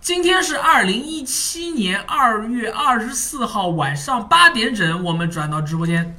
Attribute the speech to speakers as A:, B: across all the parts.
A: 今天是二零一七年二月二十四号晚上八点整，我们转到直播间，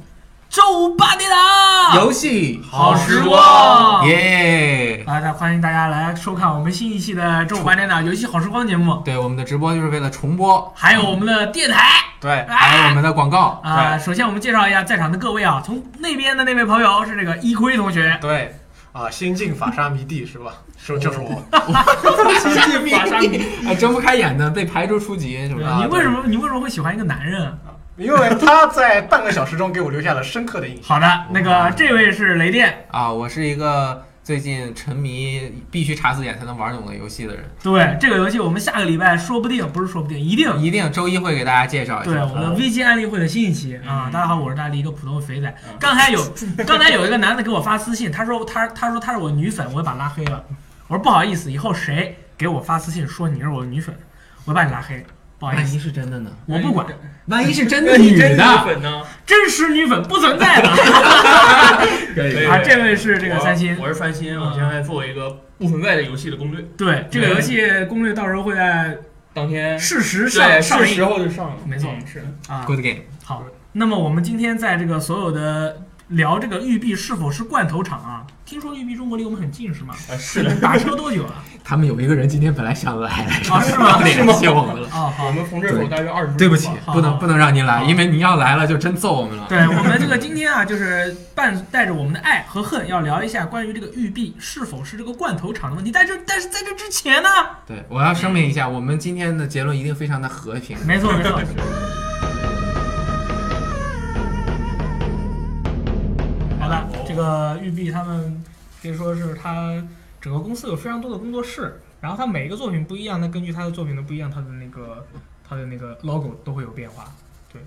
A: 周五八点档，
B: 游戏
A: 好时光
B: 耶！
A: 啊，大欢迎大家来收看我们新一期的周五八点档游戏好时光节目，
B: 对，我们的直播就是为了重播，
A: 还有我们的电台
C: 对，
B: 还有我们的广告。
A: 啊。首先我们介绍一下在场的各位啊，从那边的那位朋友是这个一辉同学，
C: 对，啊，新晋法沙迷弟是 吧？是，就是我。
B: 法沙迷，哎，睁不开眼的被排除出局，是吧？
A: 你为什么你为什么会喜欢一个男人？
C: 因为他在半个小时中给我留下了深刻的印象。
A: 好的，那个这位是雷电，
B: 啊？我是一个最近沉迷必须查字典才能玩懂的游戏的人，
A: 对这个游戏我们下个礼拜说不定不是说不定一定
B: 一定周一会给大家介
D: 啊
B: 绍一
A: 对，啊
B: 下
A: 我。们的危机案例会的新一期
D: 嗯
A: 啊！大家好，我是大力，一个普通的肥仔。刚才有刚才有一个男的给我发私信，他说他他说他是我女粉，我就把他拉黑了。我说不好意思，以后谁给我发私信说你是我女粉，我把你拉黑。不好意
B: 万
D: 哎
A: 思，
B: 一是真的呢？
A: 我不管，
B: 万一是真
E: 哎
D: 那
B: 的
D: 你真
B: 女
D: 女
B: 的？
D: 粉呢？
A: 真实女粉不 存在的
B: 可以
D: 对
A: 啊！这位是这个
D: 我
A: 三星，
D: 我是三星，
A: 嗯
D: 我现在做一个不存在的游戏的攻略，
A: 对这个游戏攻略到时候会在
D: 当天
A: 适时
D: 哎对
A: 上
D: 是
A: 上
D: 时
A: 映
D: 候就上了，
A: 没错
D: 嗯是
A: 啊。
B: Good game，
A: 好，那么我们今天在这个所有的聊这个育碧是否是罐头厂啊？听说育碧中国离我们很近是吗？
D: 啊是的，
A: 打车多久啊？
B: 他们有一个人今天本来想来来
A: 啊，是吗？
B: 联系我们了，
A: 哦，
D: 我
A: 好，
D: 们从这走大约二十分钟吧啊
B: 对不起，不能不能让您来，
A: 好
B: 因为您要来了就真揍我们了。
A: 对我们这个今天啊，就是伴带着我们的爱和恨，要聊一下关于这个育碧是否是这个罐头厂的问题。但是但是在这之前呢，
B: 对，我要声明一下，我们今天的结论一定非常的和平。
A: 没错没错，好的，这个育碧他们可以说是他整个公司有非常多的工作室，然后他每一个作品不一样，那根据他的作品的不一样，他的那个他的那个 logo 都会有变化。对，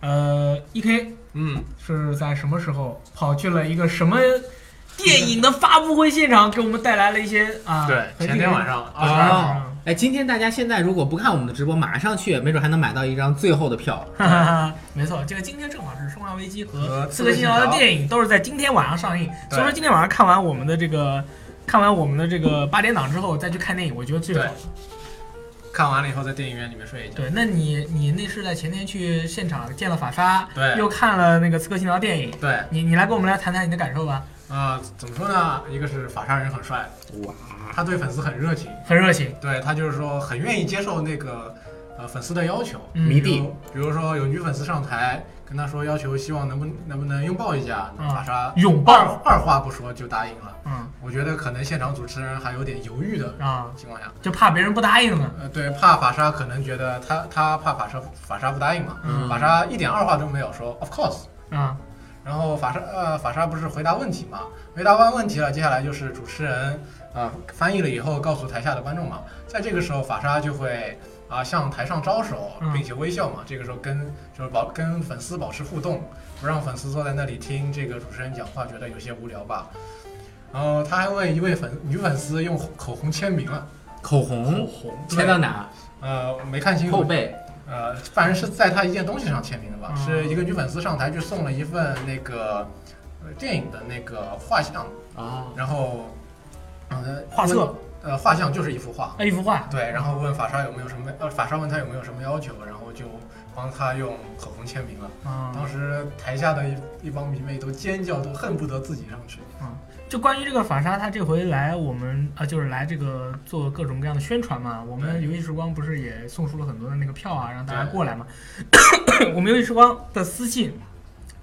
A: 呃，E K
B: 嗯，
A: 是在什么时候跑去了一个什么电影的发布会现场，给我们带来了一些啊？
C: 对，前天晚上二十二号，
B: 啊
A: 啊，
B: 哎，今天大家现在如果不看我们的直播，马上去，没准还能买到一张最后的票。
A: 哈哈哈，没错，这个今天正好是《生化危机》和
C: 和
A: 《刺客信条》的电影都是在今天晚上上映，所以说今天晚上看完我们的这个，看完我们的这个八点档之后再去看电影，我觉得最好。
C: 看完了以后在电影院里面睡一觉。
A: 对，那你你那是在前天去现场见了法沙，
C: 对
A: 又看了那个《刺客信条》电影，
C: 对，
A: 你你来跟我们来谈谈你的感受吧，
C: 啊，怎么说呢？一个是法沙人很帅，
B: 哇，
C: 他对粉丝很热情，
A: 很热情，
C: 对他就是说很愿意接受那个呃粉丝的要求。
A: 嗯
B: 迷
C: 比
B: 弟
C: 如，比如说有女粉丝上台跟他说要求，希望能不能不能拥抱一下，那
A: 嗯
C: 法沙
A: 拥
C: 二
A: 抱，
C: 二话不说就答应了。
A: 嗯
C: 我觉得可能现场主持人还有点犹豫的
A: 啊，
C: 情况下，
A: 就怕别人不答应呢，
C: 呃，对，怕法沙可能觉得他他怕法沙法沙不答应嘛，
A: 嗯
C: 法沙一点二话都没有说 of course，
A: 啊，
C: 然后法沙呃法沙不是回答问题嘛，回答完问题了，接下来就是主持人啊、翻译了以后告诉台下的观众嘛，在这个时候法沙就会啊、向台上招手
A: 嗯，
C: 并且微笑嘛，这个时候跟就是保跟粉丝保持互动，不让粉丝坐在那里听这个主持人讲话，觉得有些无聊吧。然后他还为一位粉女粉丝用口红签名了，
B: 口红
C: 红
B: 签到哪？
C: 呃没看清
B: 后
C: 楚，
B: 背。
C: 呃，反正是在他一件东西上签名的吧，
A: 嗯
C: 是一个女粉丝上台去送了一份那个呃电影的那个画像，
B: 哦，
C: 然后呃
A: 画册，
C: 问呃画像就是一幅画，
A: 啊，一幅画，
C: 对，然后问法沙有没有什么呃法沙问他有没有什么要求，然后就帮他用口红签名了。
A: 啊，
C: 当时台下的一一帮迷妹都尖叫，都恨不得自己上去。
A: 就关于这个法沙，他这回来我们啊，就是来这个做各种各样的宣传嘛。我们
C: 对
A: 游戏时光不是也送出了很多的那个票啊，让大家
C: 对
A: 过来嘛。我们游戏时光的私信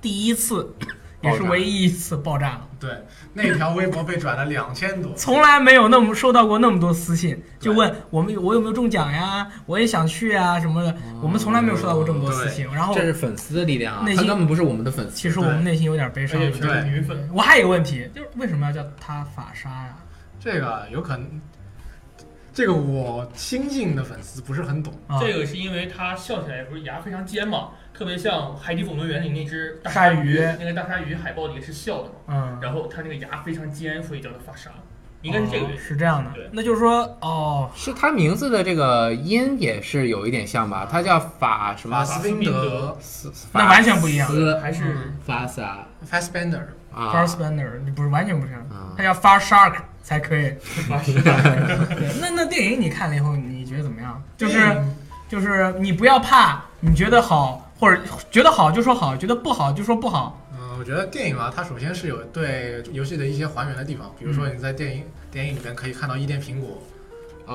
A: 第一次，也是
B: 爆炸
A: 唯一一次爆炸了，
C: 对， 那条微博被转了两千多，
A: 从来没有那么收到过那么多私信，就
C: 对
A: 问我们我有没有中奖呀，我也想去啊什么的。我们从来没有收到过这么多私信，然后
B: 哦这是粉丝的力量啊
A: 内！
B: 他
A: 心
B: 根本不是我们的粉丝。
A: 其实我们内心有点悲
D: 而
E: 哎
A: 伤。
D: 且全是
C: 对
D: 女粉，
A: 我还有一个问题，就是为什么要叫他法沙呀？
C: 这个有可能，这个我新进的粉丝不是很懂。
A: 啊
D: 这个是因为它笑起来不是牙非常尖嘛，特别像《海底总动员》里那只大
A: 鲨
D: 鱼
A: 鱼，
D: 那个大鲨鱼海报里是笑的嘛，
A: 嗯，
D: 然后它那个牙非常尖，所以叫它发沙，应该是这个原因。
A: 哦是这样的
D: 对，
A: 那就是说，哦，
B: 是他名字的这个音也是有一点像吧？他叫法什么
C: 马？斯宾德
B: 斯斯
A: 那完全不一样
B: 斯嗯
D: 还是
B: 法萨
C: f a s t b e n d e r
B: 啊
A: Far Spender，你不是完全不是
B: 啊，
A: 他叫 Far Shark 才可以。
D: 发沙，
A: 那那电影你你看了以后你觉得怎么样？就
C: 就是是
A: 就是你不要怕，你觉得好或者觉得好就说好，觉得不好就说不好。
C: 嗯，我觉得电影啊，它首先是有对游戏的一些还原的地方，比如说你在电影、电影里面可以看到一电苹果，
A: 啊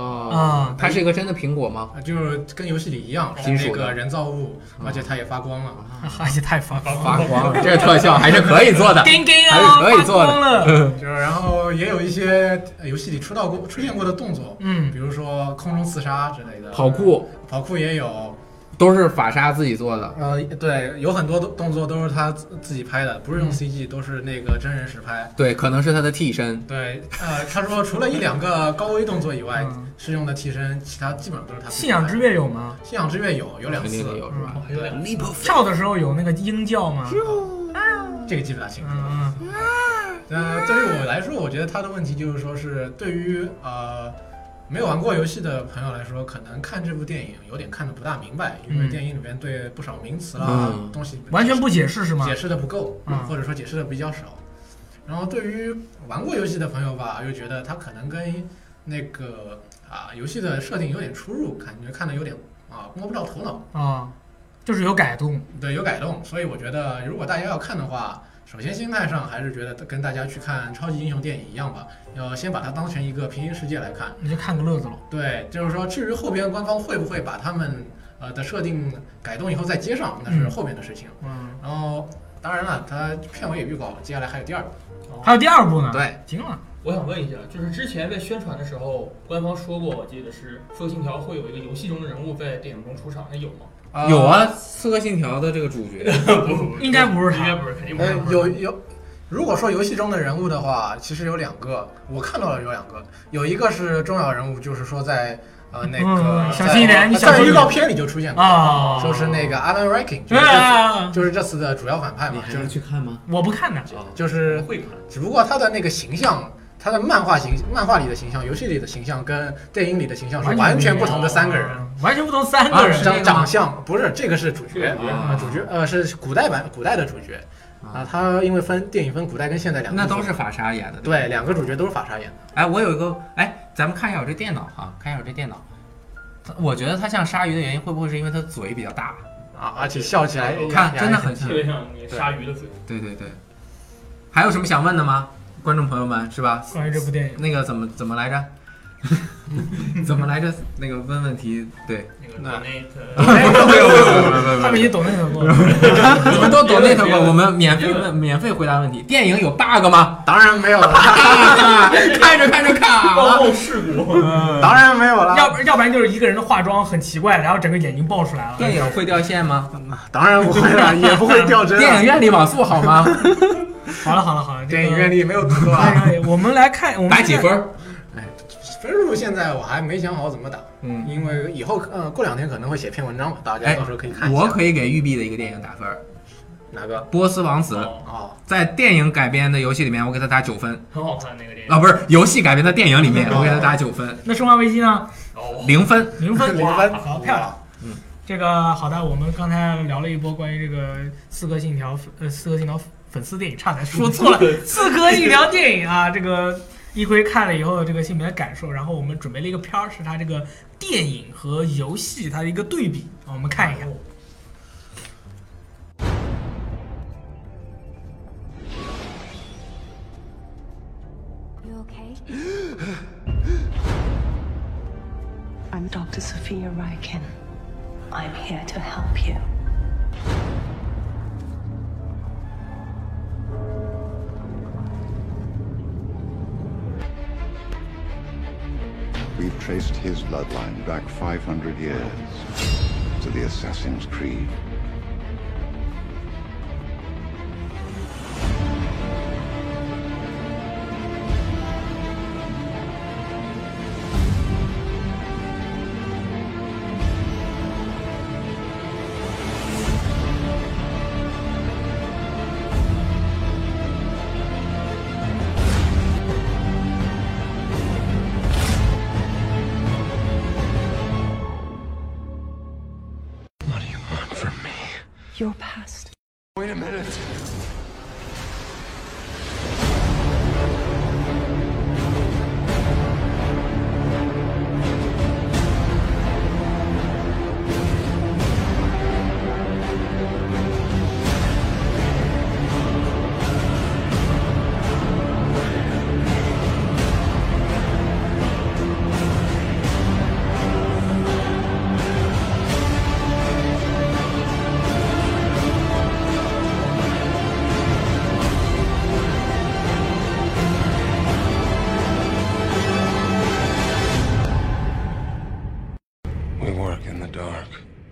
B: 哦，它是一个真的苹果吗？
C: 啊，就是跟游戏里一样是
B: 金
C: 那
B: 属的
C: 个人造物，
B: 嗯
C: 而且它也发光了。
A: 而且哎太发光
B: 发光了，这个特效还是可以做的
A: 了，。叮叮
B: 还
A: 啊，
B: 是可以做的
A: 发光了。
C: 就是然后也有一些呃游戏里出到过出现过的动作，
A: 嗯
C: 比如说空中刺杀之类的，
B: 跑酷
C: 跑酷也有，
B: 都是法沙自己做的，
C: 呃，对，有很多动动作都是他自自己拍的，不是用
A: 嗯
C: CG，、都是那个真人实拍。
B: 对，可能是他的替身。
C: 对，呃，他说除了一两个高危动作以外，
A: 嗯
C: 是用的替身，其他基本上都是他自己
A: 信仰之
C: 拍
A: 月有吗？
C: 的。信仰之月有有两
B: 肯定
C: 次，
B: 得有是吧？
D: 哦还有两个
B: Leap of
A: 跳的时候有那个鹰叫吗？
C: 这个记不大
B: 啊
C: 清楚。
A: 嗯，
C: 呃，对于我来说，我觉得他的问题就是说是对于呃没有玩过游戏的朋友来说，可能看这部电影有点看得不大明白，因为
A: 嗯
C: 电影里面对不少名词啦、
B: 嗯
C: 东西
A: 完全不解释是吗
C: 解？释的不够
A: 嗯，
C: 或者说解释的比较少。然后对于玩过游戏的朋友吧，又觉得它可能跟那个啊游戏的设定有点出入，感觉看的有点啊摸不着头脑，
A: 啊，就是有改动。
C: 对，有改动。所以我觉得如果大家要看的话，首先心态上还是觉得跟大家去看超级英雄电影一样吧，要先把它当成一个平行世界来看。
A: 你就看个乐子了。
C: 对，就是说至于后边官方会不会把他们呃的设定改动以后再接上，那是
A: 嗯
C: 后边的事情。
A: 嗯，
C: 然后当然了，它片尾也预告了，接下来还有第二部。
D: 哦
A: 还有第二部呢。，
B: 对，
A: 行了。
D: 我想问一下，就是之前在宣传的时候，官方说过，我记得是《刺客信条》会有一个游戏中的人物在电影中出场，那有吗？
B: 有啊，《刺客信条》的这个主角，
D: 不
A: 应该呃不是
D: 应
A: 他哎
D: 该不是，肯定不
C: 呃
D: 是。，
B: 嗯
C: 有有，如果说游戏中的人物的话，其实有两个，我看到了有两个，有一个是重要人物，就是说在呃那个、
A: 嗯
C: 在
A: 小心一点你小
C: 在
A: 心一
C: 预
A: 点
C: 告片里就出现过，
A: 啊，
C: 说是那个 Alan Racking，就是这次、
A: 啊，
C: 就是这次的主要反派
B: 你
C: 嘛，
B: 还
C: 就
B: 要
C: 是
B: 去看吗？
A: 我不看的。
B: 哦
C: 就是，
D: 会看，
A: 嗯
C: 只不过他的那个形象。他的漫画形、漫画里的形象、游戏里的形象跟电影里的形象是完全不同的三
A: 哦
C: 个人，
A: 完全不同三个人。
B: 是这个
C: 啊长
B: 吗
C: 长相不是这个是主角，
B: 啊
C: 啊主角呃是古代版古代的主角啊，他因为分电影分古代跟现代两个
B: 那
C: 主角，
B: 都是法沙演的。吧
C: 对，两个主角都是法沙演的。
B: 哎，我有一个，哎，咱们看一下我这电脑哈，看一下我这电脑。它我觉得它像鲨鱼的原因，会不会是因为它嘴比较大？
C: 啊，而且笑
A: 嗯
C: 起来，
B: 看真的很像
D: 特。别像那个鲨鱼的嘴。
B: 对对对。还有什么想问的吗，观众朋友们，是吧？
A: 关于这部电影，
B: 那个怎么怎么 来着？怎么来着？那个问问题， 对，哎
D: 那个
C: 那
D: donate，
B: 没有没有没有没有
A: 他们已经懂那个过了。
B: 我们都 donate 过，我们免费问，免费回答问题。电影有 bug 吗？
C: 当然没 有了，
B: 啊看着看着卡
D: 报
C: 哦
B: 了。
D: 告事 故。
A: 嗯
C: 当然没有
A: 要
C: 了，
A: 不要不然就是一个人的化妆很奇怪，然后整个眼睛爆出来了。
B: 电影会掉线吗？
C: 当然不会了，也不会掉 帧
B: 电影
C: 啊。
B: 院里网速好 吗？
A: 好了好了好了，这个
C: 电影院里没有图啊，
A: 哎，我们来看，我们
B: 打几分？儿？
C: 分数现在我还没想好怎么打，
B: 嗯，
C: 因为以后呃过两天可能会写篇文章嘛，大家
B: 哎
C: 到时候可以看一
B: 我
C: 下。
B: 可以给育碧的一个电影打分儿，
C: 哪个？
B: 《波斯王
A: 嗯
B: 子》
D: 哦
C: 哦，
B: 在电影改编的游戏里面，我给他打九分
D: 很好看那个电影。
B: 啊，不是游戏改编的电影里面，
C: 哦
B: 我给他打九分，
A: 那《生化危机》呢？
D: 哦，
B: 零分。
A: 零分，
C: 零分，
A: 好漂亮。这个好的，我们刚才聊了一波关于这个《刺客信条》呃，《刺客信条》粉丝电影，差点说错 了，《刺客信条》电影啊，这个一辉看了以后这个心里面的感受，然后我们准备了一个片儿，是他这个电影和游戏它的一个对比，我们看一
C: 哦
A: 看。
F: You okay?
G: I'm Dr. Sophia Ryken. I'm here to help you.
H: We've traced his bloodline back 500 years to the Assassin's Creed.
G: Your past
H: Wait a minute.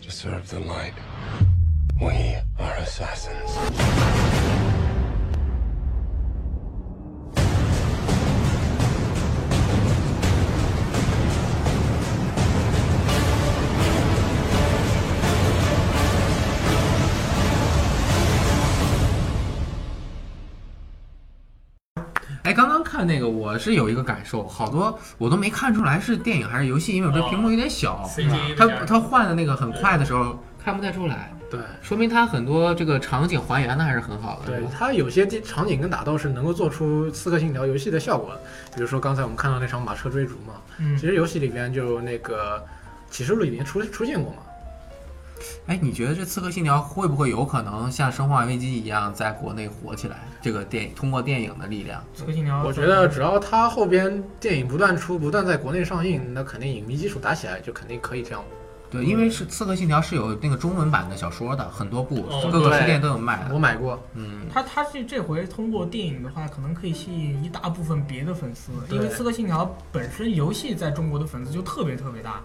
I: serve the light. We are assassins.
B: 哎，刚刚看那个，我是有一个感受，好多我都没看出来是电影还是游戏，因为我
C: 哦
B: 这屏幕有点小，
D: CG
B: 它
D: 这样
B: 它换的那个很快的时候看不太出来，
C: 对
B: 说明它很多这个场景还原的还是很好的。是
C: 对，
B: 吧
C: 它有些地场景跟打斗是能够做出《刺客信条》游戏的效果的，比如说刚才我们看到那场马车追逐嘛，
A: 嗯
C: 其实游戏里边就那个启示录里面出出现过嘛，
B: 哎，你觉得这《刺客信条》会不会有可能像《生化危机》一样在国内火起来？这个电影通过电影的力量，
A: 刺客信条，
C: 我觉得只要它后边电影不断出，不断在国内上映，那肯定影迷基础打起来就肯定可以这样。
B: 对，因为是《刺客信条》是有那个中文版的小说的，很多部
D: 哦，
B: 各个
C: 对哦
B: 书店都有卖
C: 我
B: 的。
C: 买过，
B: 嗯，
A: 他他这这回通过电影的话，可能可以吸引一大部分别的粉丝，因为《
C: 对
A: 刺客信条》本身游戏在中国的粉丝就特别特别大。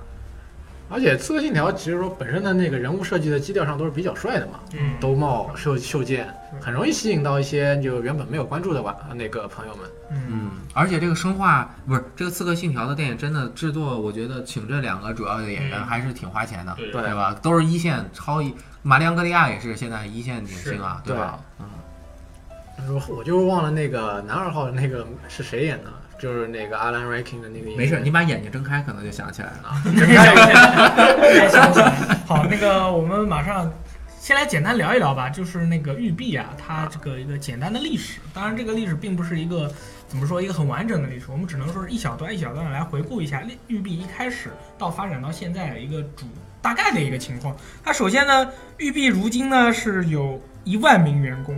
C: 而且《刺客信条》其实说本身的那个人物设计的基调上都是比较帅的嘛，
A: 嗯
C: 兜帽、袖袖剑，
A: 是
C: 很容易吸引到一些就原本没有关注的玩那个朋友们。
A: 嗯，
B: 嗯，而且这个《生化》不是这个《刺客信条》的电影，真的制作，我觉得请这两个主要的演员
D: 嗯
B: 还是挺花钱的，
D: 对
B: 对吧？都是一线超一，马里昂格利亚也是现在一线明星啊，
C: 是
B: 对吧？嗯，
C: 我我就忘了那个男二号那个是谁演的，就是那个 Alan Rickman 的那个演员。啊
B: 没事，你把眼睛睁开，可能就想起来了。
A: 太相 信了。哎好，那个我们马上先来简单聊一聊吧，就是那个育碧啊，它这个一个简单的历史。当然，这个历史并不是一个怎么说一个很完整的历史，我们只能说是一小段一小段地来回顾一下育育碧一开始到发展到现在的一个主大概的一个情况。那首先呢，育碧如今呢是有一万名员工。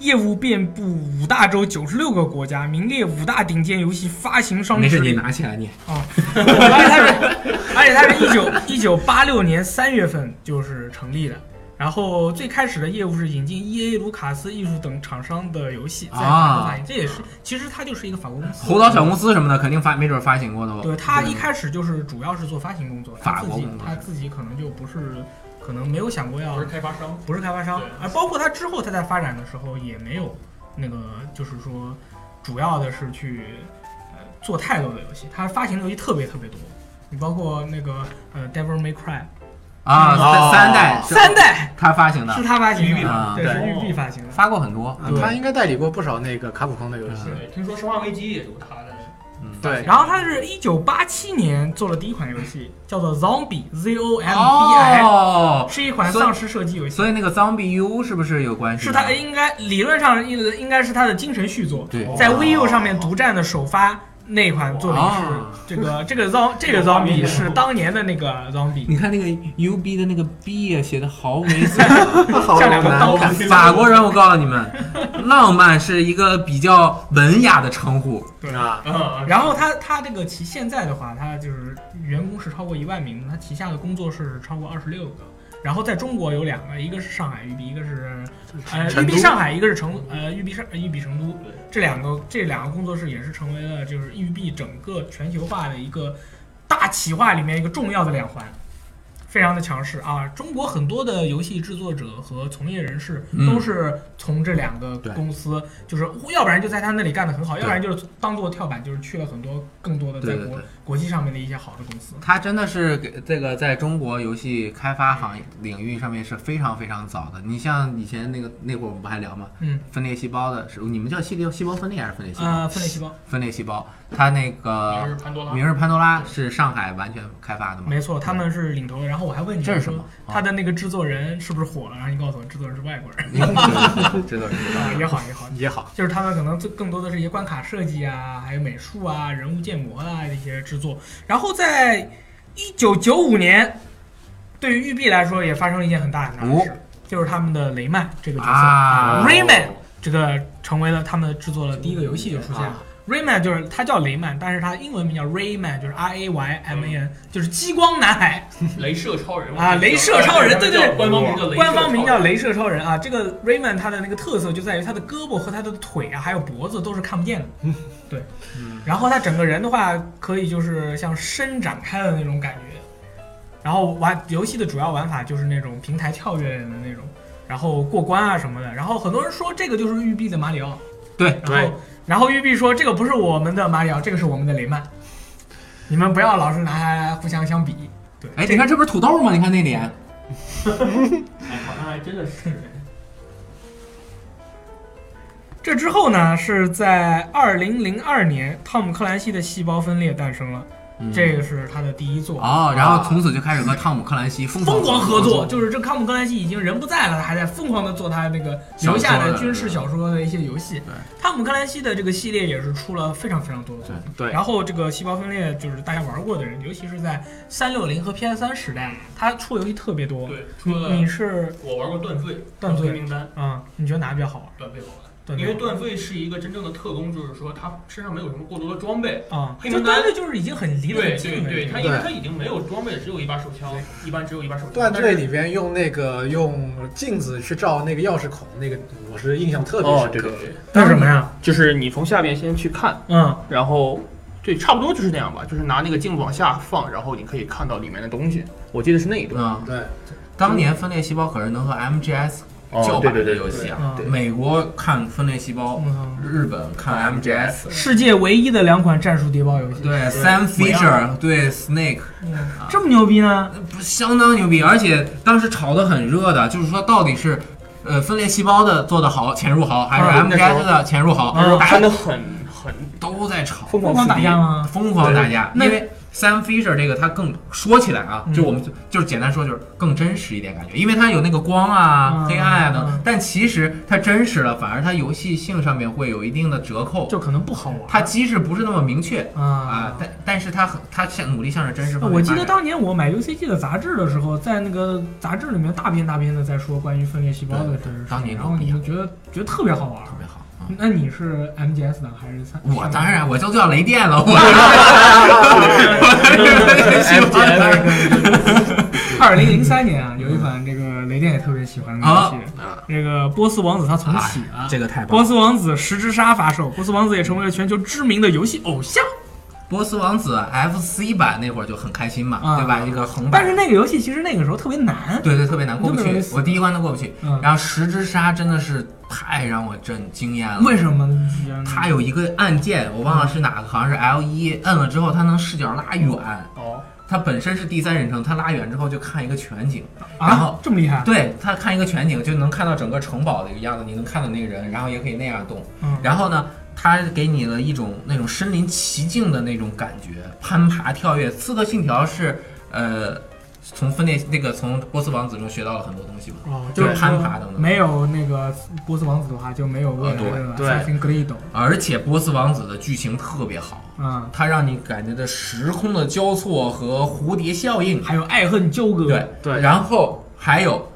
A: 业务遍布五大洲九十六个国家，名列五大顶尖游戏发行商
B: 没
A: 之
B: 事，你
A: 列。
B: 拿起来你。
A: 啊， 而且它是，而且它是一九一九八六年三月份就是成立的。然后最开始的业务是引进 E A、卢卡斯艺术等厂商的游戏，在法国发行。这也是，其实它就是一个法国公司。
B: 猴啊岛小公司什么的，肯定发，没准发行过的。
A: 对，它一开始就是主要是做发行工作，它
B: 法
A: 自
B: 国
A: 己
B: 公司
A: 它自己可能就不是，可能没有想过要
D: 不是开发商，
A: 不是开发商
D: 对，
A: 而包括它之后它在发展的时候也没有那个就是说主要的是去呃做太多的游戏，它发行的游戏特别特别多，你包括那个呃 Devil May Cry
B: 啊，
C: 哦
B: 三三代是
A: 嗯三代
B: 他发行的
A: 是，嗯他发行
B: 育碧
A: 的，
B: 发
A: 对，
C: 的
A: 是
D: 对
A: 育碧发行的。
B: 发过很多。
C: 啊
A: 对
C: 他应该代理过不少那个卡普空的游
E: 嗯
C: 戏。
D: 对，听说《生化危机》也有他 的，
C: 对，
A: 然后它是一九八七年做了第一款游戏，叫做 Zombie Z O M B I，、
B: 哦，
A: 是一款
B: 所以
A: 丧尸射击游戏，
B: 所以那个 Zombie U 是不是有关系
A: 是
B: 呢？
A: 它应该理论上应应该是它的精神续作。
B: 嗯对
A: 在 VU 上面独占的首发那款作品是
B: 哦
A: 这个这个 z 这个 zombie 是当年的那个 zombie，
B: 你看那个 U B 的那个 B 也写的毫 无意思。
C: 好
A: 像两个刀
C: 难看。
B: 法国人，我告诉你们，浪漫是一个比较文雅的称呼。
A: 对
C: 啊，
D: 嗯，
A: 然后他他这个旗现在的话，他就是员工是超过一万名的，他旗下的工作室是超过二十六个。然后在中国有两个，一个是上海育碧，一个是呃育
C: 成都
A: 碧上海，一个是成呃育碧上呃育碧成都。这两个这两个工作室也是成为了就是育碧整个全球化的一个大企划里面一个重要的两环，非常的强势啊！中国很多的游戏制作者和从业人士
B: 嗯
A: 都是从这两个
B: 对
A: 公司，就是要不然就在他那里干得很好，
B: 对
A: 要不然就是当做跳板，就是去了很多更多的在
B: 对对
A: 国
B: 对
A: 国际上面的一些好的公司。
B: 他真的是给这个在中国游戏开发行业领域上面是非常非常早的。你像以前那个那会儿我们不还聊吗？
A: 嗯，
B: 分裂细胞的时候，你们叫细胞细胞分裂还是分裂细胞？
A: 呃，分类细胞，
B: 分裂细胞，它那
D: 明
B: 个
D: 日潘多拉，
B: 明日潘多拉是上海完全开发的吗？
A: 没错，他们是领头的。然后我还问你，
B: 这是什么
A: 我说他的那个制作人是不是火了？然后你告诉我，制作人是外国 人
B: 知道知
A: 啊，
B: 道。
A: 也好也好，
C: 也好，
A: 就是他们可能最更多的是一些关卡设计啊，还有美术啊、人物建模啊这些制作。然后在一九九五年，对于育碧来说也发生了一件很大很大的事，
B: 哦
A: 就是他们的雷曼这个角色、
B: 啊
A: Rayman 这个成为了他们制作了第一个游戏就出现了。Rayman
B: 啊
A: 就是他叫雷曼，但是他英文名叫 Rayman，就是 R A Y M A
B: 嗯
A: N，就是激光男孩。
D: 镭射超人
A: 啊，雷射超人，对对对，
D: 官方名叫雷射超人
A: 官方名叫雷射超人啊。这个 Rayman 他的那个特色就在于他的胳膊和他的腿啊，还有脖子都是看不见的，对。然后他整个人的话，可以就是像伸展开的那种感觉，然后玩游戏的主要玩法就是那种平台跳跃的那种，然后过关啊什么的。然后很多人说这个就是育碧的马里奥，
B: 对
A: 然后然后育碧说这个不是我们的马里奥，这个是我们的雷曼，你们不要老是拿它互相相比。对，
B: 哎，你看这不是土豆吗？你看那脸，
D: 哎，好像还真的是。
A: 这之后呢，是在二零零二年，汤姆克兰西的《细胞分裂》诞生了，
B: 嗯
A: 这个是他的第一作。
B: 哦，然后从此就开始和汤姆克兰西疯
A: 疯狂
B: 狂
A: 合作，
B: 作，
A: 就是这汤姆·克兰西已经人不在了，他还在疯狂的做他那个留下的军事小说的一些游戏。
B: 对，
A: 汤姆·克兰西的这个系列也是出了非常非常多的作品。
B: 对
A: 然后这个细胞分裂就是大家玩过的人，尤其是在三六零和 PS 三时代，他出游戏特别多。
D: 对，说
A: 你你
D: 了
A: 是
D: 我玩过断罪，
A: 断罪
D: 嗯黑名单，
A: 啊、你觉得哪个比较好玩？
D: 断罪好玩。
A: 断罪
D: 因为断罪是一个真正的特工，就是说他身上没有什么过多的装备。
A: 啊，
D: 黑
A: 就
D: 名单
A: 单对就是已经很离得
D: 对
A: 很
D: 对
A: 近了。
D: 对，他
A: 已
D: 因为
B: 对
D: 他已经没有装备，只有一把手枪，一般只有一把手枪。
C: 断
D: 但
C: 罪
D: 是
C: 里边用那个用镜子去照那个钥匙孔，那个我是印象特别
E: 哦，
C: 深
E: 对
C: 刻。
E: 对对，
A: 经那是什么呀？
E: 就是你从下边先去看，
A: 嗯，
E: 然后对，差不多就是那样吧，就是拿那个镜子往下放，然后你可以看到里面的东西。我记得是那一段。
B: 啊，
C: 对
B: 当年分裂细胞可是能和 MGS 叫板的游戏啊，
A: 哦对对对对
B: 美国看分裂细胞
A: 嗯，
B: 日本看 MGS，
A: 世界唯一的两款战术谍报游戏，
B: 对 Sam Fisher 对 Snake
A: 这么牛逼呢？
B: 不相当牛逼，而且当时炒得很热的，就是说到底是。呃，分裂细胞的做得好，潜入好，还
A: 啊
B: 是
E: 嗯那时候
B: MGS 的潜入好？
D: 啊
A: 嗯
B: 大家
E: 看的很很
B: 都在吵，
E: 疯
A: 疯
E: 狂
A: 狂
E: 撕
A: 打
E: 逼
A: 架吗？
B: 疯狂打架。
A: 对
B: 因为 Sam Fisher 这个他更说起来啊，
A: 嗯
B: 就我们就就是简单说就是更真实一点感觉，因为它有那个光啊、
A: 嗯
B: 黑暗啊等
A: 嗯，
B: 但其实它真实了，反而它游戏性上面会有一定的折扣。
A: 就可能不好玩。
B: 它机制不是那么明确啊
A: 啊，，
B: 但但是它很它向努力向着真实方面
A: 我记
B: 发
A: 得
B: 展
A: 当年我买 UCG 的杂志的时候，在那个杂志里面大篇大篇的在说关于分裂细胞的这个事情，
B: 当年
A: 然后你就觉得觉得特别好玩
B: 特。别好。嗯
A: 那你是 MGS 党还是三？
B: 我当然，我就叫雷电了，我我喜欢
A: 二零零三年
B: 嗯
A: 啊，有一款这个雷电也特别喜欢的游戏，这个波斯王子他重启
B: 啊
A: 了。
B: 这个太棒
A: 波
B: 了。
A: 斯王子十之杀发售，波斯王子也成为了全球知名的游戏偶像。
B: 波斯王子 FC 版那会儿就很开心嘛，
A: 啊
B: 对吧？一个横版，
A: 但是那个游戏其实那个时候特别难，
B: 对对，特别难过不
A: 那么容易
B: 去。
A: 死
B: 我第一关都过不去。
A: 嗯
B: 然后十之杀真的是太让我震惊艳了。
A: 为什么？
B: 它有一个按键，我忘了是哪个，好像是 L 一，摁了之后它能视角拉远。
D: 哦，
B: 它本身是第三人称，它拉远之后就看一个全景，然
A: 啊
B: 后
A: 这么厉害？
B: 对，它看一个全景就能看到整个城堡的一个样子，你能看到那个人，然后也可以那样动。
A: 嗯
B: 然后呢，它给你了一种那种身临其境的那种感觉，攀爬、跳跃。刺客信条是呃，从分裂那个从波斯王子中学到了很多东西嘛。
A: 哦，
B: 就是
A: 说
B: 攀爬等等
A: 没有那个波斯王子的话，就没有未来
B: 啊
A: 的
E: 对对
A: 萨辛格利斗。
B: 而且波斯王子的剧情特别好，
A: 嗯，
B: 它让你感觉到时空的交错和蝴蝶效应。
A: 还有爱恨纠葛。
B: 对
E: 对
B: 然后还有。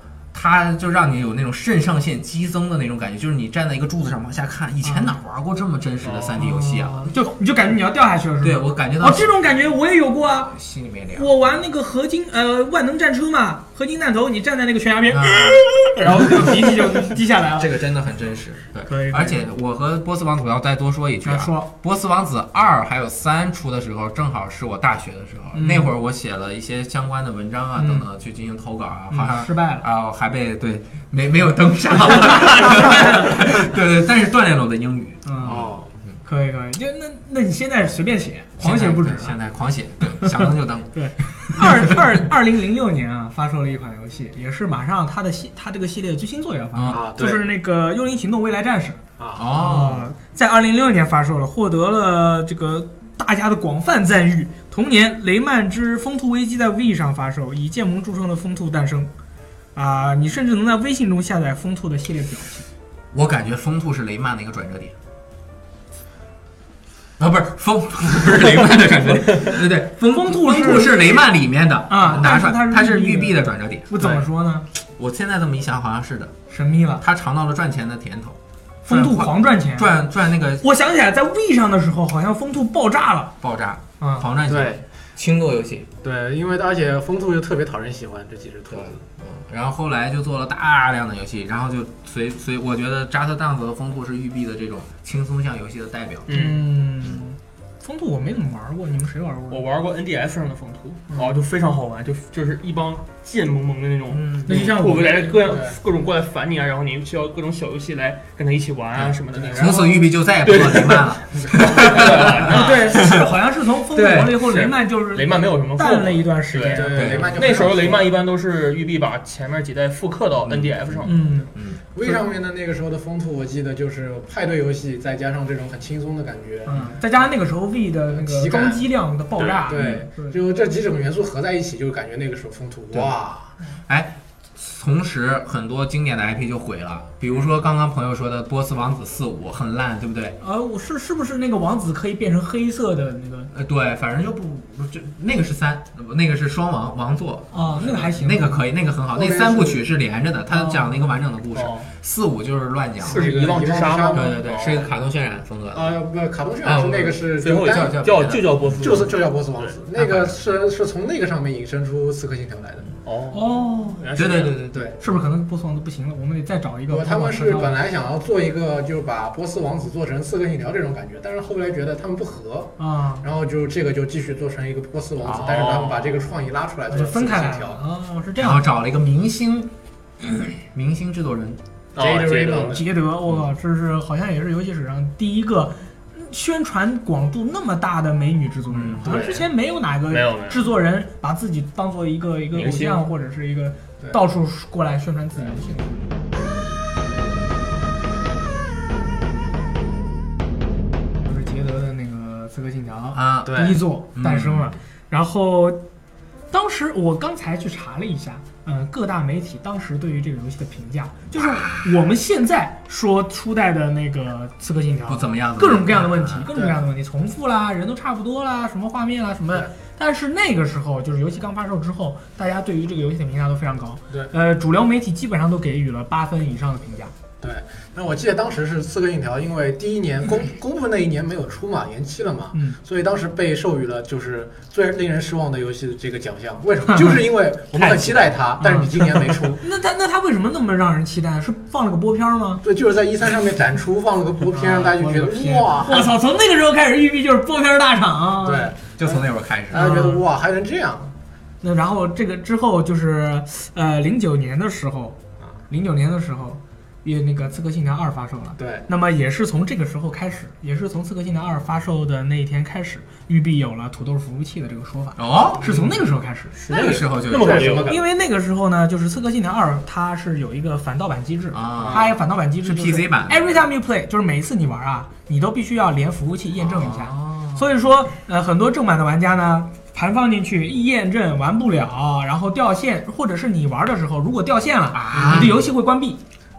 B: 它就让你有那种肾上腺激增的那种感觉，就是你站在一个柱子上往下看，以前哪玩过这么真实的 3D 游戏啊？
A: 哦，就你就感觉你要掉下去了，是吧？
B: 对我感觉到
A: 哦，这种感觉我也有过啊。
B: 心里面凉。
A: 我玩那个合金呃万能战车嘛，合金弹头，你站在那个悬崖边，
B: 啊 哦
A: 然后 就鼻涕就滴下来了。
B: 这个真的很真实，对，
A: 可以可以
B: 而且我和波斯王子要再多说一句啊，
A: 啊说
B: 波斯王子二还有三出的时候，正好是我大学的时候，
A: 嗯
B: 那会儿我写了一些相关的文章啊、
A: 嗯
B: 等等去进行投稿啊，
A: 嗯
B: 好像
A: 失败了
B: 啊，还被对没没有 登上， 对对，但是锻炼了我的英语，
A: 嗯，
E: 哦，
A: 可以可以，就那那你现在随便写，狂写不止
B: 现在
A: 啊。
B: 现在狂写，对，想登 就登，
A: 二二二零零六年啊，发售了一款游戏，也是马上它的系它这个系列的最新作也要发售，
B: 啊
E: 啊，
A: 就
E: 对，
A: 是那个《幽灵行动：未来战士》。
B: 哦，
A: 呃，在二零零六年发售了，获得了这个大家的广泛赞誉。同年，雷曼之《风兔危机》在 V 上发售，以建模著称的风兔诞生。啊、你甚至能在微信中下载风兔的系列表情。
B: 我感觉风兔是雷曼的一个转折点。啊，不是风，不是雷曼的转折点， 对对，风
A: 风兔是
B: 风兔是雷曼里面的
A: 啊
B: 拿出来
A: 但是它是
B: 它是
A: 育
B: 育
A: 碧
B: 碧的转折点。
A: 我怎么说呢？
B: 我现在这么一想，好像是的，
A: 神秘了，
B: 他尝到了赚钱的甜头，
A: 风兔
B: 赚
A: 狂赚钱。
B: 赚赚那个
A: 我想起来，在 V 上的时候，好像风兔爆炸了
B: 爆炸，
A: 啊、
B: 狂赚钱，
C: 对
B: 轻度游戏。
C: 对，因为而且风兔又特别讨人喜欢，这几只兔子。
B: 嗯，然后后来就做了大量的游戏，然后就随随，我觉得扎特当子和风兔是育碧的这种轻松向游戏的代表。
E: 嗯，
A: 嗯，风兔我没怎么玩过，你们谁玩过？
E: 我玩过 NDS 上的风兔，哦，就非常好玩，就就是一帮贱萌萌的那种，
A: 嗯，那就像
E: 我
A: 我
E: 们来各样
C: 对
E: 各种过来烦你啊，然后你需要各种小游戏来跟他一起玩啊什么的那种。
B: 从此玉璧就再也不做雷曼了。
A: 对，是好像是从风兔
B: 对
A: 完了以后，
E: 是
A: 雷曼就是
E: 雷曼没有什么后
A: 淡了一段时
E: 对
A: 间。
C: 对，雷曼就
E: 那时候雷曼一般都是育碧把前面几代复刻到 NDF 上，
A: 嗯，
C: V 上面的那个时候的风土，我记得就是派对游戏，再加上这种很轻松的感觉，
A: 嗯，再加上那个时候 V 的那个
C: 体感
A: 装机量的爆炸，
C: 对，
A: 嗯对
C: 就这几种元素合在一起，就感觉那个时候风土
B: 对
C: 哇，
B: 哎，同时很多经典的 IP 就毁了，比如说刚刚朋友说的《波斯王子四五》很烂，对不对？
A: 呃，我是是不是那个王子可以变成黑色的那个
B: 呃，对，反正就不不就那个是三，那个是双王王座。
A: 啊？那个还行，
B: 那个可以，那个很好。那三部曲是连着的，它
A: 哦哦
B: 讲了一个完整的故事。四五就是乱讲，
E: 是遗忘之杀吗？
B: 对对对，是一个卡通渲染风格的。
C: 啊，不，卡通渲
B: 哎
C: 染是那个是
B: 最后一
C: 单
B: 叫
C: 独
B: 叫
E: 叫就叫波斯，
C: 就是就叫波斯王子，
B: 对
C: 那个是是从那个上面引申出《刺客信条》来的。
E: 哦，
A: 哦，
E: 原来
B: 对
E: 是这
B: 对
E: 样
B: 对对对，
C: 对，
A: 是不是可能波斯王子不行了？我们得再找一个。
C: 我他们是本来想要做一个，就是把波斯王子做成《刺客信条》这种感觉，但是后来觉得他们不合，
A: 啊，
C: 然后就这个就继续做成一个波斯王子
E: 哦，
C: 但是他们把这个创意拉出来做
A: 就
C: 了
A: 分开
C: 刺客
A: 来
C: 信
A: 了
C: 条。
A: 啊，是这
B: 然后
A: 样。
B: 找了一个明星，明星制作人，
E: 哦
C: Jade
E: 这个
C: Raymond
A: 捷德，我靠，这是好像也是游戏史上第一个宣传广度那么大的美女制作人
B: 嗯，
A: 好像
E: 对
A: 之前没有哪
E: 没有
A: 个
E: 没有
A: 制作人把自己当做一个一个偶
E: 明星
A: 像或者是一个
C: 对
A: 到处过来宣传自己的兴趣。就是捷德的那个《刺客信条》
B: 啊
E: 对
A: 第一座
B: 嗯
A: 诞生了。然后当时我刚才去查了一下，呃，各大媒体当时对于这个游戏的评价，就是我们现在说初代的那个《刺客信条
B: 不》，怎么样，
A: 各种各样的问题，
B: 啊
A: 各种各样的问题，重复啦，人都差不多啦，什么画面啦什么的。但是那个时候，就是游戏刚发售之后，大家对于这个游戏的评价都非常高。
C: 对，
A: 呃，主流媒体基本上都给予了八分以上的评价。
C: 对，那我记得当时是《刺客信条》，因为第一年公公布那一年没有出嘛，延期了嘛，
A: 嗯，
C: 所以当时被授予了就是最令人失望的游戏的这个奖项。为什么？就是因为我们很期待它，但是你今年没出。
A: 那他那他为什么那么让人期待？是放了个播片儿吗？
C: 对，就是在一三上面展出放了个薄片，让大家就觉
A: 啊我的天
C: 得哇，
A: 我操！从那个时候开始，育碧就是播片大厂啊。
C: 对，，
B: 就从那会儿开始。
A: 嗯
C: 大家觉得哇还能这样，
A: 那然后这个之后就是，呃，零九年的时候，零九年的时候，也那个《刺客信条二》发售了。
C: 对，
A: 那么也是从这个时候开始，也是从《刺客信条二》发售的那一天开始，育碧有了土豆服务器的这个说法，
C: 嗯
B: 哦，
A: 是从那个时候开始。
B: 那个时候就
E: 那
B: 有
E: 么晚
C: 这是什么感觉？
A: 因为那个时候呢，就是《刺客信条二》，它是有一个反盗版机制
B: 啊
A: 它有反盗版机制
B: 是
A: 就是
B: PC 版的
A: ，Every time you play，就是每一次你玩啊，你都必须要连服务器验证一下。
B: 哦
A: 所以说，呃，很多正版的玩家呢，盘放进去一验证玩不了，然后掉线，或者是你玩的时候如果掉线了，
B: 啊
A: 你的游戏会关闭。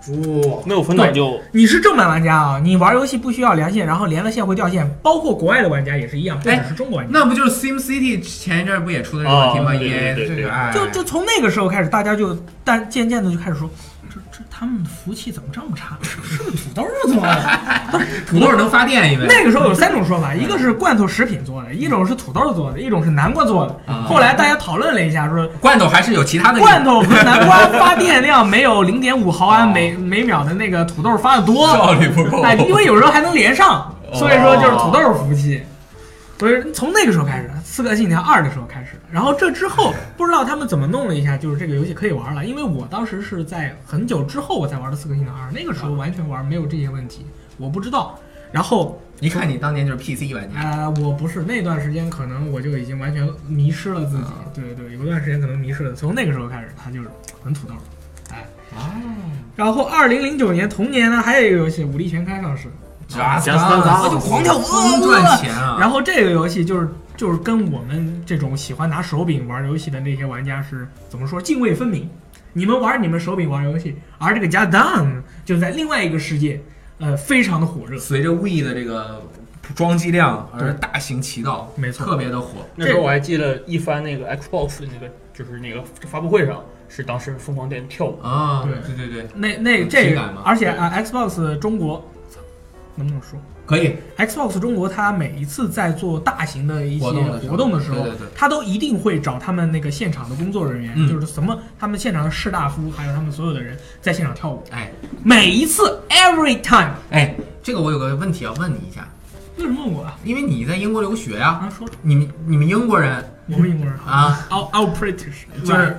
C: 哇，
E: 没有分档就
A: 你是正版玩家啊，你玩游戏不需要连线，然后连了线会掉线，包括国外的玩家也是一样，
B: 哎
A: 不只是中国玩家。
B: 那不就是 Sim City 前一阵儿不也出了这个问题吗
E: 哦对
B: ？EA
E: 对对
B: 这
E: 对
B: 个哎，
A: 就就从那个时候开始，大家就但渐渐的就开始说，这这他们的服务器怎么这么差？是是不是土豆做的？
B: 土豆能发电，因为
A: 那个时候有三种说法，一个是罐头食品做的，一种是土豆做的，一种是南瓜做的。
B: 啊
A: 后来大家讨论了一下，说
B: 罐头还是有其他的
A: 罐头和南瓜发电量没有零点五毫安每每秒的那个土豆发的多，
B: 哦效率不够哦
A: 哎，因为有时候还能连上，所以说就是土豆服务器。所以从那个时候开始，《刺客信条二》的时候开始，然后这之后不知道他们怎么弄了一下，就是这个游戏可以玩了。因为我当时是在很久之后我才玩的《刺客信条二》，那个时候完全玩没有这些问题，我不知道。然后
B: 一看你当年就是 PC 玩家，
A: 啊、我不是那段时间，可能我就已经完全迷失了自己。
B: 啊
A: 对对，有一段时间可能迷失了，从那个时候开始，他就是很土豆，哎。
B: 啊
A: 然后，二零零九年同年呢，还有一个游戏《武力全开》上市，
B: Just
E: Just Dance
B: Dance
A: 我就狂跳舞
B: 疯赚钱啊！
A: 然后这个游戏就是就是跟我们这种喜欢拿手柄玩游戏的那些玩家是怎么说泾渭分明。你们玩你们手柄玩游戏，而这个《加 Down》就在另外一个世界，呃，非常的火热。
B: 随着 We 的这个装机量而大行其道，
A: 没错
B: 特别的火。
E: 那时候我还记得一番那个 Xbox 的那个就是那个发布会上，是当时疯狂在跳舞，
B: 啊，
A: 对
B: 对对对，
A: 那那这
B: 体
A: 个
B: 感嘛，
A: 而且啊、Xbox 中国能不能说？
B: 可以
A: Xbox 中国，它每一次在做大型的一些
B: 活动的时候
A: 活动的时候，
B: 对对对
A: 它都一定会找他们那个现场的工作人员，
B: 嗯
A: 就是什么他们现场的士大夫，还有他们所有的人在现场跳舞。
B: 哎
A: 每一次，every time，
B: 哎，这个我有个问题要问你一下，
A: 为什么问我啊？
B: 因为你在英国留学呀、
A: 啊，说
B: 你们你们英国人
A: 我们英国人
B: 啊，
A: ，out out British
B: 就是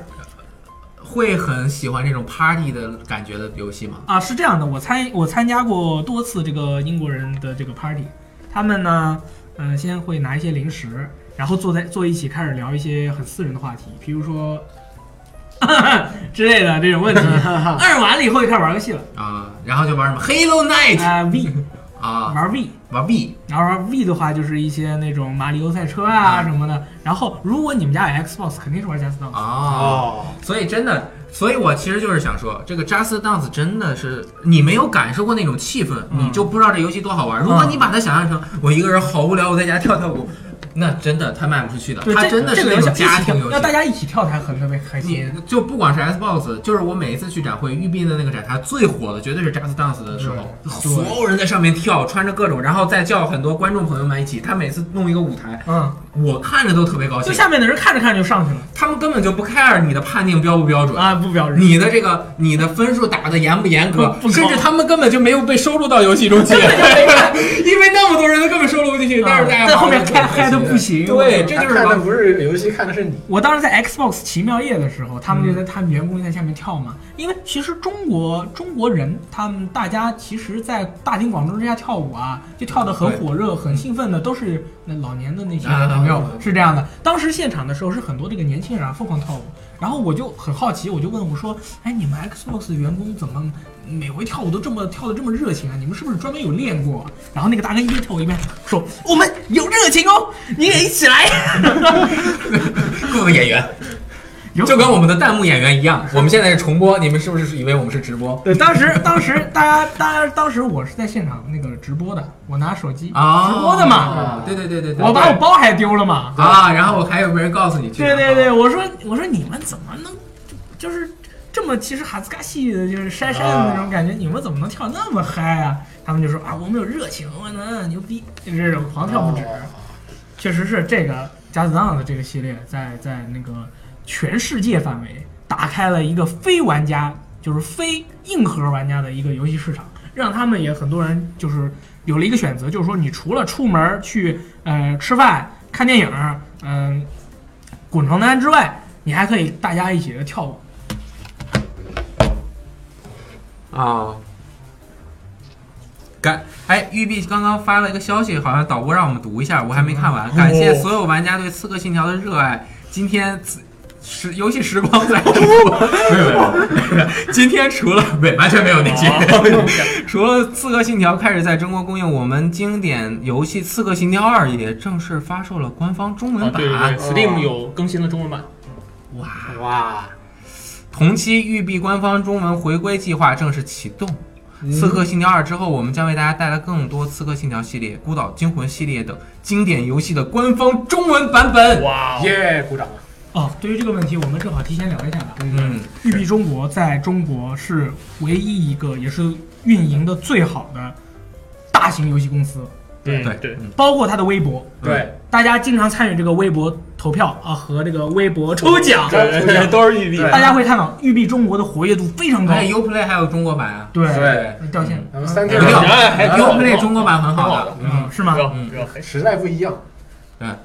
B: 会很喜欢这种 party 的感觉的游戏吗？
A: 啊，是这样的，我参我参加过多次这个英国人的这个 party，他们呢，嗯、先会拿一些零食，然后坐在坐一起开始聊一些很私人的话题，比如说 之类的这种 问题。二完了以后就开始玩游戏了，
B: 啊，然后就玩什么 Halo Night
A: 啊、V
B: 啊，
A: 玩 V，
B: 玩 B
A: 然后玩 V 的话就是一些那种马里奥赛车啊
B: 啊
A: 什么的。然后如果你们家有 Xbox，肯定是玩加斯当。哦
B: 啊，
C: 哦
B: 所以真的，所以我其实就是想说，这个 Just Dance 真的是你没有感受过那种气氛，
A: 嗯
B: 你就不知道这游戏多好玩。如果你把它想象成我一个人好无聊，我在家跳跳舞，那真的它卖不出去的，
A: 对，
B: 它
A: 这
B: 真的是
A: 这个
B: 那
A: 游戏
B: 种
A: 一起
B: 家庭游戏，
A: 要大家一起跳才很特别开心
B: 你。就不管是 Xbox，就是我每一次去展会，育碧的那个展台最火的绝对是 Just Dance 的时候，所有人在上面跳，穿着各种，然后再叫很多观众朋友们一起。他每次弄一个舞台，
A: 嗯，
B: 我看着都特别高
A: 就
B: 兴。
A: 下面的人看着看着就上去了。
B: 他们根本就不 care 你的判定标不标准，
A: 啊，不表示
B: 你的这个你的分数打的严不严格
A: 不不，高
B: 甚至他们根本就没有被收录到游戏中去， 因为那么多人他根本收录不进去，但是大家
A: 在后面
B: 玩得
A: 开
B: 很开
A: 嗨
B: 心
A: 的不行。
B: 对，这就是
C: 他看
B: 玩
C: 的不是游戏，看的是你。
A: 我当时在 Xbox 奇妙夜的时候，他们就在他们员工在下面跳嘛。因为其实中国中国人他们大家其实，在大庭广众之下跳舞啊，就跳得很火热、很兴奋的，都是那老年的那些
B: 啊
A: 朋友
B: 啊啊
A: 是这样的。当时现场的时候是很多这个年轻人啊疯狂跳舞，然后我就很好奇，我就问我说：“哎，你们 Xbox 的员工怎么每回跳舞都这么跳的这么热情啊？你们是不是专门有练过？”啊然后那个大哥一边跳舞一边说：“我们有热情哦，你也一起来。”
B: 各位演员
A: 有。
B: 就跟我们的弹幕演员一样，我们现在是重播，你们是不是以为我们是直播
A: 对，当时当时大家大家当时我是在现场那个直播的，我拿手机
B: 啊？
A: 直播的嘛，
B: 啊对对对对对，
A: 我把我包还丢了嘛。
B: 啊，然后我还有没人告诉你去？啊
A: 对对对，我说我说你们怎么能就是这么其实哈斯嘎戏的就是筛筛的那种感觉，你们怎么能跳那么嗨啊？他们就说啊，我们有热情，我能牛逼，就是这种狂跳不止。确实是这个加子当的这个系列在在那个全世界范围打开了一个非玩家，就是非硬核玩家的一个游戏市场，让他们也很多人就是有了一个选择，就是说你除了出门去呃吃饭、看电影、嗯、滚床单之外，你还可以大家一起的跳舞。
B: 啊。感哎，玉碧刚刚发了一个消息，好像导播让我们读一下，我还没看完。感
A: 哦
B: 谢所有玩家对《刺客信条》的热爱。今天此时游戏时光 在
E: 没有没有，
B: 今天除了对完全没有那
E: 啊
A: 哦
B: 些，除了《刺客信条》开始在中国公映，我们经典游戏《刺客信条二》也正式发售了官方中文
E: 啊
B: 版。
E: 对对对，Steam 有更新了中文版，
B: 哇！
C: 哇，
B: 同期育碧官方中文回归计划正式启动。刺客信条二之后，我们将为大家带来更多刺客信条系列、孤岛惊魂系列等经典游戏的官方中文版本。
E: 哇哦，
C: 耶，鼓掌！
A: 哦，对于这个问题，我们正好提前聊一下吧。
B: 嗯，
A: 育碧中国在中国是唯一一个也是运营的最好的大型游戏公司，
E: 对
B: 对
E: 对，
B: 嗯
A: 包括它的微博，
C: 对，
A: 大家经常参与这个微博投票啊和这个微博抽奖，
C: 对对
E: 都是玉碧啊
C: 对
A: 大家会看到育碧中国的活跃度非常高
B: 而。且哎 Uplay 还有中国版啊。
A: 对嗯
C: 对
A: 掉线，
C: 咱们三天
B: 有没有
E: 哎还挺好
B: Uplay 中国版很好的。
A: 嗯，是吗？
E: 热
B: 嗯
E: 热黑
C: 时代不一样，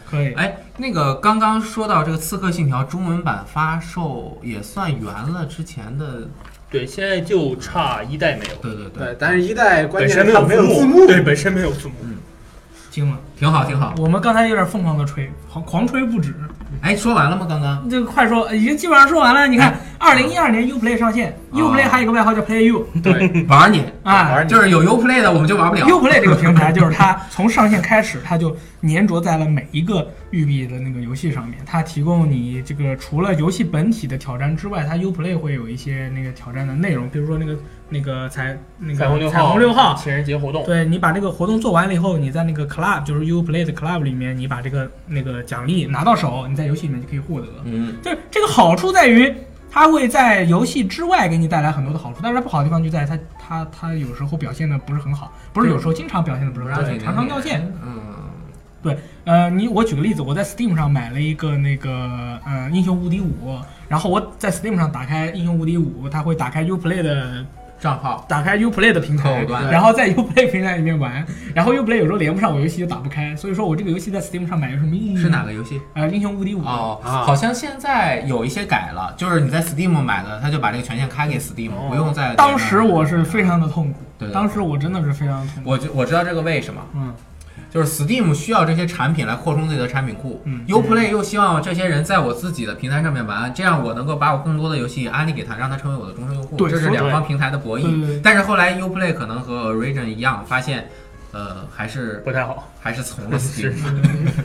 A: 可以。
B: 哎，那个刚刚说到这个《刺客信条》中文版发售也算圆了之前的，
E: 对，现在就差一代没有，
B: 对对对，
C: 对，但是一代关
E: 本
C: 键
E: 身
C: 是它没有
E: 字
C: 字幕，
E: 对，本身没有字幕，
A: 惊了！
B: 挺好挺好。
A: 我们刚才有点疯狂的吹，狂狂吹不止。
B: 哎，说完了吗？刚刚
A: 这个快说，已经基本上说完了。你看，二零一二年 Uplay 上线，Uplay 还有一个外号叫 Play U
C: 对，
B: 玩你，
A: 啊
C: 玩你
B: 就是有 Uplay 的我们就玩 不了。
A: ，Uplay 这个平台就是它从上线开始，它就粘着在了每一个育碧的那个游戏上面。它提供你这个除了游戏本体的挑战之外，它 Uplay 会有一些那个挑战的内容，比如说那个那个彩那个
E: 彩虹六号，
A: 彩虹六号，
E: 情人节活动，
A: 对你把这个活动做完了以后，你在那个 club 就是 U Play 的 club 里面，你把这个那个奖励拿到手，你在游戏里面就可以获得。
B: 嗯，
A: 就是这个好处在于，它会在游戏之外给你带来很多的好处，但是它不好的地方就在于它它它有时候表现的不是很好，不是有时候经常表现的不是很好，
B: 对
A: 常常掉线。
B: 嗯，
A: 呃，你我举个例子，我在 Steam 上买了一个那个呃《英雄无敌五》，然后我在 Steam 上打开《英雄无敌五》，它会打开 Uplay 的
B: 账号，
A: 打开 UPlay 的平台
B: 口，端
A: 然后在 UPlay 平台里面玩，然后 UPlay 有时候连不上我游戏就打不开，所以说我这个游戏在 Steam 上买有什么意义呢？
B: 是哪个游戏？
A: 呃，英雄无敌五。
B: 哦，
C: 啊
B: 好像现在有一些改了，就是你在 Steam 买的，他就把这个权限开给 Steam，不用再。
A: 哦当时我是非常的痛苦，
B: 对对对
A: 当时我真的是非常 痛苦。
B: 我就我知道这个为什么，
A: 嗯，
B: 就是 Steam 需要这些产品来扩充自己的产品库。
A: 嗯
B: Uplay 又希望这些人在我自己的平台上面玩，这样我能够把我更多的游戏安利给他，让他成为我的终身用户。
A: 对
B: 这是
A: 说
B: 两方平台的博
A: 对对
B: 弈
A: 对。
B: 但是后来 Uplay 可能和 Origin 一样，发现，呃，还是
E: 不太好。
B: 还是从了 Steam。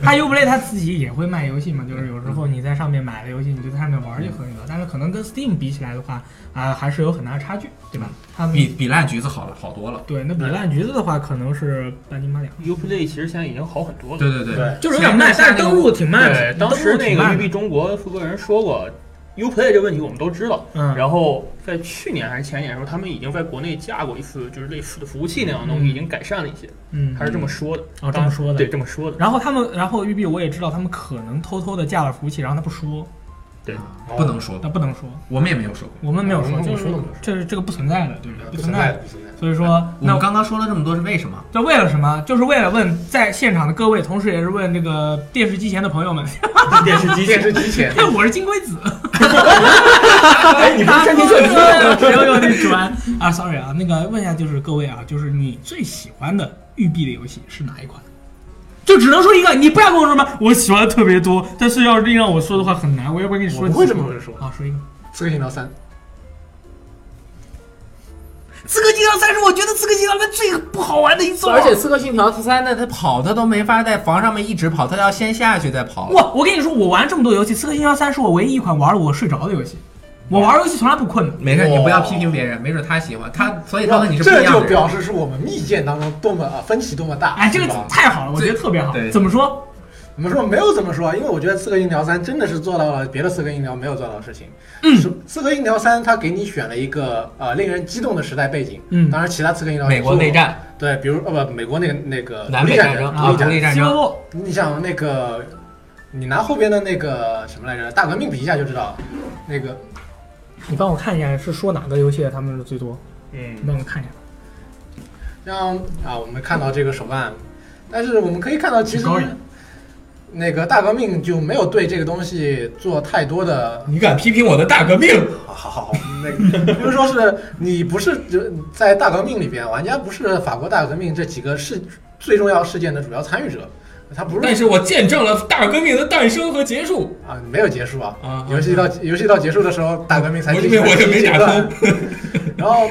A: 他 Uplay 他自己也会卖游戏嘛，就是有时候你在上面买了游戏，你就在上面玩就可以了。但是可能跟 Steam 比起来的话，啊、还是有很大的差距，对吧？他们
B: 比比烂橘子好了好多了。
A: 对那比烂橘子的话，可能是半斤八两，
E: Uplay 其实现在已经好很多了。
B: 对对对
C: 对
A: 就是有点慢，但是登录挺慢的
E: 对，，当
A: 登录
E: 时那
A: 挺
E: 个
A: 慢
E: 育
A: 的
E: 碧中国负责人说过，Uplay 这问题我们都知道。
A: 嗯
E: 然后在去年还是前年的时候，他们已经在国内架过一次，就是类似的服务器那样的东西，已经改善了一些。
A: 嗯
E: 他是这么说的。
A: 哦这么说的
E: 对，这么说的。
A: 然后他们，然后育碧我也知道，他们可能偷偷的架了服务器，然后他不说，
E: 对，
B: 不能说，
A: 但不能说，
B: 我们也没有说过。
A: 我们没有
C: 我
A: 说，哎
C: 们
A: 就
C: 我
A: 是
C: 们说了没有
A: 这是这个不存在的，对不对？
C: 不
A: 存
C: 存
A: 在
C: 在
A: 的
C: 的，。不存在的。
A: 所以说，
B: 我
A: 那
B: 们刚刚说了这么多是为什么？
A: 这为了什么？就是为了问在现场的各位，同时也是问这个电视机前的朋友们，
E: 电视 机
C: 电视机 前，
A: 我是金龟子。
E: 哎，你不是山田孝之吗？
A: 有有那 转啊，sorry 啊，那个问一下，就是各位啊，就是你最喜欢的育碧的游戏是哪一款？就只能说一个，你不要跟我说什么我喜欢的特别多，但是要是硬让我说的话很难，我要不然跟你说
C: 我
A: 几个。
C: 不会这么跟你说
A: 啊，说一个。
C: 刺客信条三，
A: 刺客信条三是我觉得刺客信条里面最不好玩的一座。
B: 而且《刺客信条三》呢，他跑他都没法在房上面一直跑，他要先下去再跑。
A: 哇，我跟你说，我玩这么多游戏，刺客信条三是我唯一一款玩了我睡着的游戏。我玩游戏从来不困的。
B: 没事，你不要批评别人，没准他喜欢他，所以他和你是不一
C: 这
B: 样
C: 就
B: 的人。
C: 表示是我们意见当中多么啊分歧多么大。
A: 哎，这个
C: 是吧
A: 太好了，我觉得特别好
B: 对。
A: 怎么说？
C: 我们说没有怎么说，因为我觉得《刺客信条三》真的是做到了别的《刺客信条》没有做到的事情。嗯，《刺客信条三》它给你选了一个呃令人激动的时代背景。
A: 嗯
C: 当然其他《刺客信条》
B: 美国内战，
C: 对，比如呃不，美国那个那个
B: 南
C: 独立
B: 北
C: 战
B: 战争
C: 独
B: 啊，
C: 立
B: 独
C: 战
B: 立
C: 争。
B: 战
A: 希罗
B: 争。
A: 洛，
C: 你想那个，你拿后边的那个什么来着，《大革命》比一下就知道了，那个
A: 你帮我看一下是说哪个游戏他们是最多？
E: 嗯
A: 你，帮我看一下。
C: 像啊，我们看到这个手办，但是我们可以看到，其实
A: 高一
C: 那个大革命就没有对这个东西做太多的，
B: 你敢批评我的大革命？
C: 好好好， 那个，比如说是你不是在大革命里边，玩家不是法国大革命这几个事最重要事件的主要参与者，他不是
B: 是我见证了大革命的诞生和结束。
C: 啊，没有结束啊，
B: 啊
C: 游戏到游戏到结束的时候，大革命才
B: 我
C: 进
B: 以为
C: 行
B: 我也没
C: 阶
B: 打
C: 段
B: 通。
C: 然后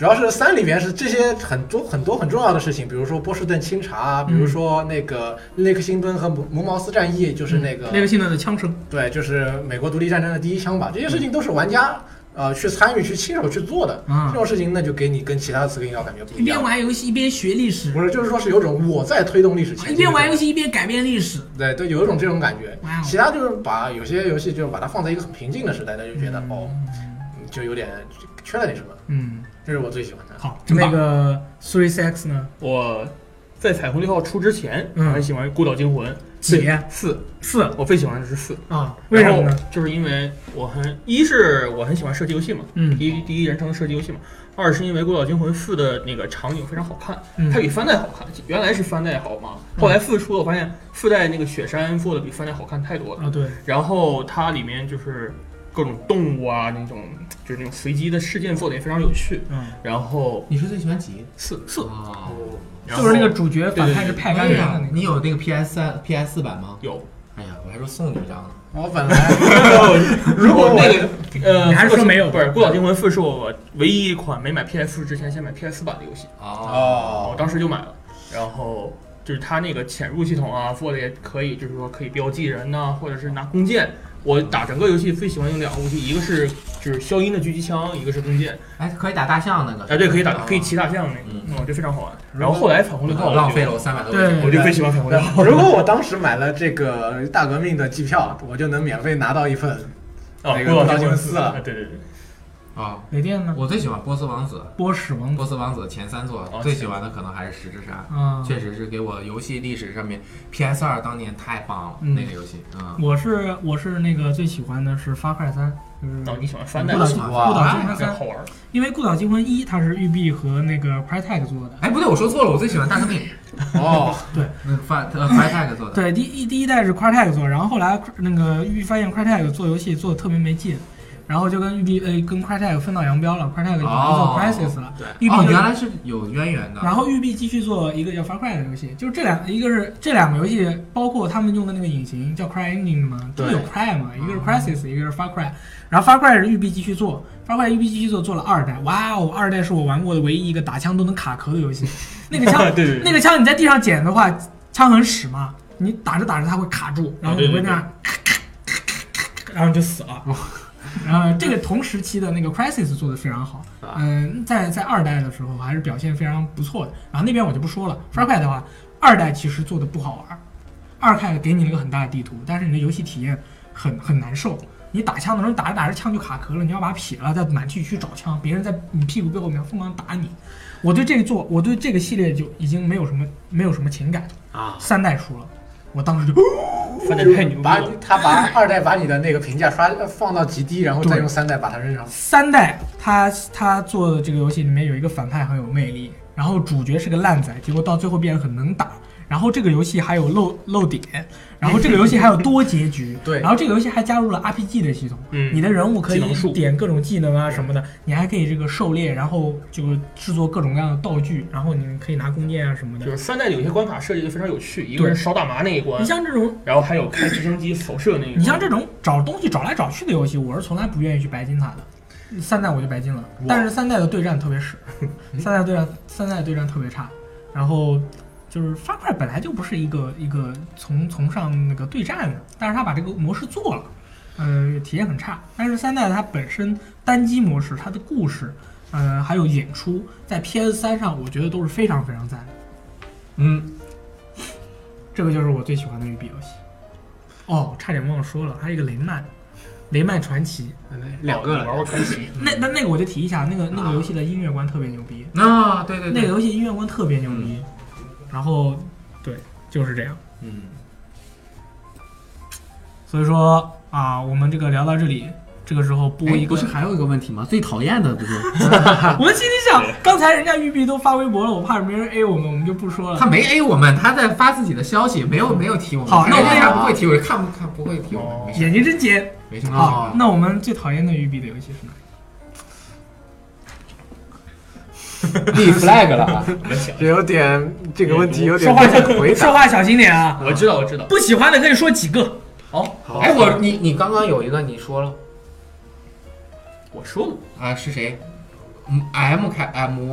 C: 主要是三里面是这些很多很多很重要的事情，比如说波士顿清查啊，
B: 嗯
C: 比如说那个列克星敦和蒙蒙茅斯战役，就是那个、
B: 嗯
A: 那个现在的枪声，
C: 对，就是美国独立战争的第一枪吧，这些事情都是玩家。呃，去参与、去亲手去做的、
A: 嗯
B: 啊
C: 这种事情，那就给你跟其他的刺客信条感觉不
A: 一
C: 一
A: 边
C: 样。
A: 玩游戏一边学历史，
C: 不是，就是说是有种我在推动历史前
A: 一边
C: 进的感觉
A: 玩游戏一边改变历史。
C: 对对，有一种这种感觉
A: 哇哦。
C: 其他就是把有些游戏就是把它放在一个很平静的时代，他就觉得
E: 嗯
C: 哦，就有点缺了点什么。
A: 嗯，
C: 这是我最喜欢的。
A: 好，
B: 真
A: 那
B: 棒
A: 个 Three Sex 呢？
E: 我在《彩虹六号》出之前，
A: 嗯
E: 我很喜欢《孤岛惊魂》
A: 几
E: 最四，
A: 四
E: 我最喜欢的是四。
A: 啊？为什么
E: 然
A: 呢
E: 后？就是因为我很一是我很喜欢射击游戏嘛，
A: 嗯
E: 第一第一人称射击游戏嘛。二是因为《孤岛惊魂四》的那个场景非常好看，
A: 嗯
E: 它比翻代好看。原来是翻代好嘛，后来四出了，我发现四代那个雪山做的比翻代好看太多了。
A: 啊，对，
E: 然后它里面就是各种动物啊，那种就是那种随机的事件做的也非常有趣。
A: 嗯，
E: 然后
B: 你是最喜欢几？
E: 四四，
B: 哦，
E: 然后
A: 就是那个主角反派是派
B: 哎
A: 干
B: 呀
A: 的，那个。
B: 你有那个 PS 三、PS 四版吗？
E: 有
B: 哎呀，我还说送你一张呢。
C: 我本来 如
E: 如
C: 果
E: 果
C: 我
E: 那个呃，
A: 你还说没有嗯
E: 不是《孤岛惊魂四》是我唯一一款没买 PS 之前先买 PS 版的游戏，
B: 哦，
E: 我
C: 哦，
E: 当时就买了。然后就是它那个潜入系统啊，做的也可以，就是说可以标记人呐、或者是拿弓箭。我打整个游戏最喜欢用两个武器，一个是就是消音的狙击枪，一个是弓箭。
B: 哎，可以打大象那个。
E: 哎，对，可以打，
B: 哦
E: 可以骑大象那
B: 嗯
E: 个，嗯，这非常好玩。然后后来彩虹六号
B: 浪费了我，三百多。
A: 对
E: 我就最喜欢彩虹 六号。
C: 如果我当时买了这个大革命的机票，我就能免费拿到一份
E: 啊，
C: 那
E: 《
C: 个
E: 孤岛
C: 孤岛
E: 惊
C: 惊
E: 魂
C: 魂四》
E: 四啊
C: 了
E: 哎对对对，
B: 啊啊，
A: 雷电呢？
B: 我最喜欢波斯王子，
A: 波士王
B: 波斯王子前三座
E: 哦
B: 最喜欢的可能还是十之山，
A: 啊，
B: 确实是给我游戏历史上面 PS 二当年太棒了
A: 嗯
B: 那个游戏，嗯，
A: 我是我是那个最喜欢的是《发快三》，就是
E: 哦，你喜欢翻
A: 嗯不
E: 代
A: 老
E: 码，
A: 喜欢
C: 哇
A: 不老惊魂
E: 这
A: 三
E: 好》，玩儿。
A: 因为《孤岛惊魂一》它是育碧和那个 Crytek 做的。
B: 哎，不对，我说错了，我最喜欢大革 命，
C: 哦，
B: 那个 Fat 呃 f a t a 做的，
A: 对，第一第一代是 Crytek 做，然后后来那个育碧发现 Crytek 做游戏做的特别没劲，然后就跟育碧呃跟 Crytek 分道扬镳了，Crytek 已经做
B: 哦
A: Crysis 了，
E: 对
A: 育碧
B: 哦，
A: 就
B: 原来是有渊源的，
A: 然后育碧继续做一个叫《发快》的游戏，就是这两，一个是这两个游戏，包括他们用的那个引擎叫 CryEngine 嘛，都
E: 对嗯
A: 有 Cry 嘛，一个是 Crysis，一个是 Far Cry。然后 Far Cry 是育碧继续做，Far Cry 育碧继续做，做了二代。哇哦，二代是我玩过的唯一一个打枪都能卡壳的游戏。那个枪，
E: 对对对
A: 那个枪你在地上捡的话，枪很屎嘛，你打着打着它会卡住，然后你会那样，然后你就死了。然后这个同时期的那个 Crisis 做的非常好，嗯，在在二代的时候还是表现非常不错的。然后那边我就不说了。f a r Cry 的话，二代其实做的不好玩，二代给你了一个很大的地图，但是你的游戏体验很很难受。你打枪的时候打着打着枪就卡壳了，你要把它撇了，再满地区找枪，别人在你屁股背后面疯狂打你。我对这个做，我对这个系列就已经没有什么没有什么情感
E: 啊。
A: 三代出了，我当时就。
E: 翻代太牛逼
C: 把
E: 了，
C: 他把二代把你的那个评价刷放到极低，然后再
A: 对
C: 用三代把它扔上。
A: 三代他他做的这个游戏里面有一个反派很有魅力，然后主角是个烂仔，结果到最后变得很能打。然后这个游戏还有漏漏点，然后这个游戏还有多结 局，
C: 对
A: 然后这个游戏还加入了 RPG 的系统，
E: 嗯
A: 你的人物可以
E: 技能树
A: 点各种技能啊什么的，你还可以这个狩猎，然后就制作各种各样的道具，然后你可以拿弓箭啊什么
E: 就
A: 的。
E: 是三代有些关卡设计的非常有趣，一个是烧大麻那一关
A: 你，像这种，
E: 然后还有开直升机扫射那一关。
A: 你像这种找东西找来找去的游戏，我是从来不愿意去白金它的。三代我就白金了，但是三代的对战特别屎，三代对战三代对战特别差。然后就是发块本来就不是一个一个从从上那个对战的，但是他把这个模式做了，呃，体验很差。但是三代它本身单机模式，它的故事，呃，还有演出，在 PS 三上我觉得都是非常非常赞的。
B: 嗯，
A: 这个就是我最喜欢的育碧游戏。哦，差点忘了说了，还有一个雷曼，雷曼传奇。
E: 两个玩过传
C: 嗯
E: 奇，
A: 那那那个我就提一下，那个那个游戏的音乐观特别牛逼，
B: 那对对
A: 那个
B: 对，
A: 游戏音乐观特别牛逼。然后，对，就是这样。
B: 嗯，
A: 所以说啊，我们这个聊到这里，这个时候播一
J: 哎，
A: 个
J: 不是。还有一个问题吗？最讨厌的不是
A: 我心里想，刚才人家育碧都发微博了，我怕没人 A 我们，我们就不说
B: 他
A: 了。
B: 没 A 我们，他在发自己的消息，没有没有提我们，
A: 好那我
B: 为
A: 们
B: 啥不会提我？看不看不会提我们，
A: 眼睛真尖。
B: 没哦什么没什么。
A: 好，那我们最讨厌的育碧的游戏是哪？
J: 立 flag 了 啊？
C: 这有点这个问题有
A: 说
C: 点
A: 话小
C: 不回
A: 说
C: 答。
A: 话小心点啊！
E: 我知道我知道，
A: 不喜欢的可以说几个。
B: 哎，我你你刚刚有一个你说了
E: 我说了，
B: 啊，是谁嗯？M 开 M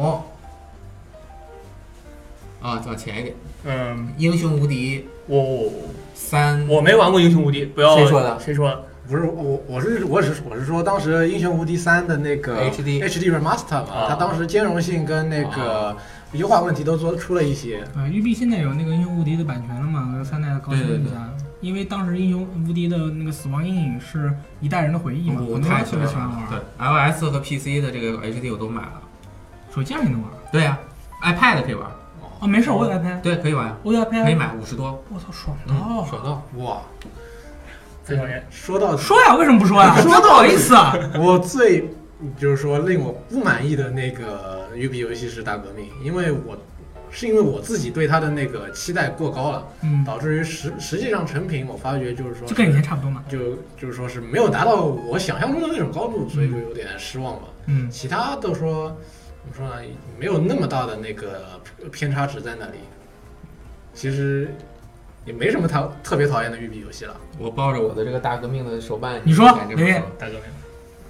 B: 啊，往前一点，
E: 嗯，
B: 英雄无敌
E: 我我
B: 三，
E: 我没玩过英雄无敌，不要
B: 谁说的
E: 谁说的？
C: 不是我，我是我只是我是说，当时《英雄无敌三》的那个
B: HD
C: HD remaster 嘛
E: 啊，
C: 它当时兼容性跟那
A: 啊
C: 个优化问题都做出了一些。
A: 呃，育碧现在有那个《英雄无敌》的版权了嘛？三代高清
B: 对对
A: 一
B: 对
A: 下，因为当时《英雄无敌》的那个死亡阴影是一代人的回忆嘛，
B: 我
A: 很多人
B: 太
A: 特别喜欢玩。
B: 对，iOS 和 PC 的这个 HD 我都买了。
A: 手机上也能玩
B: 对呀，iPad 可以玩，
A: 啊？没事，我有 iPad，
B: 对，可以玩，
A: 我有
B: 可以
A: iPad，
B: 买五十多，
A: 我操，爽
B: 嗯
A: 到，
B: 爽到。
C: 哇，
E: 最讨厌
C: 说到
A: 说呀，为什么不说呀？说不好意思啊。
C: 我最就是说令我不满意的那个育碧游戏是《大革命》，因为我是因为我自己对它的那个期待过高了，
A: 嗯，
C: 导致于实实际上成品我发觉就是说
A: 就跟以前差不多嘛。
C: 就就是说是没有达到我想象中的那种高度，所以就有点失望吧。
A: 嗯，
C: 其他的说怎么说呢，没有那么大的那个偏差值在那里，其实也没什么讨特别讨厌的育碧游戏了。
B: 我抱着我的这个大革命的手办，
A: 你说
B: 敢这么
A: 雷
B: 说
A: 电
E: 大哥，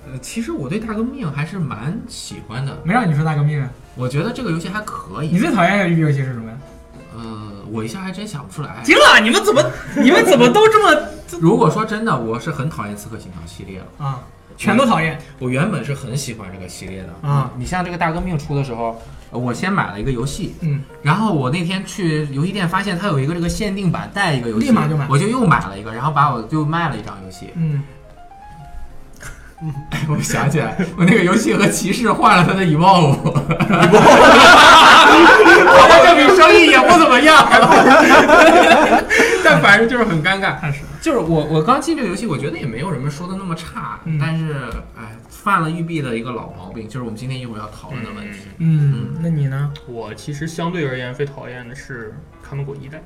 B: 呃，其实我对大革命还是蛮喜欢的，
A: 没让你说大革命啊。
B: 我觉得这个游戏还可
A: 你
B: 以。
A: 最讨厌的育碧游戏是什么呀？
B: 呃，我一下还真想不出来。
A: 行了，你们 怎么你们怎么都这么
B: 如果说真的，我是很讨厌《刺客信条》系列了。
A: 啊？全都讨厌
B: 我原本是很喜欢这个系列的嗯
A: 啊
B: 你像这个大革命出的时候，呃我先买了一个游戏，
A: 嗯，
B: 然后我那天去游戏店发现它有一个这个限定版带一个游戏，
A: 立马就买
B: 我就又买了一个，然后把我就卖了一张游戏，
A: 嗯，
B: 哎我想起来，我那个游戏和骑士换了他的 evolve，我的这笔生意也不怎么 样，但反正就是很尴尬。就是我我刚进这个游戏，我觉得也没有什么说的那么差，但是哎，犯了育碧的一个老毛病，就是我们今天一会儿要讨论的问题。
A: 嗯，那你呢？
E: 我其实相对而言最讨厌的是看门狗一代，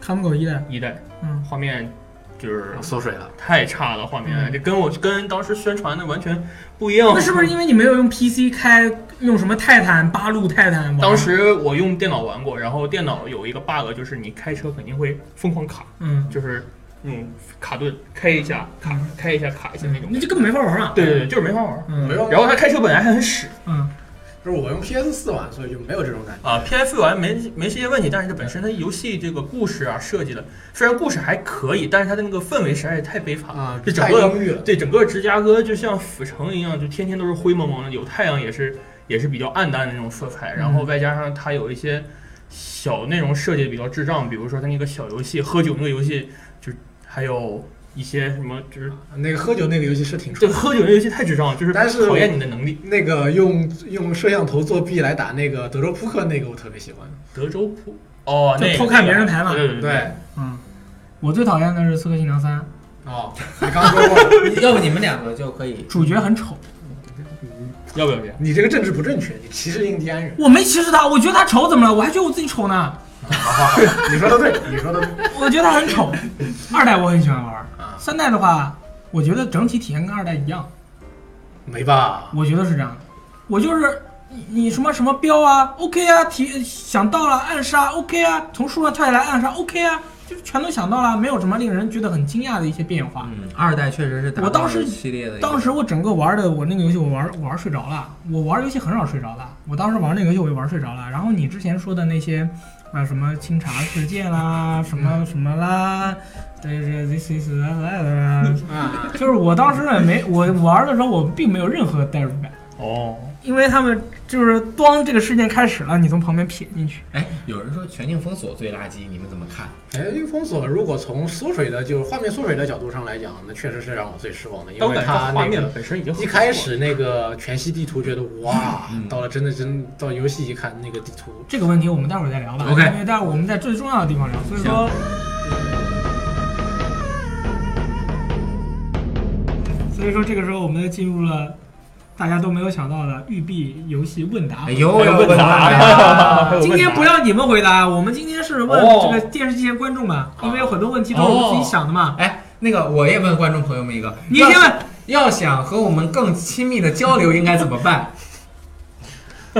A: 看门狗一代，
E: 一代，
A: 嗯，
E: 画面就是
C: 缩水了，
E: 太差嗯了，画面
A: 嗯
E: 这跟我跟当时宣传的完全不一 样。
A: 那是不是因为你没有用 PC 开，用什么泰坦八路泰坦玩？
E: 当时我用电脑玩过，然后电脑有一个 bug，就是你开车肯定会疯狂卡，
A: 嗯，
E: 就是那种卡顿，开一下卡，开一下卡一下那种。
A: 那就根本没法玩啊。
E: 对对对，就是没法玩。
A: 嗯，
C: 没有。啊
E: 然后他开车本来还很屎
A: 嗯，
C: 就是我用 PS 四玩，所以就没有这种感觉。
E: 啊，PS 玩没没这些问题，但是它本身它游戏这个故事啊设计的，虽然故事还可以，但是它的那个氛围实在是太悲惨了。
C: 啊，
E: 这整
C: 太
E: 个
C: 阴郁了。
E: 对整个芝加哥就像死城一样，就天天都是灰蒙蒙的，有太阳也是也是比较暗淡的那种色彩，
C: 嗯
E: 然后外加上它有一些小内容设计比较智障，比如说它那个小游戏喝酒那个游戏，就是还有一些什么就是
C: 那个喝酒那个游戏是挺
E: 这
C: 蠢
E: 个
C: 的，
E: 喝酒那个游戏太智障了，就是
C: 但是
E: 考验你的能力。
C: 那个用用摄像头作弊来打那个德州扑克那个我特别喜欢。
E: 德州扑哦，
A: 就
E: 那个
A: 偷看别人牌嘛
E: 对对对，
C: 对，
A: 嗯，我最讨厌的是《刺客信条三
C: 哦，你刚 说过，
B: 嗯要不你们两个就可以》，，
A: 主角很丑，
E: 要不要这样？
C: 你这个政治不正确，你歧视印第安人。
A: 我没歧视他，我觉得他丑怎么了？我还觉得我自己丑 呢，
C: 好好好，你说的对，你说的对。
A: 我觉得他很丑。二代我很喜欢玩
C: 啊，
A: 三代的话，我觉得整体体验跟二代一样，
C: 没吧？
A: 我觉得是这样的。我就是你你什么什么标啊，OK 啊，提想到了暗杀 OK 啊，从树上跳下来暗杀 OK 啊，就是全都想到了，没有什么令人觉得很惊讶的一些变化。
B: 嗯，二代确实是打
A: 我当时
B: 造了系列的一个，
A: 当时我整个玩的，我那个游戏我玩我玩睡着了，我玩游戏很少睡着的。我当时玩那个游戏我就玩睡着了。然后你之前说的那些，啊什么清查世界啦，啊什么什么啦，对对，this is 啦，
C: 啊，
A: 就是我当时也没我玩的时候我并没有任何代入感，
E: 哦，
A: 因为他们就是当这个事件开始了，你从旁边瞥进去，
B: 哎，有人说全境封锁最垃圾，你们怎么看？
C: 哎，封锁如果从缩水的，就是画面缩水的角度上来讲，那确实是让我最失望的，因
E: 但我
C: 为
E: 感觉它
C: 它
E: 画
C: 那
E: 面
C: 个
E: 本身已经很
C: 一开始那个全息地图，觉得哇，到了真的真到游戏一看那个地图，
A: 这个问题我们待会儿再聊吧。
B: OK
A: 因为待会儿我们在最重要的地方聊，所以说。所以说这个时候我们进入了大家都没有想到的育碧游戏啊问答。
B: 哎呦，
E: 还有
B: 要
E: 问
B: 答
E: 答，还有问答
A: 今天不要你们回答，我们今天是问
E: 哦
A: 这个电视机前观众们，因为有很多问题都是我们自己想的嘛。
B: 哎，那个我也问观众朋友们一个，
A: 你先问
B: 要，要想和我们更亲密的交流，应该怎么办？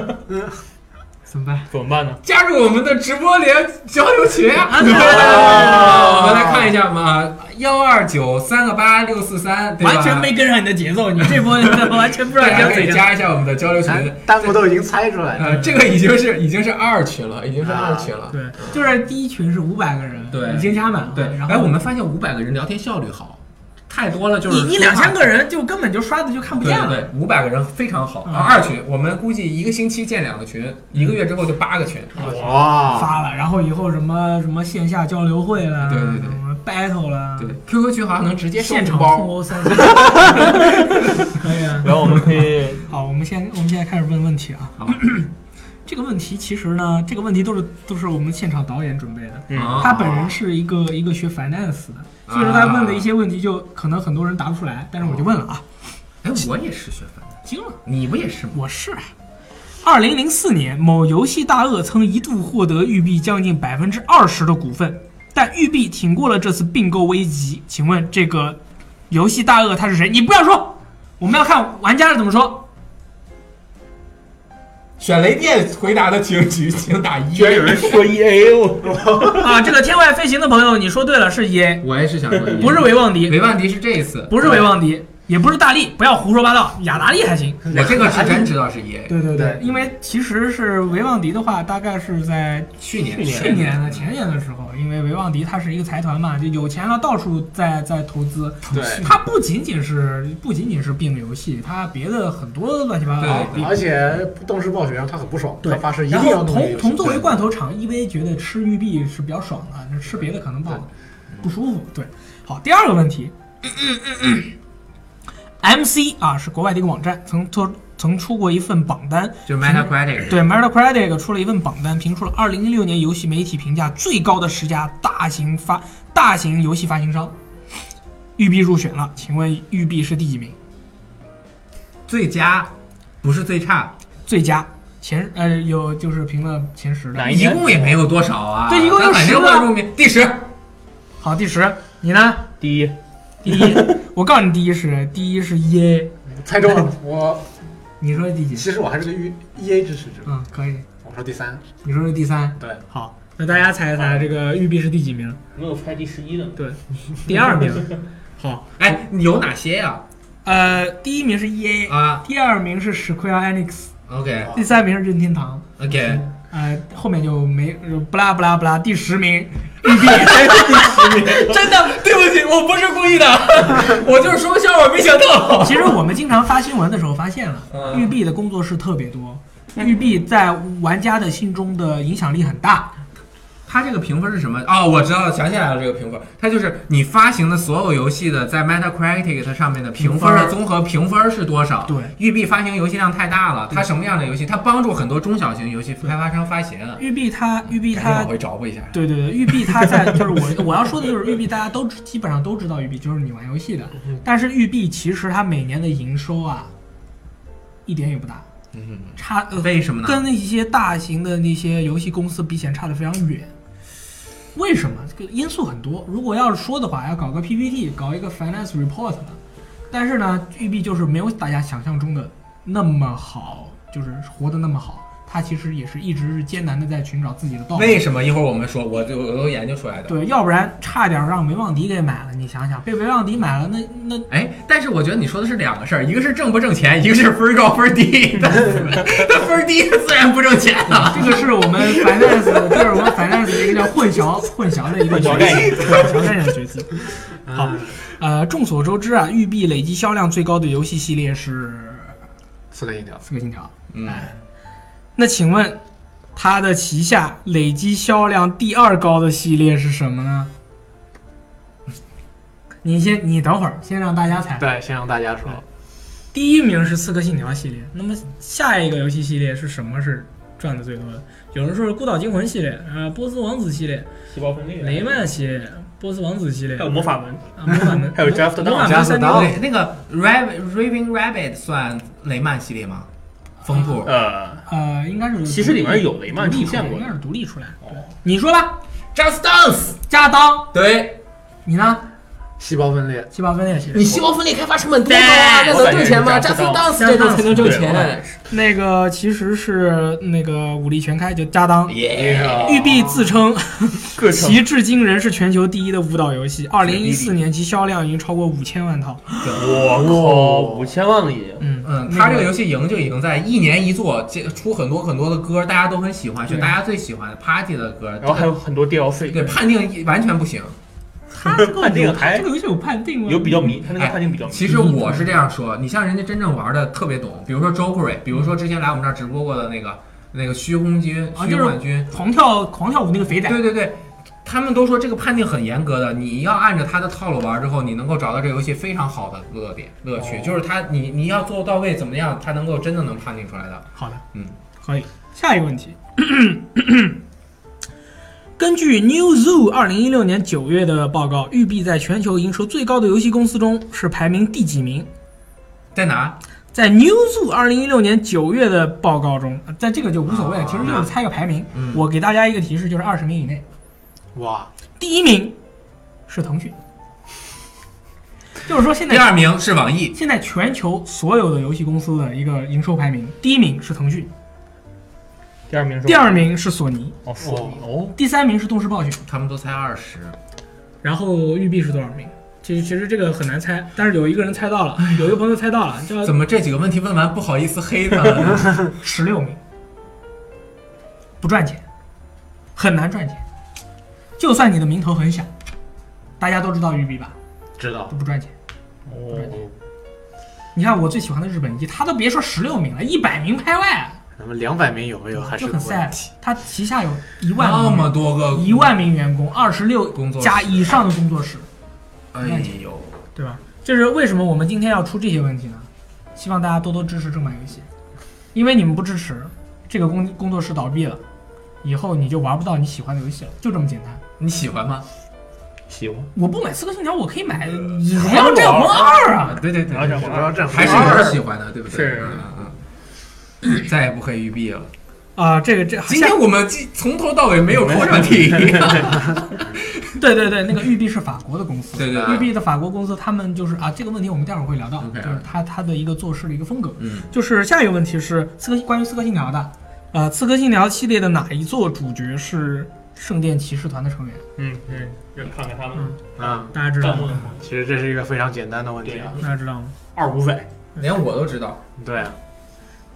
A: 怎么办？
E: 怎么办呢？
B: 加入我们的直播连交流群啊！
A: 啊
B: 我们来看一下嘛，幺二九三个八六四三，对吧
A: 完全没跟上你的节奏，你这 波人完全不知道
B: 大
A: 你
B: 家
A: 要
B: 可
A: 怎
B: 以
A: 样。
B: 加一下我们的交流群。
A: 哎
C: 弹幕都已经猜出来
B: 呃，
C: 了。
B: 这个已经是已经是二群了，已经是
A: 啊
B: 二群了。
A: 对，就是第一群是五百个人，
B: 对
A: 已经加满了。
B: 对，
A: 然后
B: 哎，我们发现五百个人聊天效率好，太多了就是
A: 你你
B: 说话
A: 两千个人就根本就刷的就看不
B: 对
A: 见
B: 对
A: 了。
B: 对，五百个人非常好。
A: 嗯
B: 啊二群，我们估计一个星期建两个群，一个月之后就八个群。
A: 嗯
C: 哇，
A: 发了，然后以后什么什么线下交流会啦，
B: 对对对
A: 什么 battle 啦，
B: 对，QQ 群好像能直接收
A: 现场
B: 红包。
A: 互殴三 可以啊。
E: 然后我们可以
A: 好，我们现我们现在开始问问题啊
B: 好。
A: 这个问题其实呢，这个问题都是都是我们现场导演准备的。
B: 啊
A: 他本人是一个一个学 finance 的，所以说他问的一些问题就可能很多人答不出来，但是我就问了啊，
B: 哎，我也是学分的，
A: 惊了。
B: 你不也是吗？
A: 我是。二零零四年，某游戏大鳄曾一度获得育碧将近百分之二十的股份，但育碧挺过了这次并购危机。请问这个游戏大鳄他是谁？你不要说，我们要看玩家是怎么说。
B: 选雷电回答的请举，请打一
E: 居。然有人说 E A，我
A: 啊，这个天外飞行的朋友，你说对了，是 E A，
B: 我也是想说一，
A: 不是维旺迪，
B: 维万迪是这一次，
A: 不是维旺迪，也不是大力，不要胡说八道，雅达利还行。
B: 我这个是真知道是 EA，
A: 对对
C: 对
A: 因为其实是维旺迪的话，大概是在
B: 去年
A: 去年的前年的时候，因为维旺迪它是一个财团嘛，就有钱了到处在在投资。
C: 对，
A: 它不仅仅是不仅仅是并游戏，它别的很多乱七八糟的
B: 对
A: 利
C: 而且动视暴雪让他很不爽，
A: 对
C: 他发誓一
A: 然
C: 定要
A: 后
C: 弄这个
A: 同
C: 游戏
A: 同作为罐头厂，EV 觉得吃玉币是比较爽的，那吃别的可能不好不舒服。对，好，第二个问题。 MC 啊是国外的一个网站，曾出曾出过一份榜单，
B: 就是 Metacritic
A: 对 Metacritic 出了一份榜单，评出了2006年游戏媒体评价最高的十家大型发大型游戏发行商，育碧入选了。请问育碧是第几名？
B: 最佳，不是最差，
A: 最佳前呃有就是评了前十的，
B: 一共也没有多少啊。
A: 对一共就
B: 那反
A: 十
B: 正
A: 个
B: 我入名第十，
A: 好，第十，你呢？
E: 第一，
A: 第 一，我告诉你，第一是第一是 EA，
C: 猜中了，我
A: 你说第几？
C: 其实我还是个 E E A 支持者，
A: 嗯，可以，
C: 我说第三，
A: 你说是第三，
C: 对，
A: 好，那大家猜一猜，这个育碧是第几名？
E: 没有猜第十一的，
A: 对，第二名。 好，
B: 哎，有哪些呀？
A: 呃，第一名是 EA，
B: 啊
A: 第二名是史克 r e Enix，
B: ，OK
A: 第三名是任天堂。
B: OK，
A: 呃，后面就没不啦不啦不啦，第十名，育碧第十名。
B: 真的，对不起，我不是故 意的，我就是说个笑话，没想到。
A: 其实我们经常发新闻的时候发现了，育碧的工作室特别多，育碧在玩家的心中的影响力很大。
B: 它这个评分是什么？哦，我知道了，想起来了，这个评分，它就是你发行的所有游戏的在 Metacritic 它上面的评分的综合评分是多少？
A: 对
B: 育碧发行游戏量太大了，它什么样的游戏？它帮助很多中小型游戏开发商发行。
A: 育碧它，育碧
B: 赶紧
A: 它
B: 往，回找补一下。
A: 对对对，育碧它在就是我我要说的就是育碧，大家都知基本上都知道育碧就是你玩游戏
B: 嗯
A: 的，但是育碧其实它每年的营收啊，一点也不大，
B: 嗯，
A: 差呃
B: 为什么呢？
A: 跟一些大型的那些游戏公司比起来差得非常远。为什么？这个因素很多。如果要是说的话，要搞个 PPT，搞一个 finance report 的。但是呢，育碧就是没有大家想象中的那么好，就是活得那么好。他其实也是一直是艰难的在寻找自己的道路。
B: 为什么？一会儿我们说，我就我都研究出来的。
A: 对，要不然差点让维旺迪给买了。你想想，被维旺迪买了，那那
B: 哎，但是我觉得你说的是两个事儿，一个是挣不挣钱，一个是分儿高分儿 低。它分儿低自然不挣钱了。
A: 啊这个是我们 finance，这 是我们 finance 的一个叫混淆混淆的一个
E: 混淆
A: 角
E: 概
A: 念，
E: 念嗯
A: 混淆概念的角色。好，呃，众所周知啊，育碧累计销量最高的游戏系列是
C: 四个音调
A: 《刺客信条》。
B: 嗯，
A: 那请问，它的旗下累计销量第二高的系列是什么呢？ 你先，你等会儿，先让大家猜。
C: 对，先让大家说，
A: 第一名是《刺客信条》系列，那么下一个游戏系列是什么是赚的最多的？有人说是《孤岛惊魂》系列，呃，《波斯王子》系列，
E: 细胞分裂，
A: 雷曼系列、波斯王子系列，
E: 还有魔法门，
A: 啊，魔法门，
E: 还有 Draft
A: 魔
E: Down，
A: 法门三
C: 加速
A: 六
C: 刀
B: 对，哦那个 Rabbit Raving Rabbit 算雷曼系列吗？风兔。
E: 呃，
A: 呃，应该是
E: 其实里面有雷曼
A: 独立
E: 出现过
A: 应该是独立出来的。
E: 哦
A: 对你说吧，
B: Just Dance，
A: 加当，
B: 对
A: 你呢？
C: 细胞分裂，
A: 细胞分裂系列，
K: 你细胞分裂开发成本多高啊？那能挣钱吗？扎斯当斯这种才能挣钱。
A: 那个其实是那个武力全开，就加
E: 哦
A: 当。
B: 耶！
A: 育碧自称
E: 各成
A: 其至今仍是全球第一的舞蹈游戏，二零一四年其销量已经超过五千万套。
E: 我靠，五千万个也
A: 嗯
B: 嗯，
A: 那
B: 他这个游戏赢就赢在一年一做，这出很多很多的歌，大家都很喜欢，选
A: 对
B: 大家最喜欢的 Party 的歌。
E: 然后还有很多 DLC，
B: 对判定一完全不行。
A: 他 这个
E: 判定
A: 有
E: 还
A: 这个游戏有判定吗？
E: 有比较迷，他那
A: 哎
E: 个判定比较迷。
B: 其实我是这样说，你像人家真正玩的特别懂，比如说 Jokery，比如说之前来我们这儿直播过的那个那个虚空军、
A: 啊，
B: 虚
A: 就是
B: 幻军，
A: 狂跳狂跳舞那个肥仔，
B: 对对对，他们都说这个判定很严格的，你要按照他的套路玩之后，你能够找到这个游戏非常好的乐点乐趣，就是他你你要做到位怎么样，他能够真的能判定出来的。
A: 好的，
B: 嗯，
A: 可以。下一个问题， 根据 New Zoo 二零一六年九月的报告，育碧在全球营收最高的游戏公司中是排名第几名？
B: 在哪？
A: 在 New Zoo 二零一六年九月的报告中，呃在这个就无所谓了，其实就是猜个排名。
B: 啊嗯
A: 我给大家一个提示，就是二十名以内。
C: 哇，
A: 第一名是腾讯，就是说现在
B: 第二名是网易，
A: 现在全球所有的游戏公司的一个营收排名，第一名是腾讯，
E: 第二名是
A: 第二名是索尼，
E: 哦，索尼哦，
A: 第三名是动视暴雪，
B: 他们都才二十。
A: 然后育碧是多少名？其实其实这个很难猜，但是有一个人猜到了，有一个朋友猜到了，叫
B: 怎么这几个问题问完不好意思黑他们 呢？
A: 十六名，不赚钱，很难赚钱。就算你的名头很响，大家都知道育碧吧，
C: 知道
A: 都，不赚钱。你看我最喜欢的日本一，他都别说十六名了，一百名拍外
C: 那么两百名有没有还
A: 就是很 sad
C: 问题？。
A: 他旗下有一万名
B: 那
A: 员工
B: 么多个
A: 一，万名员工，二十六
B: 工作室
A: 加以上的工作室，
B: 哎呦，
A: 对吧？就是为什么我们今天要出这些问题呢？希望大家多多支持正版游戏，因为你们不支持，这个工工作室倒闭了，以后你就玩不到你喜欢的游戏了，就这么简单。
B: 你喜欢吗？
E: 喜欢。
A: 我不买《刺客信条》，我可以买《荣耀战魂二》啊！
B: 对对对，
E: 荣耀战
B: 还
E: 魂二
B: 是有人喜欢的，对不对？
E: 是
B: 嗯，嗯嗯再也不黑育碧了。
A: 啊，这个这
B: 今天我们既从头到尾没有扣上题。
A: 对对对，那个育碧是法国的公司，
B: 对对对
A: 育碧的法国公司，他们就是啊，这个问题我们待会儿会聊到
B: OK
A: 就是他他的一个做事的一个风格。
B: 嗯，
A: 就是下一个问题是刺客关于刺客信条的，呃，刺客信条系列的哪一座主角是圣殿骑士团的成员？
E: 嗯嗯，就看看他们
C: 啊，
A: 大家知道吗？
C: 其实这是一个非常简单的问题啊，
A: 大家知道吗？
E: 二五仔，
B: 连我都知道。
C: 对啊，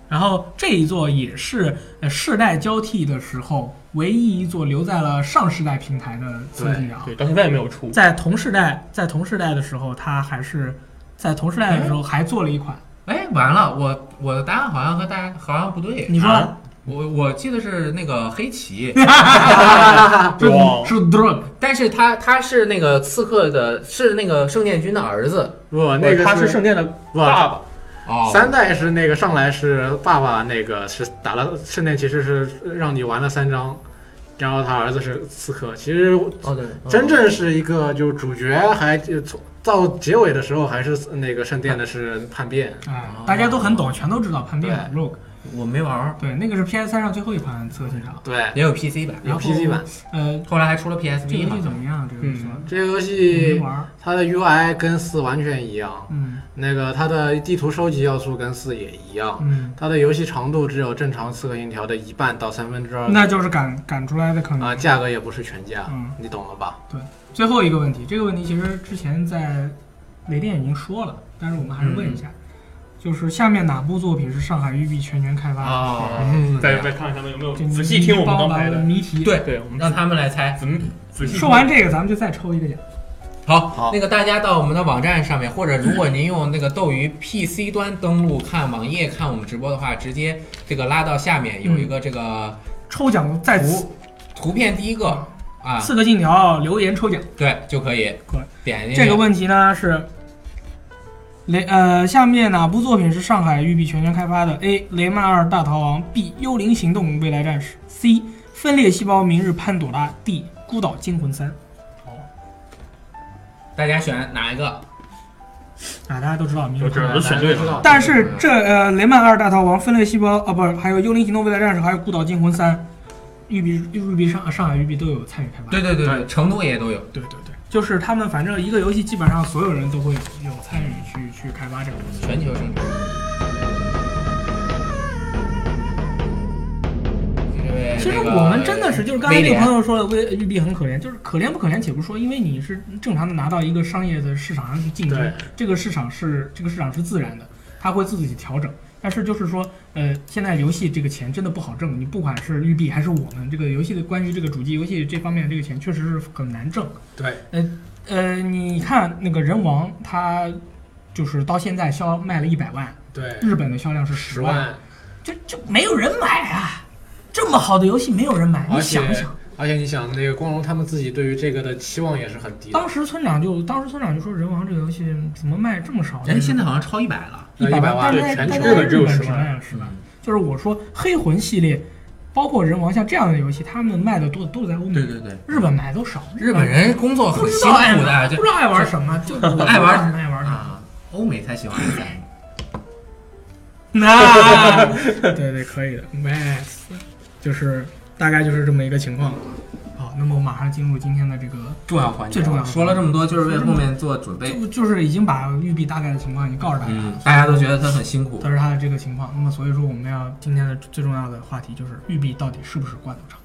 A: 然后这一座也是呃世代交替的时候唯一一座留在了上世代平台的刺客信
C: 啊
A: 条。
E: 对，到现在也没有出。
A: 在同世代在同世代的时候，他还是在同世代的时候还做了一款。
B: 哎，完了，我我的答案好像和大家好像不对。
A: 你说
B: 啊我我记得是那个 黑棋，
E: 啊哇
A: 啊是 drug，
B: 但是他他是那个刺客的，是那个圣殿军的儿子。
C: 不，那个
E: 他是圣殿的爸爸，
B: 哦，
C: 三代是那个上来是爸爸，那个是打了圣殿骑士是让你玩了三章，然后他儿子是刺客。其实
B: 哦对，
C: 真正是一个就是主角还就从到结尾的时候还是那个圣殿的是叛变，
A: 哎，
E: 啊
A: 大家都很懂，全都知道叛变了 rogue。
B: 我没玩儿，
A: 对，那个是 PS 三上最后一款刺客信条。
C: 对，
B: 也有 PC 版，
A: 然后
C: PC 版，
A: 呃，
B: 后来还出了
A: 这个
B: PSV
A: 游
B: 好
A: 戏怎
B: 像。
A: 么样？这个游戏，
E: 嗯
C: 这个游
A: 你没
C: 戏
A: 玩儿？
C: 它的 UI 跟四完全一样，
A: 嗯
C: 那个它的地图收集要素跟四也一样，
A: 嗯，
C: 它的游戏长度只有正常刺客信条的一半到三分之
E: 嗯
C: 二，
A: 那就是赶赶出来的可能
C: 啊，价格也不是全价，
A: 嗯
C: 你懂了吧？
A: 对，最后一个问题，这个问题其实之前在雷电已经说了，但是我们还是问一
E: 嗯
A: 下，就是下面哪部作品是上海育碧全权开发的？
B: 哦，
E: 嗯
C: 嗯
A: 嗯
E: 再再看看他们有没有
A: 这
E: 啊仔细听我们
A: 你帮
E: 刚才
A: 我把我
E: 的。
A: 谜题。，
B: 对，
E: 对，我们
B: 让他们来猜。
E: 仔仔细听
A: 说完这个咱们就再抽一个奖。
B: 好，
C: 好
B: 那个大家到我们的网站上面，或者如果您用那个斗鱼 PC 端登录看网页看我们直播的话，直接这个拉到下面有一个这个
A: 抽奖在
E: 哦
A: 此，
B: 图片第一个啊，
A: 刺客信条留言抽奖。
B: 对就可以
A: 嗯可以
B: 点
E: 哎
B: 进去
A: 这个问题呢是，雷呃，下面哪部作品是上海育碧全权开发的？A. 雷曼二大逃亡，B. 幽灵行动未来战士，C. 分裂细胞明日潘朵拉，D. 孤岛惊魂三。
B: 大家选哪一个？
A: 啊，大家都知道明日
E: 我知
A: 潘
E: 道
A: 朵
E: 都
A: 拉。
E: 选对了，
A: 但是这呃，雷曼二大逃亡、分裂细胞啊，不是，还有幽灵行动未来战士，还有孤岛惊魂三，育碧育碧上上海育碧都有参与开发。
B: 对对对对，成都也都有。
A: 对对对，就是他们反正一个游戏基本上所有人都会有参与去去开发这个游戏。
B: 全球生产。这位
A: 其实
B: 那个
A: 我们真的是，就是刚才
B: 威
A: 那个
B: 廉
A: 朋友说了，为育碧很可怜，就是可怜不可怜且不说，因为你是正常的拿到一个商业的市场上去竞争
C: 对，
A: 这个市场是这个市场是自然的，它会自己调整。但是就是说，呃，现在游戏这个钱真的不好挣，你不管是育碧还是我们这个游戏的关于这个主机游戏这方面这个钱确实是很难挣。
C: 对，
A: 呃呃，你看那个人王，他就是到现在销卖了一百万，
C: 对，
A: 日本的销量是
C: 十
A: 十万，
C: 万，
A: 就就没有人买啊！这么好的游戏没有人买，你
C: 而且
A: 想一想，
C: 而且你想，那个光荣他们自己对于这个的期望也是很低的，
A: 当时村长就当时村长就说，人王这个游戏怎么卖这么少？
B: 哎，现在好像超一百了。
A: 一百
C: 100万
A: 但在
C: 对全
A: 但
C: 球
A: 在
E: 日本只有
A: 本
E: 10
A: 只
E: 万
A: 卖了十万。就是我说黑魂系列，包括人王像这样的游戏，他们卖的多的都是在欧美，
B: 对对对，
A: 日本卖的都少。
B: 日本人工作
A: 不
B: 很
A: 知
B: 辛
A: 道爱
B: 苦
A: 玩
B: 的，
A: 不
B: 就
A: 知道爱玩什么，就我
B: 爱玩
A: 什么爱玩 什么。
B: 啊，欧美才喜欢 S M。
A: 那对对，可以的，nice，就是大概就是这么一个情况。好，那么我马上进入今天的这个，
B: 重要环节，
A: 最重要
B: 说了这么多，就是为后面做准备。
A: 就就是已经把育碧大概的情况已经告诉大家
B: 哎嗯
A: 了，，
B: 大家都觉得他很辛苦
A: 但。是他的这个情况。那么所以说，我们要今天的最重要的话题就是育碧到底是不是罐头厂，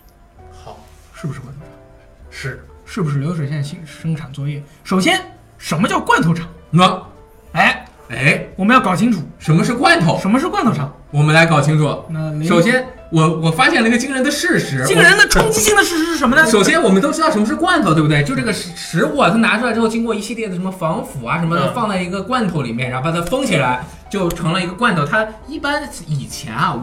C: 好，
A: 是不是罐头厂，
C: 是
A: 是不是流水线生生产作业？首先，什么叫罐头厂？
B: 那
A: 哎，
B: 哎，
A: 我们要搞清楚
B: 什么是罐头？
A: 什么是罐头厂。
B: 我们来搞清楚。
A: 那雷
B: 首先，我我发现了一个惊人的事实，
A: 惊人的冲击性的事实是什么呢
B: 我。？首先，我们都知道什么是罐头，对不对？就这个食食物啊，它拿出来之后，经过一系列的什么防腐啊什么的，
E: 嗯
B: 放在一个罐头里面，然后把它封起来，就成了一个罐头。它一般以前啊，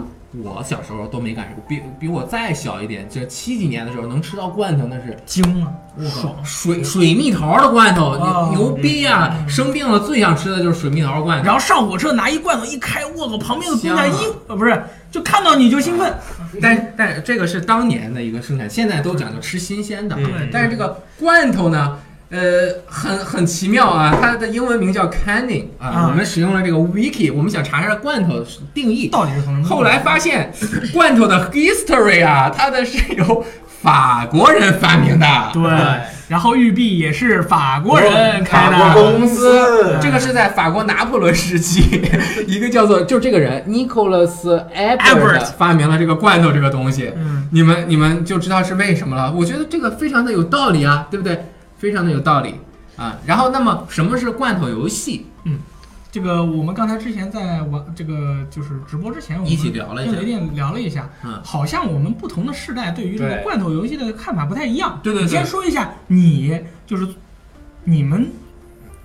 B: 我小时候都没赶上过，比比我再小一点，这七几年的时候能吃到罐头那是
A: 惊了，
B: 爽水水蜜桃的罐头，
A: 啊
B: 牛牛逼啊！生病了最想吃的就是水蜜桃罐头，
A: 然后上火车拿一罐头一开，我靠，旁边的姑娘
B: 香啊
A: 一呃不是就看到你就兴奋，
B: 但但这个是当年的一个生产，现在都讲究吃新鲜的。
A: 嗯
B: 但是这个罐头呢，呃，很很奇妙啊，它的英文名叫 canning 啊。
A: 啊
B: 我们使用了这个 wiki，我们想查查罐头定义
A: 到底是从什么地方
B: 后来发现，罐头的 history 啊，它的是由法国人发明的。
A: 对，然后玉璧也是法国人开的
B: 法国公司，这个是在法国拿破仑时 期，一个叫做就这个人 Nicholas Ebert 发明了这个罐头这个东西，
A: 嗯，
B: 你们你们就知道是为什么了。我觉得这个非常的有道理啊，对不对？非常的有道理啊。然后，那么什么是罐头游戏？
A: 这个我们刚才之前在玩这个就是直播之前，我们
B: 一起聊了一下
A: 跟雷电聊了一下，
B: 嗯
A: 好像我们不同的世代对于这个
B: 对
A: 罐头游戏的看法不太一样。
B: 对对对
A: 你先说一下你就是你们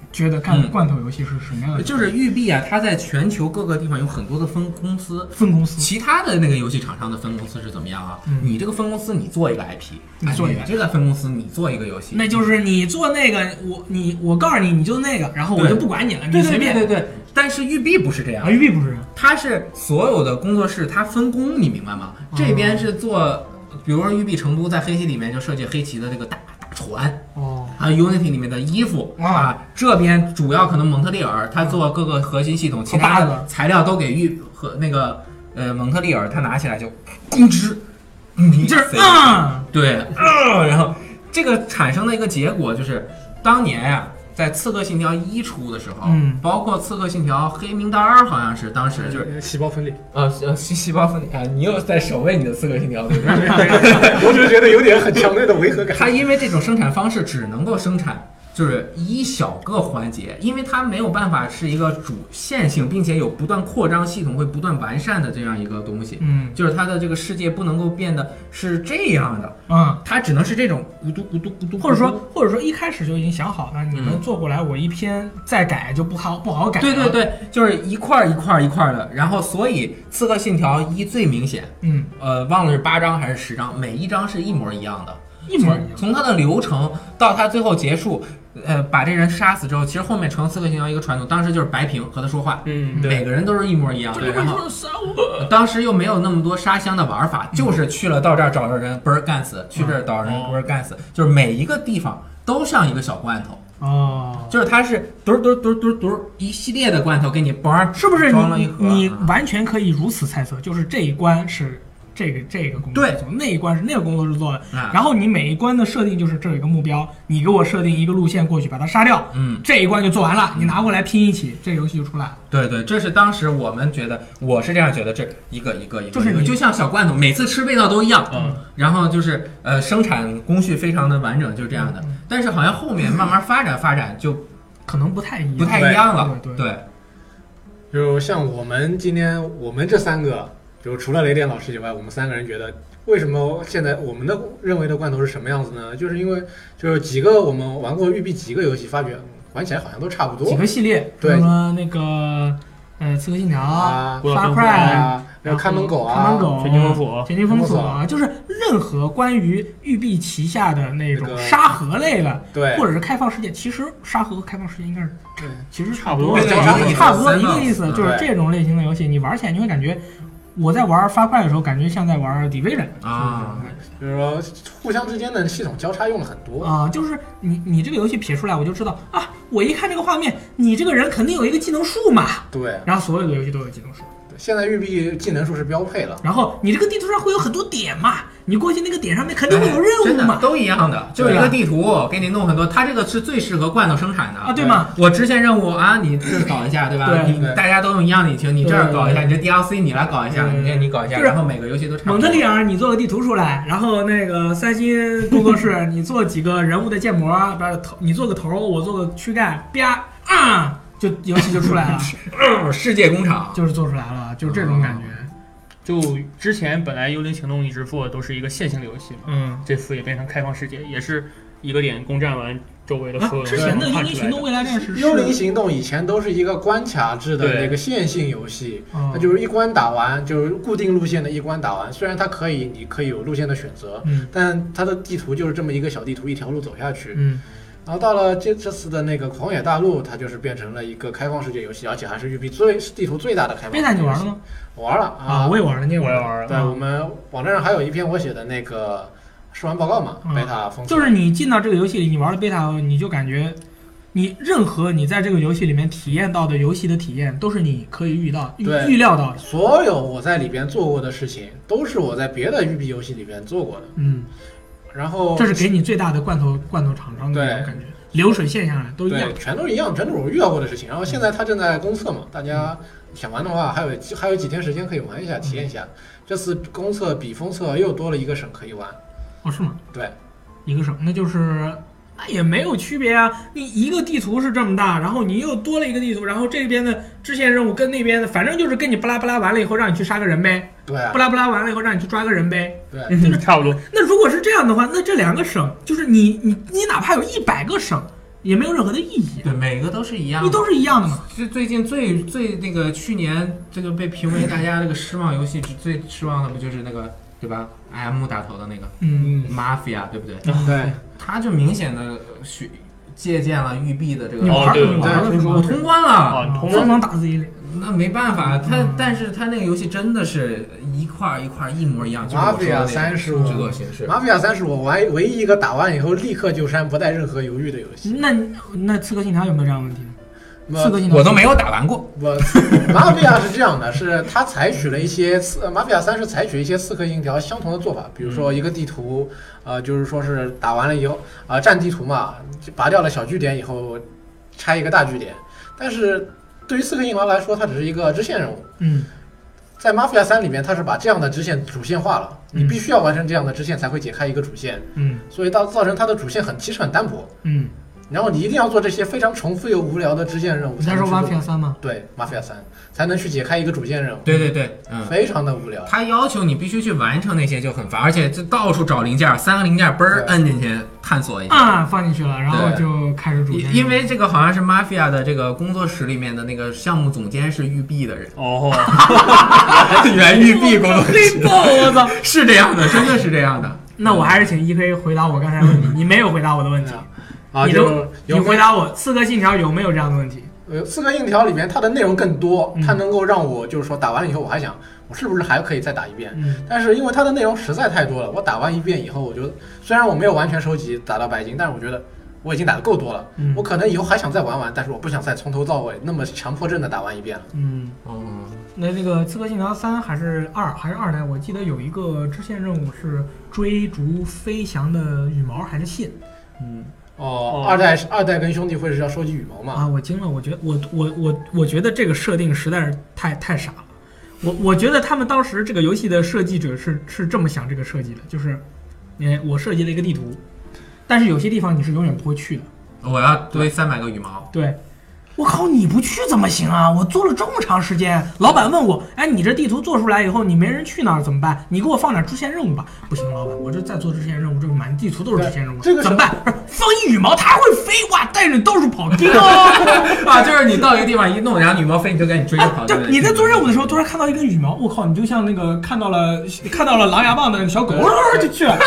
A: 觉得看
B: 嗯
A: 罐头游戏是什么样的？
B: 就是育碧啊，它在全球各个地方有很多的分公司，
A: 分公司。
B: 其他的那个游戏厂商的分公司是怎么样啊？
A: 嗯
B: 你这个分公司，你做一个 IP，
A: 你做一个
B: 哎你这个分公司，你做一个游戏，
A: 那就是你做那个，我你我告诉你，你就那个，然后我
B: 对
A: 就不管你了，你
B: 对对
A: 随便。
B: 对对对。但是育碧不是这样
A: 啊，，玉璧不是这样，
B: 它是所有的工作室它分工，你明白吗？
A: 哦
B: 这边是做，比如说育碧成都在黑旗里面就设计黑旗的这个大大船。
A: 哦，
B: 还有啊 Unity 里面的衣服啊，这边主要可能蒙特利尔，它做各个核心系统，其他
A: 啊和八
B: 的
A: 个
B: 材料都给育和那个呃蒙特利尔，他拿起来就公之，你这
A: 就是啊，
B: 对，啊，然后这个产生的一个结果就是，当年呀、在《刺客信条一》出的时候，
A: 嗯
B: 包括《刺客信条：黑名单儿》，好像是当时就是
C: 细胞分裂。
A: 嗯
B: 呃呃细细胞分裂啊，你又在守卫你的《刺客信条》对不对？
C: 我只是觉得有点很强烈的违 和感。
B: 它因为这种生产方式只能够生产就是一小个环节，因为它没有办法是一个主线性，并且有不断扩张系统会不断完善的这样一个东西。
A: 嗯
B: 就是它的这个世界不能够变得是这样的，
A: 嗯，
B: 它只能是这种咕嘟咕嘟咕嘟，
A: 或者说或者说一开始就已经想好了，你们
B: 嗯
A: 做过来，我一篇再改就不好不好改。
B: 对对，对，就是一块儿一块儿一块儿的。然后，所以《刺客信条一》最明显，
A: 嗯，
B: 呃，忘了是八章还是十章，每一章是一模一样的。
A: 一模一样。
B: 从它的流程到它最后结束，呃，把这人杀死之后，其实后面成了刺客信条一个传统，当时就是白屏和他说话，
E: 嗯，
B: 每
E: 对，
B: 个人都是一模一样的。然后当时又没有那么多杀香的玩法，
A: 嗯
B: 就是去了到这儿找着人，嘣儿干死；去这儿找人，
A: 哦
B: 嘣儿干死。就是每一个地方都像一个小罐头，
A: 哦，
B: 就是它是嘟儿嘟儿嘟儿嘟儿嘟儿一系列的罐头给你嘣儿
A: 是不是
B: 装了一
A: 你
B: 盒
A: 你
B: 嗯
A: 完全可以如此猜测，就是这一关是这个这个工作
B: 对
A: 室做，那一关是那个工作室做的，
B: 啊
A: 然后你每一关的设定就是这有一个目标，你给我设定一个路线过去把它杀掉，
B: 嗯，
A: 这一关就做完了，你拿过来拼一起，这游戏就出来了。
B: 对对，这是当时我们觉得，我是这样觉得，这一个一个一个，
A: 就是
B: 一个
A: 你
B: 就像小罐头，每次吃味道都一样，
E: 嗯，
B: 然后就是呃，生产工序非常的完整，就是这样的。但是好像后面慢慢发展发展就
A: 可能不太一样，
B: 不太一样了，
A: 对对
B: 对，
C: 就像我们今天，我们这三个，就除了雷电老师以外，我们三个人觉得，为什么现在我们的认为的罐头是什么样子呢？就是因为，就是几个我们玩过育碧几个游戏，发觉玩起来好像都差不
A: 几
C: 多啊
A: 个系列，
C: 对
A: 什么那个呃《刺客信条》
C: 啊
A: 《发
E: 不要
A: 快》
C: 啊，还有看门狗啊，
A: 看门狗》
E: 全军封
A: 《
E: 锁，
A: 全军封锁》
C: 封
A: 啊，就是任何关于育碧旗下的那
C: 那
A: 种
C: 个
A: 沙盒类的，
C: 对，
A: 或者是开放世界，其实沙盒和开放世界应该是
C: 对，
A: 其实
E: 差不多
B: 对
A: 差不
B: 对
A: 多
B: 差
A: 差
B: 不
A: 不
B: 多
A: 多一个意
B: 嗯
A: 思，就是
C: 对
A: 这种类型的游戏，你玩起来你会感觉。我在玩发快的时候，感觉像在玩 Division
B: 啊
C: 就是说互相之间的系统交叉用了很多。
A: 啊、就是你你这个游戏撇出来，我就知道啊，我一看这个画面，你这个人肯定有一个技能树嘛，
C: 对，啊
A: 然后所有的游戏都有技能树，
C: 对现在育碧技能树是标配了。
A: 然后你这个地图上会有很多点嘛，你过去那个点上面肯定会有
B: 哎真
A: 任务
B: 的
A: 嘛，
B: 都一样的，就是一个地图给你弄很多，它这个是最适合罐头生产的
A: 啊，对吗？
B: 我支线任务啊，你这搞一下，对吧？
A: 对
B: 你
C: 对
B: 大家都用一样的引擎，你这儿搞一下，你这 DLC 你来搞一下，
A: 对
B: 你这你搞一下，
A: 就是
B: 然后每个游戏都差不多。
A: 蒙特利尔，你做个地图出来，然后那个三星工作室， 你做几个人物的建模，啊把头你做个头，我做个躯干，啪啊，就游戏就出 来了，
B: 尔世界工厂，
A: 就是做出来了，就是这种感觉。
E: 就之前本来《幽灵行动》一直做的都是一个线性的游戏嘛，
A: 嗯
E: 这次也变成开放世界，也是一个点攻占完周围的
A: 嗯
E: 所有人。
C: 啊之前
A: 的幽灵行动未来战士是
C: 幽灵行动以前都是一个关卡制的那个线性游戏，
A: 嗯
C: 它就是一关打完，就是固定路线的一关打完。虽然它可以，你可以有路线的选择，
A: 嗯
C: 但它的地图就是这么一个小地图，一条路走下去。
A: 嗯
C: 然后到了这这次的那个狂野大陆，它就是变成了一个开放世界游戏，而且还是育碧最地图最大的开放世界游
A: 贝塔
C: 戏。
A: 你玩了吗？
C: 玩了
A: 啊我也玩了你也玩了
C: 对、
A: 啊
C: 我们网站上还有一篇我写的那个试玩报告嘛，
A: 嗯
C: 贝塔封
A: 就是你进到这个游戏里，你玩了贝塔，你就感觉，你任何你在这个游戏里面体验到的游戏的体验，都是你可以预到、预
C: 对
A: 预料到的。
C: 所有我在里边做过的事情，都是我在别的育碧游戏里边做过的。
A: 嗯，
C: 然后
A: 这是给你最大的罐头罐头厂商的那种感觉，流水线下来都一样
C: 对，。全都是一样，全都是我遇到过的事情。然后现在它正在公测嘛，大家想玩的话，还有几还有几天时间可以玩一下，体验一下。
A: 嗯
C: 这次公测比封测又多了一个省可以玩，
A: 哦，是吗？
C: 对，
A: 一个省，那就是。那也没有区别啊，你一个地图是这么大，然后你又多了一个地图，然后这边的支线任务跟那边的，反正就是跟你巴拉巴拉完了以后让你去杀个人呗，
C: 对啊
A: 巴拉巴拉完了以后让你去抓个人呗，
C: 对，
E: 嗯差不多。
A: 那如果是这样的话，那这两个省就是你你你哪怕有一百个省，也没有任何的意义。
B: 对，每个都是一样的
A: 你都是一样的嘛。
B: 是最近最最那个去年这个被评为大家这个失望游戏之最失望的不就是那个对吧？M 打头的那个
A: 嗯
B: ，Mafia 对不对？
C: 对，
B: 他就明显的学借鉴了育碧的这个。
A: 你玩儿
B: 哦对哦
A: 你玩儿了是吗
B: 我通关了，
E: 啊
A: 疯狂打自己脸。
B: 那没办法，他但是他那个游戏真的是一块儿一块儿一模一样，就是
C: 马
B: 我
C: 菲
B: 说的
C: 亚
B: 那
C: 三
B: 种
C: 是
B: 制作形式。
C: 马菲亚三是我玩唯一一个打完以后立刻就删，不带任何犹豫的游戏。
A: 那那刺客信条有没有这样的问题呢？
C: 那
A: 刺客信条
B: 完过。
C: 我马菲亚是这样的，是它采取了一些刺呃马菲亚三是采取一些刺客信条相同的做法，比如
A: 嗯
C: 说一个地图，呃，就是说是打完了以后啊、呃占地图嘛，就拔掉了小据点以后拆一个大据点，但是对于刺客信条来说，它只是一个支线任务。
A: 嗯，
C: 在《马菲亚三》里面，它是把这样的支线主线化了，你
A: 嗯
C: 必须要完成这样的支线才会解开一个主线，
A: 嗯
C: 所以到造成它的主线很其实很单薄。
A: 嗯，
C: 然后你一定要做这些非常重复又无聊的支线任务。
A: 你在说
C: 才能去做
A: Mafia 3吗？
C: 对，马菲亚三才能去解开一个主线任务。
B: 对对对，嗯，
C: 非常的无聊。
B: 他要求你必须去完成那些就很烦，而且就到处找零件，三个零件嘣儿摁进去探索一下。
A: 啊，放进去了，然后
B: 对
A: 就开始主线。
B: 因为这个好像是 Mafia 的这个工作室里面的那个项目总监是育碧的 人
E: 哦，
B: 原育碧工作室，
A: 黑豹我操，
B: 是这样的，真的是这样的。
A: 那我还是请 E K 回答我刚才的问题，你没有回答我的问题。
C: 啊
A: 你
C: 就
A: 都你
C: 有
A: 回答我，《刺客信条》有没有这样的问题？
C: 呃，四个硬条里面它的内容更多，
A: 嗯
C: 它能够让我就是说打完以后我还想我是不是还可以再打一遍？
A: 嗯
C: 但是因为它的内容实在太多了，我打完一遍以后，我觉得虽然我没有完全收集打到白金，但是我觉得我已经打的够多了，
A: 嗯
C: 我可能以后还想再玩玩，但是我不想再从头到尾那么强迫症的打完一遍了。
A: 嗯，
B: 哦，
A: 那这个《刺客信条三》还是二还是二代？我记得有一个支线任务是追逐飞翔的羽毛还是信？嗯，
C: 哦，二代是二代跟兄弟会是要收集羽毛嘛？
A: 啊，我惊了，我觉得我我我我觉得这个设定实在是太太傻了。我我觉得他们当时这个游戏的设计者是是这么想这个设计的，就是，嗯，我设计了一个地图，但是有些地方你是永远不会去的。
B: 我要堆三百个羽毛，
A: 对，我靠，你不去怎么行啊？我做了这么长时间，老板问我，哎，你这地图做出来以后，你没人去那儿怎么办？你给我放点支线任务吧。不行，老板，我这在做支线任务，这个满地图都是支线任务，
C: 这个
A: 怎么办？不是放一羽毛，它还会飞哇，带着你到处跑，叮咚
B: 啊，就是你到一个地方一弄，然后羽毛飞，你就赶紧追着 跑。对
A: 就
B: 不对
A: 你在做任务的时候，突然看到一根羽毛，我靠，你就像那个看到了看到了狼牙棒的那个小狗，哇 就去了。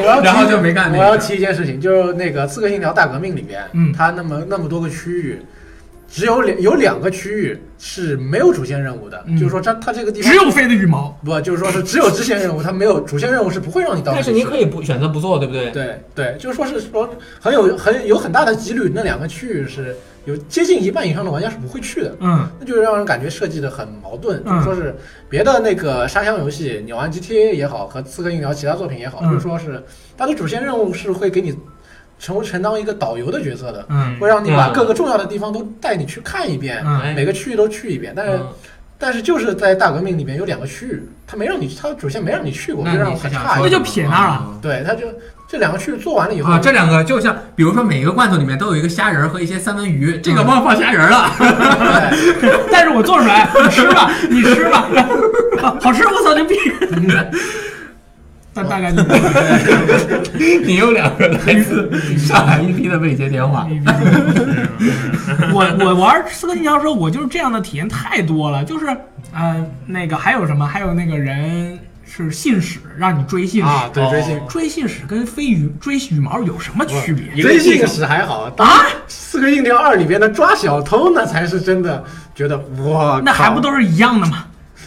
C: 我要提
B: 然后就没干那
C: 我
B: 个
C: 要提一件事情，就是那个《刺客信条：大革命》里边，
A: 嗯
C: 它那么那么多个区域，只有两有两个区域是没有主线任务的，
A: 嗯
C: 就是说它它这个地方
A: 只有飞的羽毛，
C: 不就是说是只有支线任务，它没有主线任务是不会让你到那
B: 但
C: 里去
B: 是
C: 的。
B: 你可以不选择不做，对不对？
C: 对对，就是说是说很有很有很大的几率，那两个区域是有接近一半以上的玩家是不会去的。
A: 嗯，
C: 那就是让人感觉设计的很矛盾，就
A: 嗯
C: 是说是别的那个沙箱游戏，你玩 GTA 也好和《刺客信条》其他作品也好，
A: 嗯
C: 就是说是它的主线任务是会给你承承当一个导游的角色的，
A: 嗯
C: 会让你把
B: 嗯
C: 各个重要的地方都带你去看一遍，
A: 嗯
C: 每个区域都去一遍，但是。
B: 嗯
C: 但是就是在大革命里面有两个区域，它没让你，它主线没让你去过，
B: 那
C: 就让
B: 你
C: 我
B: 是
C: 很
B: 想
C: 诧异。
B: 说
A: 那就撇那儿了。
C: 对，它就这两个区域做完了以后，
B: 啊，这两个就像，比如说每一个罐头里面都有一个虾仁儿和一些三文鱼，这个忘放虾仁儿了。
A: 但是我做出 来，你吃吧，你吃吧，好吃，我操牛逼！但大概就是
B: 你有两个来自上海一批的未接电话。
A: 我我玩刺客信条的时候，我就是这样的体验太多了，就是呃那个还有什么，还有那个人。是信使，让你追信使哦
C: 啊对追信
A: 追信使跟飞羽追羽毛有什么区 别？
C: 追信使还好啊，《刺客信条二》里边的抓小偷那才是真的觉得哇，
A: 那还不都是一样的吗？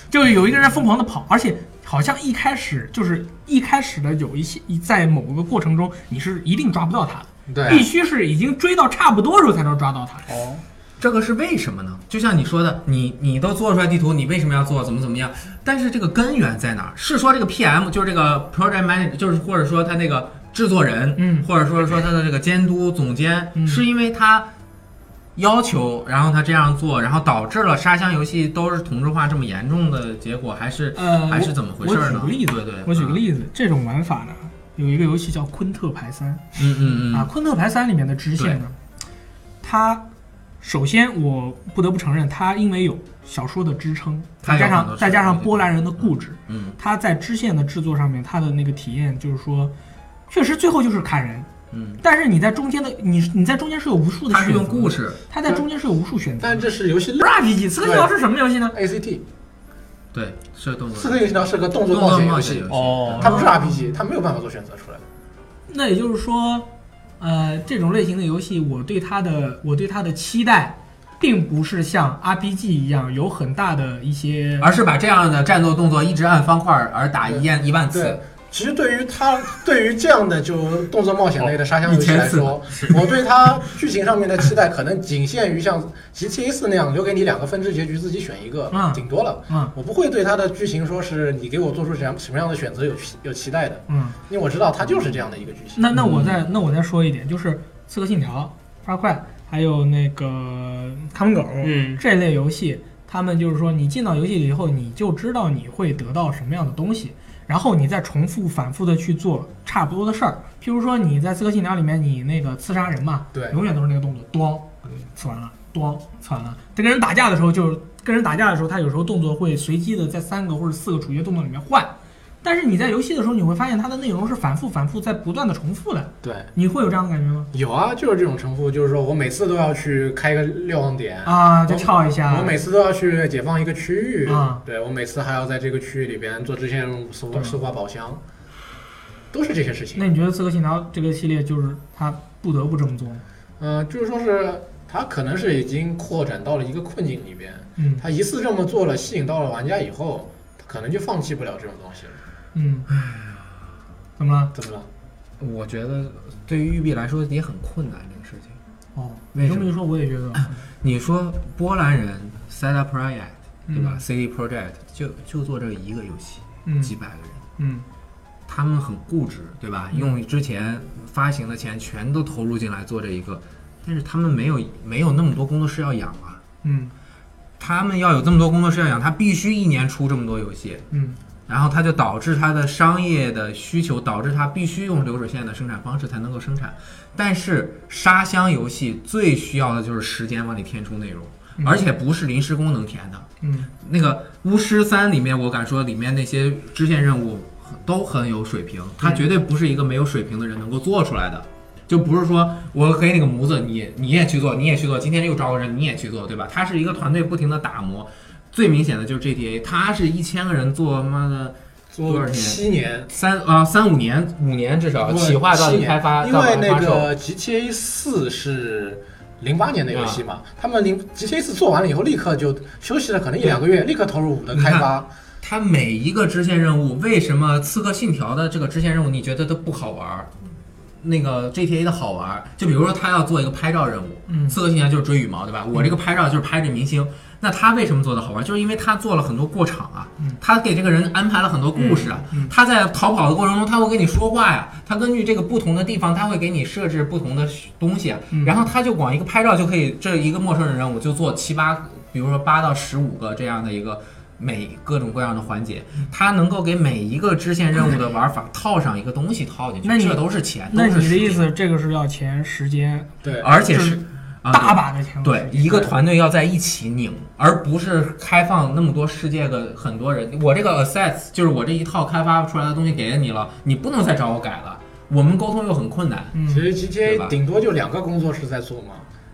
A: 就是有一个人疯狂的跑，而且好像一开始就是一开始的有一些在某个过程中你是一定抓不到他的，
C: 对、啊，
A: 必须是已经追到差不多时候才能抓到他。
B: 哦。这个是为什么呢？就像你说的，你你都做出来地图，你为什么要做怎么怎么样？但是这个根源在哪儿？是说这个 PM 就是这个 Project Manager，就是或者说他那个制作人，
A: 嗯，
B: 或者说说他的这个监督总监，
A: 嗯、
B: 是因为他要求，然后他这样做，然后导致了沙箱游戏都是同质化这么严重的结果，还是
A: 呃
B: 还是怎么回事呢？嗯
A: 我举个例子，
B: 对对，
A: 我举个例子，这种玩法呢，有一个游戏叫《昆特牌三》，
B: 嗯嗯嗯
A: 啊，《昆特牌三》里面的支线呢，它。首先，我不得不承认，它因为有小说的支撑，再加上再加上波兰人的固执，
B: 嗯，
A: 它在支线的制作上面，它的那个体验就是说，确实最后就是砍人，
B: 嗯，
A: 但是你在中间的你你在中间是有无数的，
B: 它是用故事，
A: 它在中间是有无数选择，
C: 但这是游戏
A: RPG，刺客信条是什么游戏呢
C: ？ACT，
B: 对，是动作，
C: 刺客信条是个动作冒险游戏，
B: 哦，
C: 它不是 RPG，它没有办法做选择出来。
A: 那也就是说。呃，这种类型的游戏，我对它的我对它的期待，并不是像 RPG 一样有很大的一些，
B: 而是把这样的战斗动作一直按方块而打一万一万次。
C: 其实对于它，对于这样的就动作冒险类的沙箱游戏来说， 我对它剧情上面的期待可能仅限于像 GTA 四那样留给你两个分支结局，自己选一个，
A: 嗯、
C: 顶多了。
A: 嗯，
C: 我不会对它的剧情说是你给我做出什样什么样的选择有有期待的。
A: 嗯，
C: 因为我知道它就是这样的一个剧情。
A: 那那我再那我再说一点，就是《刺客信条》、《八块》还有那个《看门狗》
E: 嗯
A: 这类游戏，他们就是说你进到游戏里以后，你就知道你会得到什么样的东西。然后你再重复、反复的去做差不多的事儿，譬如说你在《刺客信条》里面，你那个刺杀人嘛，
C: 对，
A: 永远都是那个动作，咣，刺完了，咣，刺完了。这跟人打架的时候，就是跟人打架的时候，他有时候动作会随机的在三个或者四个主角动作里面换，但是你在游戏的时候，你会发现它的内容是反复、反复在不断的重复的。
C: 对，
A: 你会有这样的感觉吗？
C: 有啊，就是这种重复，就是说我每次都要去开个瞭望点
A: 啊，就跳一下
C: 我。我每次都要去解放一个区域
A: 啊，
C: 对我每次还要在这个区域里边做支线任务、搜搜刮宝箱，都是这些事情。
A: 那你觉得《刺客信条》这个系列就是它不得不这么做吗？
C: 嗯、呃，就是说是它可能是已经扩展到了一个困境里边，
A: 嗯，
C: 它一次这么做了，吸引到了玩家以后，它可能就放弃不了这种东西了。
A: 嗯，怎么了？
C: 怎么了？
B: 我觉得对于育碧来说也很困难这个事情。
A: 哦，
B: 为
A: 你这
B: 什么
A: 么一说，我也觉得。嗯
B: 你说波兰人 set up project 对吧、
A: 嗯
B: c d project 就就做这一个游戏，
A: 嗯
B: 几百个人，
A: 嗯，
B: 他们很固执对吧？
A: 嗯
B: 用之前发行的钱全都投入进来做这一个，但是他们没有没有那么多工作室要养啊。
A: 嗯
B: 他们要有这么多工作室要养，他必须一年出这么多游戏，
A: 嗯
B: 然后它就导致它的商业的需求，导致它必须用流水线的生产方式才能够生产。但是沙箱游戏最需要的就是时间往里填充内容，
A: 嗯
B: 而且不是临时工能填的。
A: 嗯
B: 那个巫师三里面，我敢说里面那些支线任务都很有水平，它
A: 嗯
B: 绝对不是一个没有水平的人能够做出来的。就不是说我给你个模子，你你也去做，你也去做，今天又招个人，你也去做，对吧？它是一个团队不停的打磨。最明显的就是 GTA，它是一千个人做，妈的多少
C: 做七年，
B: 三啊、三五年，五年至少
C: 不
B: 啊企划到
C: 七
B: 底
C: 年
B: 开发，
C: 因
B: 到
C: 为
B: 底
C: 那
B: 发售
C: 个 GTA 四是零八年的游戏嘛，
B: 嗯
C: 他们零 GTA 四做完了以后，立刻就休息了，可能一两个月，立刻投入五的开 发。
B: 它每一个支线任务，为什么《刺客信条》的这个支线任务你觉得它不好玩儿？那个 GTA 的好玩儿，就比如说他要做一个拍照任务，
A: 嗯
B: 刺客信条就是追羽毛，对吧？我这个拍照就是拍这明星，那他为什么做的好玩儿？就是因为他做了很多过场啊，
A: 嗯
B: 他给这个人安排了很多故事啊，他在逃跑的过程中他会跟你说话呀，他根据这个不同的地方，他会给你设置不同的东西啊，
A: 嗯
B: 然后他就光一个拍照就可以，这一个陌生人任务就做七八，比如说八到十五个这样的一个。每各种各样的环节，
A: 嗯
B: 他能够给每一个支线任务的玩法套上一个东西套进去，
A: 那你
B: 这都是钱，
A: 那
B: 都是
A: 你的
B: 时
A: 意
B: 间
A: 思，这个是要钱时间？
C: 对，
B: 而且，
A: 就是
B: 啊
A: 大把的钱我
B: 对，一个团队要在一起拧，而不是开放那么多世界的很多人。我这个 assets 就是我这一套开发出来的东西给了你了，你不能再找我改了。我们沟通又很
A: 嗯
B: 困难。
C: 其实 GTA
B: 吧
C: 顶多就两个工作室在做嘛，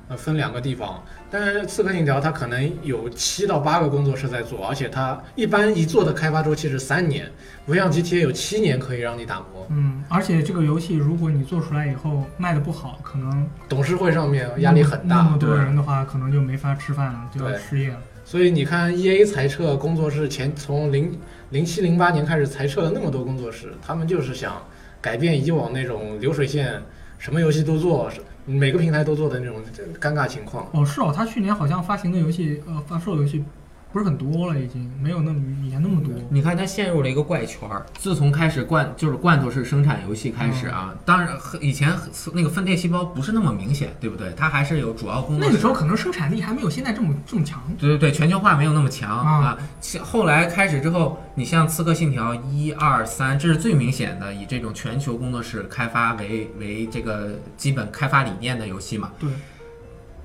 C: 呃，分两个地方。但是《刺客信条》它可能有七到八个工作室在做，而且它一般一做的开发周期是三年，不像 GTA 有七年可以让你打磨。
A: 嗯，而且这个游戏如果你做出来以后卖的不好，可能
C: 董事会上面呃压力很大，
A: 那么多
C: 对
A: 人的话，可能就没法吃饭了，就要
C: 对
A: 失业了。
C: 所以你看，E A 裁撤工作室前从零零七零八年开始裁撤了那么多工作室，他们就是想改变以往那种流水线，什么游戏都做，是每个平台都做的那种这尴尬情况。
A: 哦，是哦，他去年好像发行的游戏，呃，发售的游戏不是很多了，已经没有那么以前那么多。
B: 你看，它陷入了一个怪圈儿。自从开始罐就是罐头式生产游戏开始
A: 嗯
B: 啊，当然和以前和那个分裂细胞不是那么明显，对不对？它还是有主要工作
A: 那
B: 室。
A: 个时候可能生产力还没有现在这么这么强。
B: 对对对，全球化没有那么强
A: 啊
B: 啊。其后来开始之后，你像《刺客信条》一二三，这是最明显的以这种全球工作室开发为为这个基本开发理念的游戏嘛。
A: 对。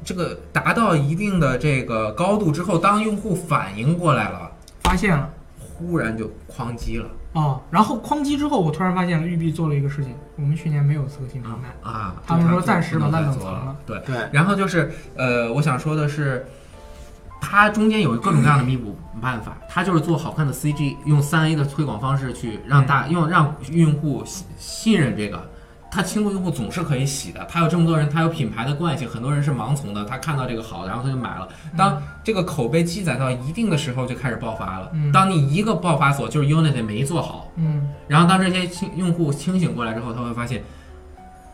B: 这个达到一定的这个高度之后，当用户反应过来了，
A: 发现了，
B: 忽然就哐叽了
A: 哦，然后哐叽之后，我突然发现了育碧做了一个事情，我们去年没有刺客信条卖，
B: 啊！
A: 他们说
B: 就
A: 暂时把它冷藏
B: 做
A: 了
B: 了。对
C: 对
B: 然后就是呃，我想说的是，它中间有各种各样的弥补办法，它就是做好看的 CG，用三 A 的推广方式去让大用让用户信信任这个。它清度用户总是可以洗的，它有这么多人，它有品牌的惯性，很多人是盲从的，他看到这个好，然后他就买了。当这个口碑积攒到一定的时候，就开始爆发了。
A: 嗯
B: 当你一个爆发所就是 Unity 没做好，
A: 嗯，
B: 然后当这些清用户清醒过来之后，他会发现，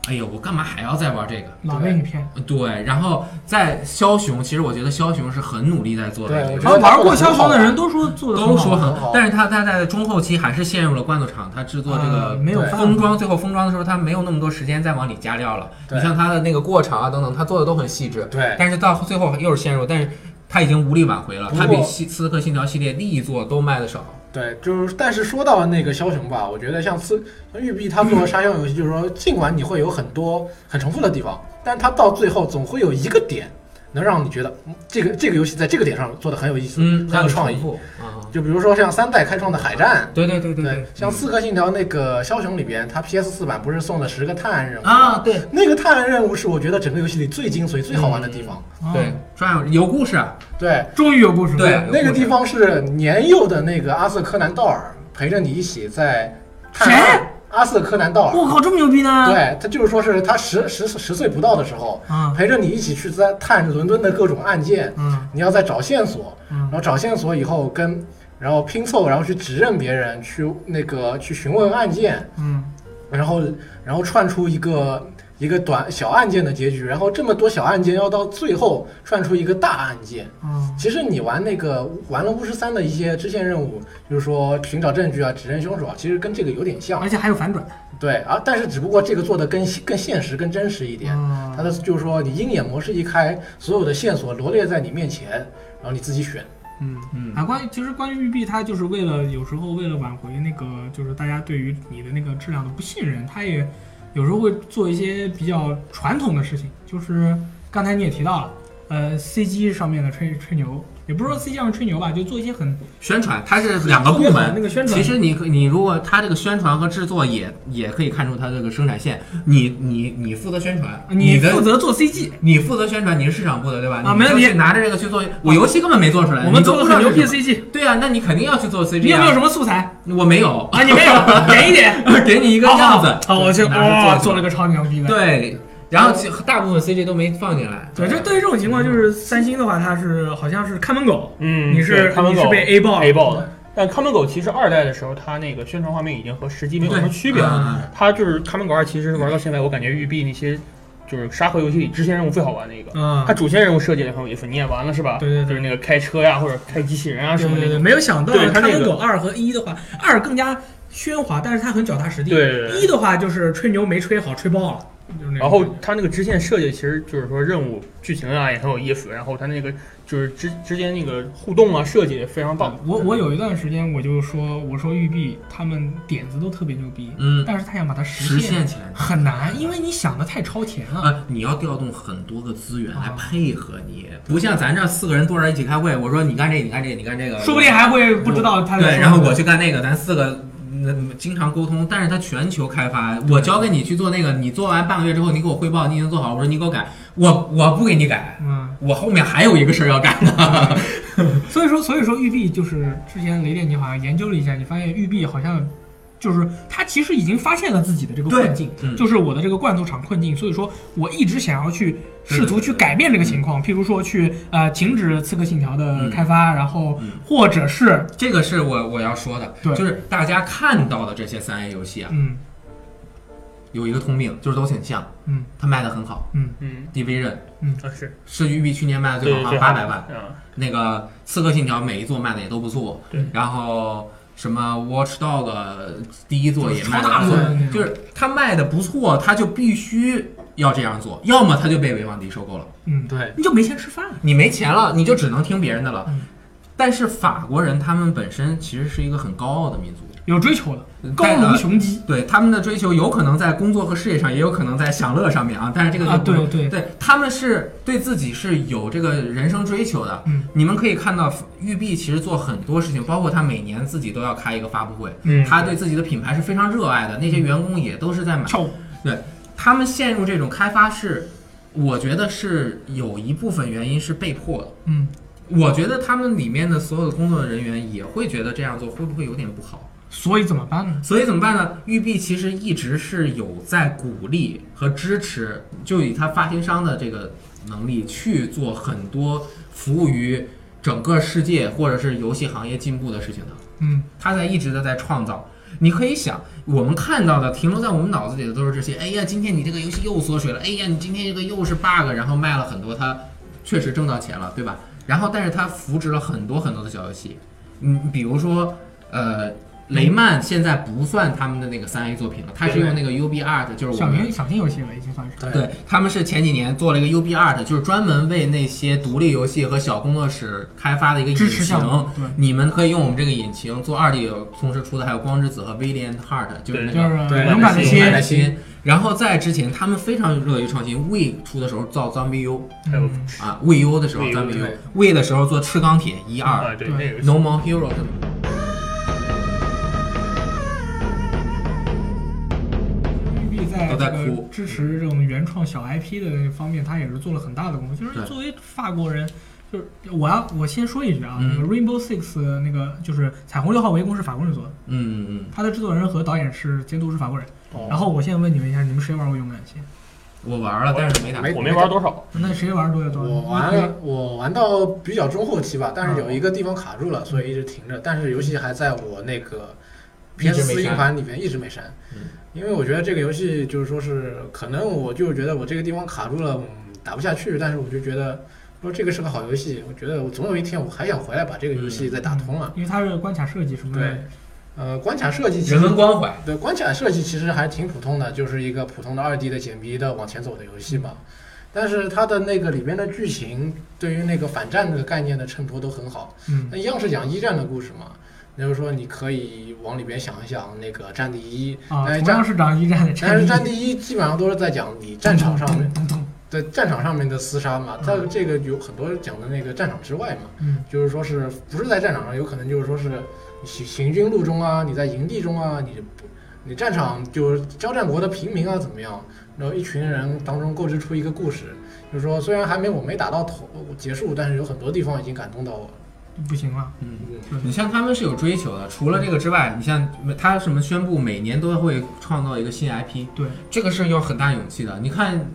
B: 哎呦，我干嘛还要再玩这个？
A: 老被你骗。
B: 对，然后在枭雄，其实我觉得枭雄是很努力在做的一个游戏，
A: 然后玩过枭雄的人都说做的
B: 都说很
A: 好，
B: 但是他他在中后期还是陷入了罐头厂，他制作这
A: 啊
B: 个
A: 没有办法
B: 封装，最后封装的时候他没有那么多时间再往里加料了。
A: 对
B: 你像他的那个过场啊等等，他做的都很细致。
C: 对
B: 但是到最后又是陷入，但是他已经无力挽回了。
C: 不过
B: 他比西《刺客信条》系列历作都卖的少。
C: 对，就是但是说到那个枭雄吧，我觉得像刺像育碧他做沙箱游戏，就是说尽管你会有很多很重复的地方，但它到最后总会有一个点能让你觉得、嗯、这个这个游戏在这个点上做的很有意思，
B: 嗯，
C: 很有创意
B: 让你。重复啊，
C: 就比如说像三代开创的海战，
B: 对对对对
A: 嗯
C: 对，像《刺客信条》那个枭雄里边，它 PS 四版不是送了十个探案任务
B: 啊对，
C: 那个探案任务是我觉得整个游戏里最精髓、最好玩的地方。
A: 嗯
B: 对，专有有故事啊，
C: 对，
A: 终于有故事。
B: 对，
C: 那个地方是年幼的那个阿瑟·柯南·道尔陪着你一起在探案。阿瑟·柯南·道尔，
A: 我靠，这么牛逼呢？
C: 对他就是说是他十十十岁不到的时候，
A: 啊
C: 陪着你一起去在探伦敦的各种案件，
A: 嗯，
C: 你要在找线索，
A: 嗯
C: 然后找线索以后跟，然后拼凑，然后去指认别人，去那个去询问案件，
A: 嗯，
C: 然后然后串出一个一个短小案件的结局，然后这么多小案件要到最后串出一个大案件。
A: 嗯，
C: 其实你玩那个玩了巫师三的一些支线任务，就是说寻找证据啊、指认凶手啊，其实跟这个有点像，
A: 而且还有反转。
C: 对啊，但是只不过这个做的更更现实、更真实一点。它的就是说，你鹰眼模式一开，所有的线索罗列在你面前，然后你自己选。
A: 嗯嗯啊，关于其实关于育碧，它就是为了有时候为了挽回那个就是大家对于你的那个质量的不信任，它也有时候会做一些比较传统的事情，就是刚才你也提到了，呃，CG 上面的吹吹牛，也不是说 CG 上面吹牛吧，就做一些很
B: 宣传，它是两个部
A: 特别好的
B: 门。
A: 哦那个宣传
B: 其实你可你如果它这个宣传和制作也也可以看出它这个生产线，你你你负责宣传，
A: 啊你
B: 的
A: 负责做 CG，
B: 你负责宣传，你是市场部的对吧？
A: 啊
B: 你
A: 没问题啊
B: 就去拿着这个去做，我游戏根本没做出来，
A: 我们
B: 呃你都
A: 做了
B: 不知道
A: 很牛逼的
B: 是什么
A: CG。
B: 对啊，那你肯定要去做 CG 啊。
A: 你有没有什么素材？
B: 我没有
A: 啊，你没 有，给一点，
B: 给你一个样子
A: 啊好，我去，
B: 拿着做
A: 哇，做了个超牛逼的。
B: 对，然后其大部分 CG 都没放进来。啊
A: 对，就对于这种情况，就是三星的话，它是好像是看门狗，
E: 嗯，
A: 你是
E: 对看门狗
A: 你是被 A 爆
E: A 爆的。但看门狗其实二代的时候，它那个宣传画面已经和实际没有什么区别
B: 啊
E: 了。它就是看门狗二，其实是玩到现在，我感觉育碧那些就是沙盒游戏里支线任务最好玩的一个。
A: 嗯
E: 它主线任务设计的很有意思，你也玩了是吧？对对对，就是那个开车呀，或者开机器人啊
A: 对
E: 什么
A: 对
E: 那
A: 对，
E: 种。
A: 没有想到
E: 对
A: 《
E: 它
A: 看
E: 那
A: 门狗
E: 个
A: 二》和一的话，二更加喧哗，但是它很脚踏实地。
E: 对对对
A: 一的话就是吹牛没吹好，吹爆了。就是那种
E: 然后它那个支线设计其实就是说任务剧情啊也很有意思，然后它那个就是之之间那个互动啊设计也非常棒。
A: 我我有一段时间我就说，我说育碧他们点子都特别牛逼，
B: 嗯
A: 但是他想把它实
B: 实现起来
A: 很难，因为你想的太超前了。
B: 呃，你要调动很多个资源
A: 啊
B: 来配合你，不像咱这四个人坐着一起开会，我说你干这个，你干这个，你干这个，
A: 说不定还会不知道他在
B: 对，
A: 说
B: 然后
A: 什么
B: 我去干那个，咱四个。那嗯经常沟通，但是他全球开发，我交给你去做那个，你做完半个月之后，你给我汇报，你已经做好，我说你给我改，我我不给你改，
A: 嗯，
B: 我后面还有一个事儿要干呢。
A: 所以说，所以说育碧就是之前雷电你好像研究了一下，你发现育碧好像就是他其实已经发现了自己的这个困境，
B: 嗯
A: 就是我的这个罐头厂困境。所以说我一直想要去试图去改变这个情况，譬如说去呃停止《刺客信条》的开发，然后或者是
B: 这个是我我要说的，
A: 对
B: 就是大家看到的这些三 A 游戏啊，
A: 嗯
B: 有一个通病，就是都挺像，
A: 嗯
B: 它卖的很好，
A: 嗯
E: 嗯啊
B: ，Division
A: 嗯
E: 是
B: 是育碧去年卖的最好，好像
E: 对对
B: 八百万。
E: 啊
B: 那个《刺客信条》每一座卖的也都不错，
E: 对
B: 然后什么《Watch Dog》第一座也卖的
A: 超大
B: 不
A: 作
B: 错
A: 的那种，
B: 就是它卖的不错，它就必须要这样做，要么它就被维旺迪收购了，
A: 嗯，
E: 对，
A: 你就没钱吃饭了。
B: 你没钱了，你就只能听别人的了。但是法国人他们本身其实是一个很高傲的民族，
A: 有追求的，高
B: 带
A: 颅
B: 的
A: 雄鸡。
B: 对他们的追求，有可能在工作和事业上，也有可能在享乐上面啊。但是这个就
A: 啊
B: 不说
A: 对对
B: 对，他们是对自己是有这个人生追求的。
A: 嗯，
B: 你们可以看到，育碧其实做很多事情，包括他每年自己都要开一个发布会，
E: 嗯
B: 他对自己的品牌是非常热爱的，那
A: 嗯
B: 些员工也都是在买。
A: 跳舞
B: 对他们陷入这种开发是，我觉得是有一部分原因是被迫的。
A: 嗯，
B: 我觉得他们里面的所有的工作人员也会觉得这样做会不会有点不好？
A: 所以怎么办呢？
B: 所以怎么办呢？育碧其实一直是有在鼓励和支持，就以它发行商的这个能力去做很多服务于整个世界或者是游戏行业进步的事情的。
A: 嗯，
B: 它在一直的在创造。你可以想，我们看到的停留在我们脑子里的都是这些。哎呀，今天你这个游戏又缩水了。哎呀，你今天这个又是 bug，然后卖了很多，它确实挣到钱了，对吧？然后，但是它扶植了很多很多的小游戏。嗯，比如说，呃，雷曼现在不算他们的那个三 A 作品了，它是用那个 UB Art，就是我
A: 小
B: 们
A: 型小型游戏了，已经算是。
C: 对
B: 对，他们是前几年做了一个 UB Art，就是专门为那些独立游戏和小工作室开发的一个引
A: 支持项目
B: 擎
A: 对。
B: 你们可以用我们这个引擎做二 D 游，同时出的还有《光之子》和《Valiant Heart》，就是那
A: 就是
B: 个
E: 对
A: 勇敢的
E: 对
A: 心
B: 勇，敢的心。然后在之前，他们非常乐于创新。We 出的时候造 Zombie U
E: 还有
A: 嗯
B: 啊，We U 的时候
E: Wii U，
B: Zombie
E: 对
B: U，We 的时候做赤钢铁一
E: 啊
B: 二
E: 对
A: 对
E: 那个
B: ，No More Hero 是
A: 育碧在
B: 都在
A: 这个
B: 哭
A: 支持这种原创小 IP 的方面，他也是做了很大的工作。就是
B: 对
A: 作为法国人，就是我要我先说一句啊，
B: 嗯
A: 那个 Rainbow Six 那个就是《彩虹六号围攻》是法国人做的，
B: 嗯嗯嗯，
A: 他的制作人和导演是监督是法国人。
C: 哦
A: 然后我现在问你们一下，你们谁玩过《勇敢的心》？
B: 我玩了，但是没打
C: 没
B: 过。
E: 我没玩多少，
A: 那谁玩多少多？
C: 我玩
B: 嗯
C: 了，我玩到比较中后期吧，但是有一个地方卡
B: 嗯
C: 住了，所以一直停着。但是游戏还在我那个
B: 一直
C: PS
B: 没删
C: 硬盘里面一直没删
B: 嗯，
C: 因为我觉得这个游戏就是说是可能我就觉得我这个地方卡住了，嗯打不下去。但是我就觉得说这个是个好游戏，我觉得我总有一天我还想回来把这个游戏再打通了。
A: 因为他是关卡设计什么
C: 对
A: 的。，
C: 呃，关卡设计其
B: 嗯
C: 实
B: 人文关怀，
C: 对，关卡设计其实还挺普通的，就是一个普通的二 D 的解谜的往前走的游戏嘛。但是它的那个里面的剧情，对于那个反战的概念的衬托都很好。
A: 嗯
C: 那一样是讲一战的故事嘛，也就是说你可以往里边想一想那个《战地一》
A: 啊，同
C: 但是哎战
A: 样是长一嗯战的，
C: 但是《战
A: 战
C: 地一》基本上都是在讲你战场上面对战场上面的厮杀嘛，在这个有很多讲的那个战场之外嘛，
A: 嗯
C: 就是说是不是在战场上，有可能就是说是你行行军路中啊，你在营地中啊，你不你战场就是交战国的平民啊怎么样？然后一群人当中构织出一个故事，就是说虽然还没我没打到头结束，但是有很多地方已经感动到我了。
A: 不行了。
B: 你像他们是有追求的，除了这个之外，你像他什么宣布每年都会创造一个新 IP，
A: 对，
B: 这个是有很大勇气的。你看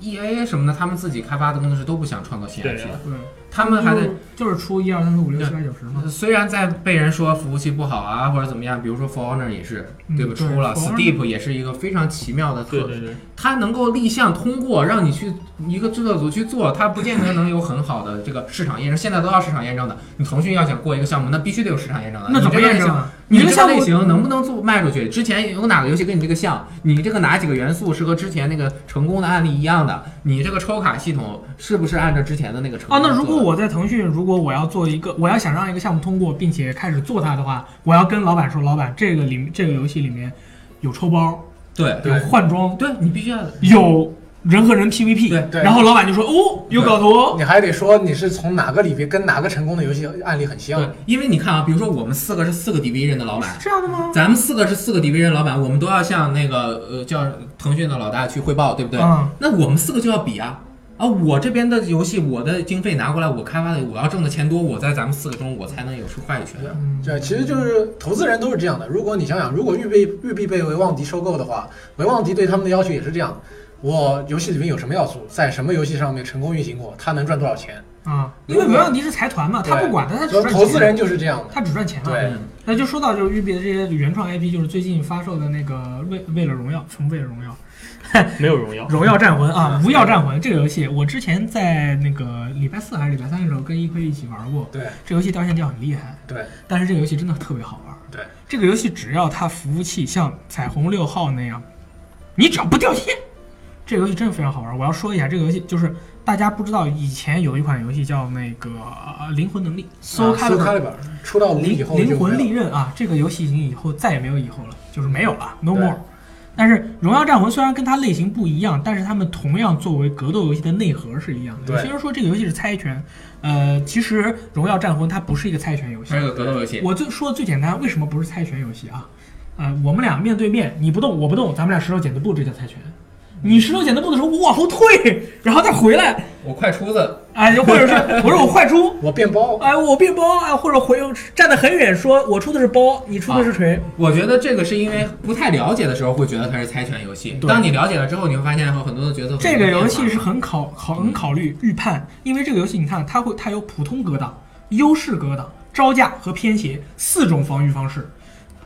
B: E A 什么的，他们自己开发的工作室都不想创造新 IP，
E: 对啊
A: 对，
B: 他们还得
A: 就是出一二三四五六七八九十嘛。
B: 虽然在被人说服务器不好啊，或者怎么样，比如说 For Honor 也是，对吧？
A: 嗯对
B: 出了
A: For
B: Steep 也是一个非常奇妙的特，
E: 对对对
B: 它能够立项通过，让你去一个制作组去做，它不见得能有很好的这个市场验证。现在都要市场验证的，你腾讯要想过一个项目，那必须得有市场验证的。
A: 那怎么
B: 你这个
A: 验证
B: 类型
A: 啊
B: 你
A: 你
B: 这
A: 这
B: 个
A: 项目
B: 类型能不能做卖出去？之前有哪个游戏跟你这个像？你这个哪几个元素是和之前那个成功的案例一样的？你这个抽卡系统是不是按照之前的那个成功
A: 啊，那
B: 做
A: 如
B: 的
A: 果我在腾讯，如果我要做一个，我要想让一个项目通过，并且开始做它的话，我要跟老板说，老板，这个里这个游戏里面有抽包，
B: 对
A: 有换装，
B: 对你必须要
A: 有人和人 PVP，对
C: 对
A: 然后老板就说，哦，有搞头哦，
C: 你还得说你是从哪个里边跟哪个成功的游戏案例很像
B: 对，，因为你看啊，比如说我们四个是四个 division 的老板，
A: 这样的吗？
B: 咱们四个是四个 division 老板，我们都要向那个呃叫腾讯的老大去汇报，对不对？
A: 嗯
B: 那我们四个就要比啊。啊，我这边的游戏，我的经费拿过来，我开发的，我要挣的钱多，我在咱们四个中，我才能有出话语权。
A: 嗯
C: 对，其实就是投资人都是这样的。如果你想想，如果育碧育碧被维旺迪收购的话，维旺迪对他们的要求也是这样：我游戏里面有什么要素，在什么游戏上面成功运行过，他能赚多少钱？
A: 啊，因为
C: 如果
A: 维旺迪是财团嘛，他
C: 对
A: 不管的，他只
C: 所
A: 赚
C: 以
A: 钱。
C: 投资人就是这样的。
A: 他只赚钱嘛。
C: 对
A: 嗯，那就说到就是育碧的这些原创 IP，就是最近发售的那个为为了荣耀什么为了荣耀，
E: 没有荣耀，
A: 荣耀战魂啊，无耀战魂这个游戏，我之前在那个礼拜四还是礼拜三的时候跟一辉一起玩过。
C: 对，
A: 这游戏掉线掉很厉害，
C: 对
A: 但是这个游戏真的特别好玩。
C: 对，
A: 这个游戏只要它服务器像彩虹六号那样，你只要不掉线，这个游戏真的非常好玩。我要说一下，这个游戏就是大家不知道，以前有一款游戏叫那个、呃灵魂能力 Soul
C: 啊 Soul Calibur，出到五
A: 灵
C: 以后就没有
A: 灵魂利刃啊，这个游戏已经以后再也没有以后了，就是没有了，no
C: 对
A: more。但是荣耀战魂虽然跟它类型不一样，但是它们同样作为格斗游戏的内核是一样的。
B: 对
A: 有些人说这个游戏是猜拳，呃，其实荣耀战魂它不是一个猜拳游戏，
C: 嗯
B: 它是个格斗游戏
A: 我最说的最简单，为什么不是猜拳游戏啊？呃，我们俩面对面，你不动我不动，咱们俩石头剪子布，这叫猜拳。你石头剪子布的时候，我往后退，然后再回来，
B: 我快出子，
A: 哎，或者是我说我快出，
C: 我变包，
A: 哎，我变包，哎，或者回站得很远说，我出的是包，你出的是锤。
B: 我觉得这个是因为不太了解的时候会觉得它是猜拳游戏，
A: 对
B: 当你了解了之后，你会发现有很多的角色。
A: 这个游
B: 嗯
A: 戏是很考考很考虑预判，因为这个游戏你看它会它有普通格挡、优势格挡、招架和偏斜四种防御方式，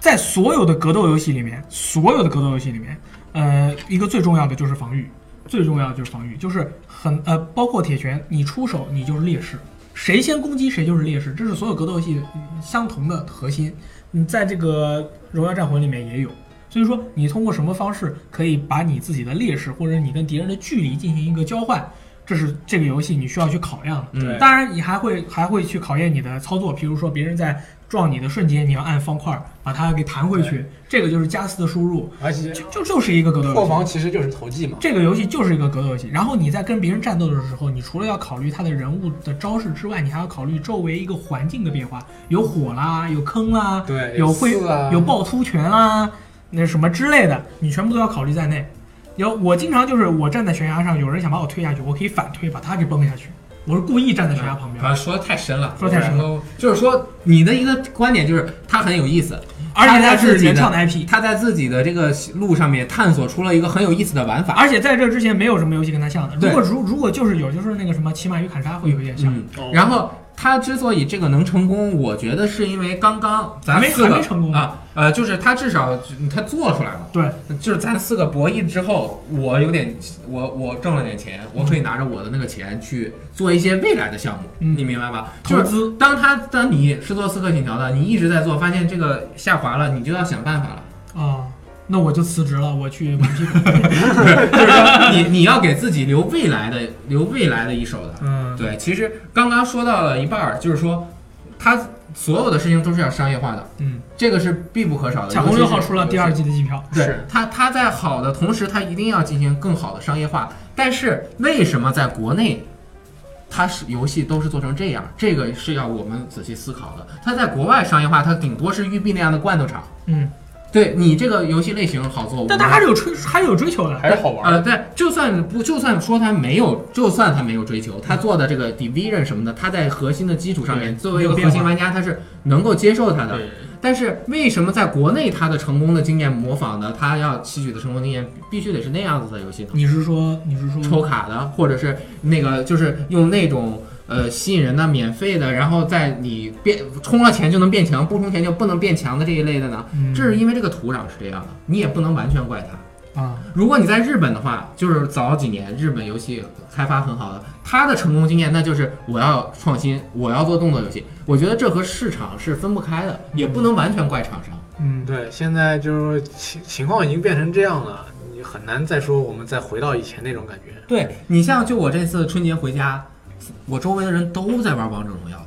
A: 在所有的格斗游戏里面，所有的格斗游戏里面，呃，一个最重要的就是防御，最重要的就是防御，就是很呃，包括铁拳，你出手你就是劣势，谁先攻击谁就是劣势，这是所有格斗游戏嗯相同的核心。你在这个荣耀战魂里面也有，所以说你通过什么方式可以把你自己的劣势或者你跟敌人的距离进行一个交换，这是这个游戏你需要去考量的。
B: 嗯
A: 当然你还会还会去考验你的操作，比如说别人在撞你的瞬间，你要按方块把它给弹回去，这个就是加斯的输入，
C: 而且就
A: 就就是一个格斗游戏
C: 破防其实就是投技嘛。
A: 这个游戏就是一个格斗游戏，然后你在跟别人战斗的时候，你除了要考虑他的人物的招式之外，你还要考虑周围一个环境的变化，有火啦，有坑啦，
C: 对
A: 有
C: 有
A: 会
C: 刺啊
A: 有暴突拳啦，啊那什么之类的，你全部都要考虑在内。有我经常就是我站在悬崖上，有人想把我推下去，我可以反推把他给崩下去，我是故意站在悬崖旁边。
B: 啊，说的太深了，
A: 说得太深了。
B: 就是说，你的一个观点就是它很有意思，
A: 而且它
B: 它在自
A: 是
B: 己
A: 原创的 IP，
B: 它在自己的这个路上面探索出了一个很有意思的玩法，
A: 而且在这之前没有什么游戏跟他像的。如
B: 对
A: 果如如果就是有，就是那个什么骑马与砍杀会有一点像。
B: 嗯，然后他之所以这个能成功，我觉得是因为刚刚咱
A: 没
B: 们四个
A: 还没成功
B: 啊，呃，就是他至少他做出来了，
A: 对，
B: 就是咱四个博弈之后，我有点我我挣了点钱，我可以拿着我的那个钱去做一些未来的项目，
A: 嗯
B: 你明白吧？
A: 投资
B: 就是当他当你是做刺客信条的，你一直在做，发现这个下滑了，你就要想办法 了。
A: 啊，那我就辞职了，我去玩屁股。
B: 就是说你你要给自己留未来的留未来的一手的。
A: 嗯，
B: 对，其实刚刚说到了一半儿，就是说他所有的事情都是要商业化的，
A: 嗯，
B: 这个是必不可少的。
A: 彩虹
B: 尤
A: 六
B: 其是
A: 号出了第二季的机票，
B: 对它，它在好的同时，它一定要进行更好的商业化。但是为什么在国内，它是游戏都是做成这样？这个是要我们仔细思考的。它在国外商业化，它顶多是育碧那样的罐头厂。
A: 嗯，
B: 对你这个游戏类型好做，
A: 但它还是有追，还是有追求的，
B: 呃，对，就算不，就算说他没有，就算他没有追求，他做的这个 division 什么的，他在核心的基础上面，作为一个核心玩家，他是能够接受他的。但是为什么在国内他的成功的经验模仿的，他要吸取的成功经验必须得是那样子的游戏呢？
A: 嗯你是说你是说
B: 抽卡的，或者是那个就是用那种呃吸引人的、免费的，然后在你变充了钱就能变强，不充钱就不能变强的这一类的呢？
A: 嗯
B: 这是因为这个土壤是这样的，你也不能完全怪它。
A: 啊，
B: 如果你在日本的话，就是早几年日本游戏开发很好的，它的成功经验那就是我要创新，我要做动作游戏。我觉得这和市场是分不开的，也不能完全怪厂商。
A: 嗯，
C: 对，现在就是情情况已经变成这样了，你很难再说我们再回到以前那种感觉。
B: 对你像就我这次春节回家，我周围的人都在玩王者荣耀，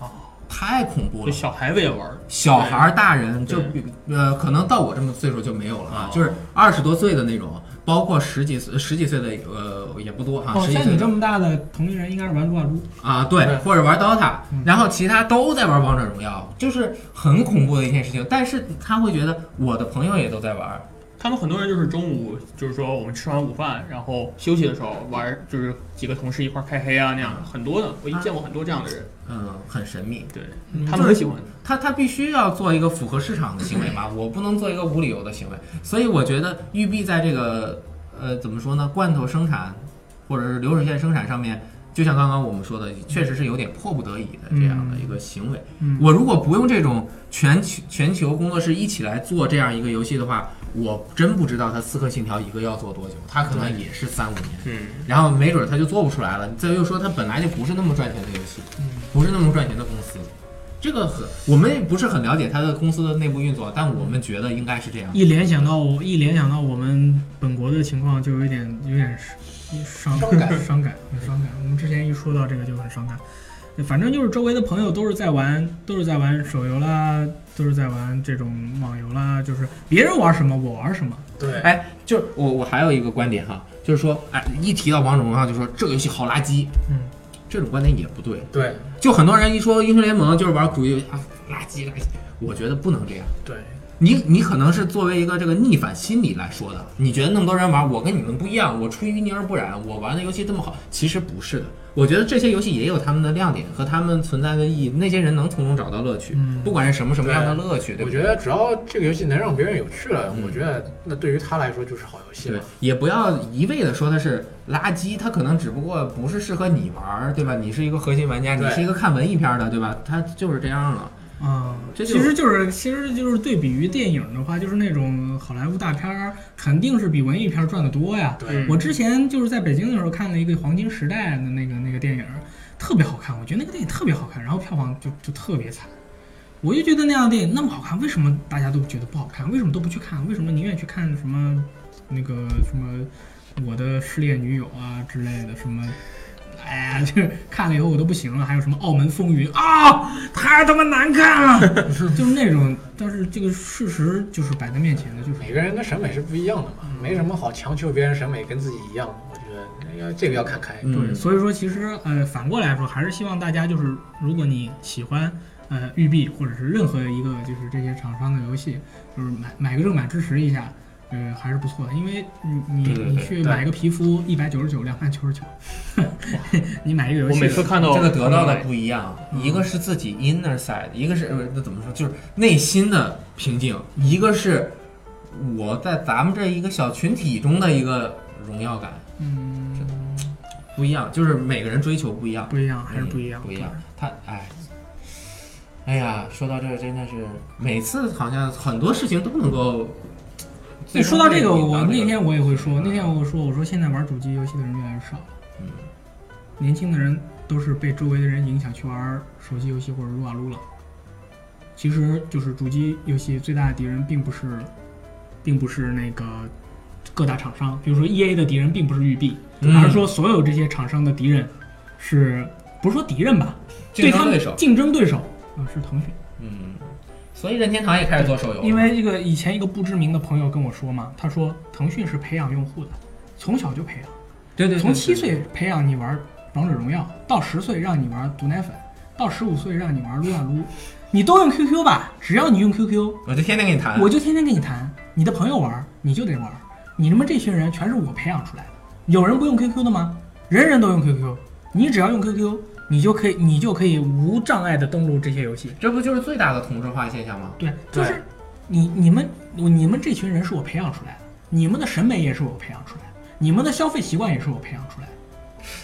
E: 哦，
B: 太恐怖了。
E: 小孩子也玩儿，
B: 小孩儿、大人就
E: 对
B: 比呃，可能到我这么岁数就没有了啊，就是二十多岁的那种，包括十几岁、十几岁的呃也不多啊，
A: 哦，
B: 十几
A: 像
B: 岁
A: 你
B: 的
A: 这么大的同龄人，应该是玩撸啊撸。
B: 啊，对
A: 对，
B: 或者玩 DOTA，然后其他都在玩王者荣耀，就是很恐怖的一件事情。但是他会觉得我的朋友也都在玩，
E: 他们很多人就是中午，就是说我们吃完午饭，然后休息的时候玩儿，就是几个同事一块儿开黑啊那样的，很多的，我一见过很多这样的人。
B: 嗯，很神秘。
E: 对
B: 嗯，
E: 他们很喜欢。
B: 他他必须要做一个符合市场的行为吧，我不能做一个无理由的行为。所以我觉得育碧在这个呃怎么说呢，罐头生产或者是流水线生产上面，就像刚刚我们说的，确实是有点迫不得已的这样的一个行为。
A: 嗯
B: 我如果不用这种全球全球工作室一起来做这样一个游戏的话，我真不知道它《刺客信条》一个要做多久，它可能也是三五年。
E: 嗯，
B: 然后没准他就做不出来了。再又说他本来就不是那么赚钱的游戏，不是那么赚钱的公司，这个很我们也不是很了解他的公司的内部运作，但我们觉得应该是这样。
A: 一联想到我，一联想到我们本国的情况，就有点有点伤
C: 伤感
A: 伤感，很伤感。我们之前一说到这个就很伤感。反正就是周围的朋友都是在玩，都是在玩手游啦，都是在玩这种网游啦，就是别人玩什么我玩什么。
C: 对，
B: 哎，就是我我还有一个观点哈，就是说，哎，一提到王者荣耀就说这个游戏好垃圾，
A: 嗯，
B: 这种观点也不对。
C: 对
B: 就很多人一说英雄联盟就是玩苦游戏啊，垃圾垃圾，我觉得不能这样。
C: 对，
B: 你你可能是作为一个这个逆反心理来说的，你觉得那么多人玩，我跟你们不一样，我出淤泥而不染，我玩的游戏这么好，其实不是的。我觉得这些游戏也有他们的亮点和他们存在的意义，那些人能从中找到乐趣，不管是什么什么样的乐趣，对
C: 嗯我
B: 不
C: 觉
B: 对？嗯
C: 得只要这个游戏能让别人有趣了，我觉得那对于他来说就是好游戏
B: 对
C: 了。，
B: 也不要一味的说它是垃圾，它可能只不过不是适合你玩儿，对吧？你是一个核心玩家，你
C: 对
B: 是一个看文艺片儿的，对吧？它就是这样了。
A: 啊，
B: 这就
A: 其实就是其实就是对比于电影的话，就是那种好莱坞大片儿肯定是比文艺片儿赚的多呀。
C: 对
A: 我之前就是在北京的时候看了一个《黄金时代》的那个那个电影，特别好看，我觉得那个电影特别好看，然后票房就就特别惨。我就觉得那样的电影那么好看，为什么大家都觉得不好看？为什么都不去看？为什么宁愿去看什么那个什么我的失恋女友啊之类的什么？哎呀，这看了以后我都不行了。还有什么《澳门风云》啊，太他妈难看了，就是那种。但是这个事实就是摆在面前的，就是
C: 每个人的审美是不一样的嘛，没什么好强求别人审美跟自己一样的。我觉得要这个要看开。
B: 嗯
A: 对，
E: 嗯
A: 所以说其实呃，反过来说，还是希望大家就是，如果你喜欢呃育碧或者是任何一个就是这些厂商的游戏，就是买买个正版支持一下，呃，还是不错的。因为你你
E: 对对
A: 你
E: 对
A: 去
E: 对
A: 买个皮肤一百九十九、两百九十九， 你买一个游
E: 嗯我
A: 戏，
E: 每次看到
B: 这个得到的不一样，
A: 嗯
B: 一个是自己 inner side，一个是呃那怎么说，就是内心的平静，一个是我在咱们这一个小群体中的一个荣耀感，
A: 嗯，
B: 不一样，就是每个人追求不一样，
A: 不一样还是不一样，
B: 嗯不一样。他哎，哎呀，说到这儿真的是每次好像很多事情都能够。
A: 对。你说到这个，我那
B: 那
A: 天我也会说，那天我说我说现在玩主机游戏的人越来越少了，
B: 嗯，
A: 年轻的人都是被周围的人影响去玩手机游戏或者撸啊撸了。其实就是主机游戏最大的敌人并不是，并不是那个各大厂商，比如说 E A 的敌人并不是育碧，
B: 嗯
A: 而是说所有这些厂商的敌人是不是说敌人吧？
B: 竞
A: 对
B: 争
A: 他们
B: 对手
A: 竞争对手啊、是腾讯。
B: 嗯，所以任天堂也开始做手游了，
A: 因为这个以前一个不知名的朋友跟我说嘛，他说腾讯是培养用户的，从小就培养，
B: 对对对
A: 从七
B: 对
A: 岁培养你玩王者荣耀，到十岁让你玩毒奶粉，到十五岁让你玩撸啊撸，你都用 QQ 吧，只要你用 QQ，
B: 我就天天跟你谈，
A: 我就天天跟你谈，你的朋友玩你就得玩，你他妈这群人全是我培养出来的，有人不用 QQ 的吗？人人都用 QQ，你只要用 QQ，你就可以你就可以无障碍的登录这些游戏。
B: 这不就是最大的同质化现象吗？
A: 对，就
B: 对
A: 是你你们你们这群人是我培养出来的，你们的审美也是我培养出来的，你们的消费习惯也是我培养出来的。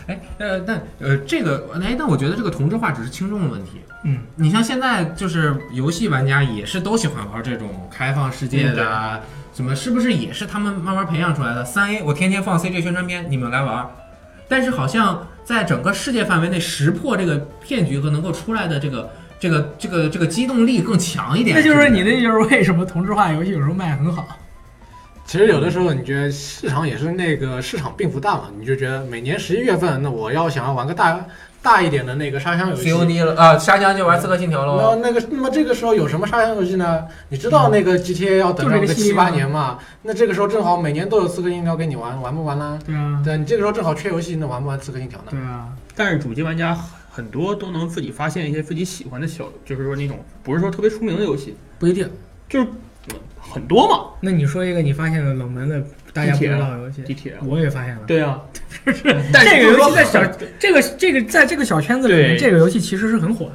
B: 哎，呃，但呃，这个，哎，但我觉得这个同质化只是轻重的问题。
A: 嗯，
B: 你像现在就是游戏玩家也是都喜欢玩这种开放世界的
A: 嗯
B: 啊，什么是不是也是他们慢慢培养出来的？三 A 我天天放 CG 宣传片，你们来玩儿，但是好像在整个世界范围内识破这个骗局和能够出来的这个这个这个这个机动力更强一点。
A: 那就是是你，那就是为什么同质化游戏有时候卖很好。
C: 其实有的时候，你觉得市场也是那个市场并不大嘛，你就觉得每年十一月份，那我要想要玩个大大一点的那个沙箱游戏
B: COD 了啊沙箱就玩刺客信条喽
C: 那那个，那么这个时候有什么沙箱游戏呢？你知道那个 GTA 要等上
B: 就
C: 个
B: 是这个
C: 七
B: 系列嘛
C: 八年嘛？那这个时候正好每年都有刺客信条给你玩，玩不玩呢？
A: 对啊，
C: 对你这个时候正好缺游戏，那玩不玩刺客信条呢？
A: 对啊，
E: 但是主机玩家很多都能自己发现一些自己喜欢的小，就是说那种不是说特别出名的游戏，
A: 不一定，
E: 就是很多嘛。
A: 哦那你说一个你发现了冷门的大家不知道的游戏，
E: 地铁啊
A: 我也发现了。
E: 对啊，但
A: 这
E: 是
A: 个游戏
E: 说
A: 在小这个这个在这个小圈子里面，
E: 对
A: 这个游戏其实是很火的。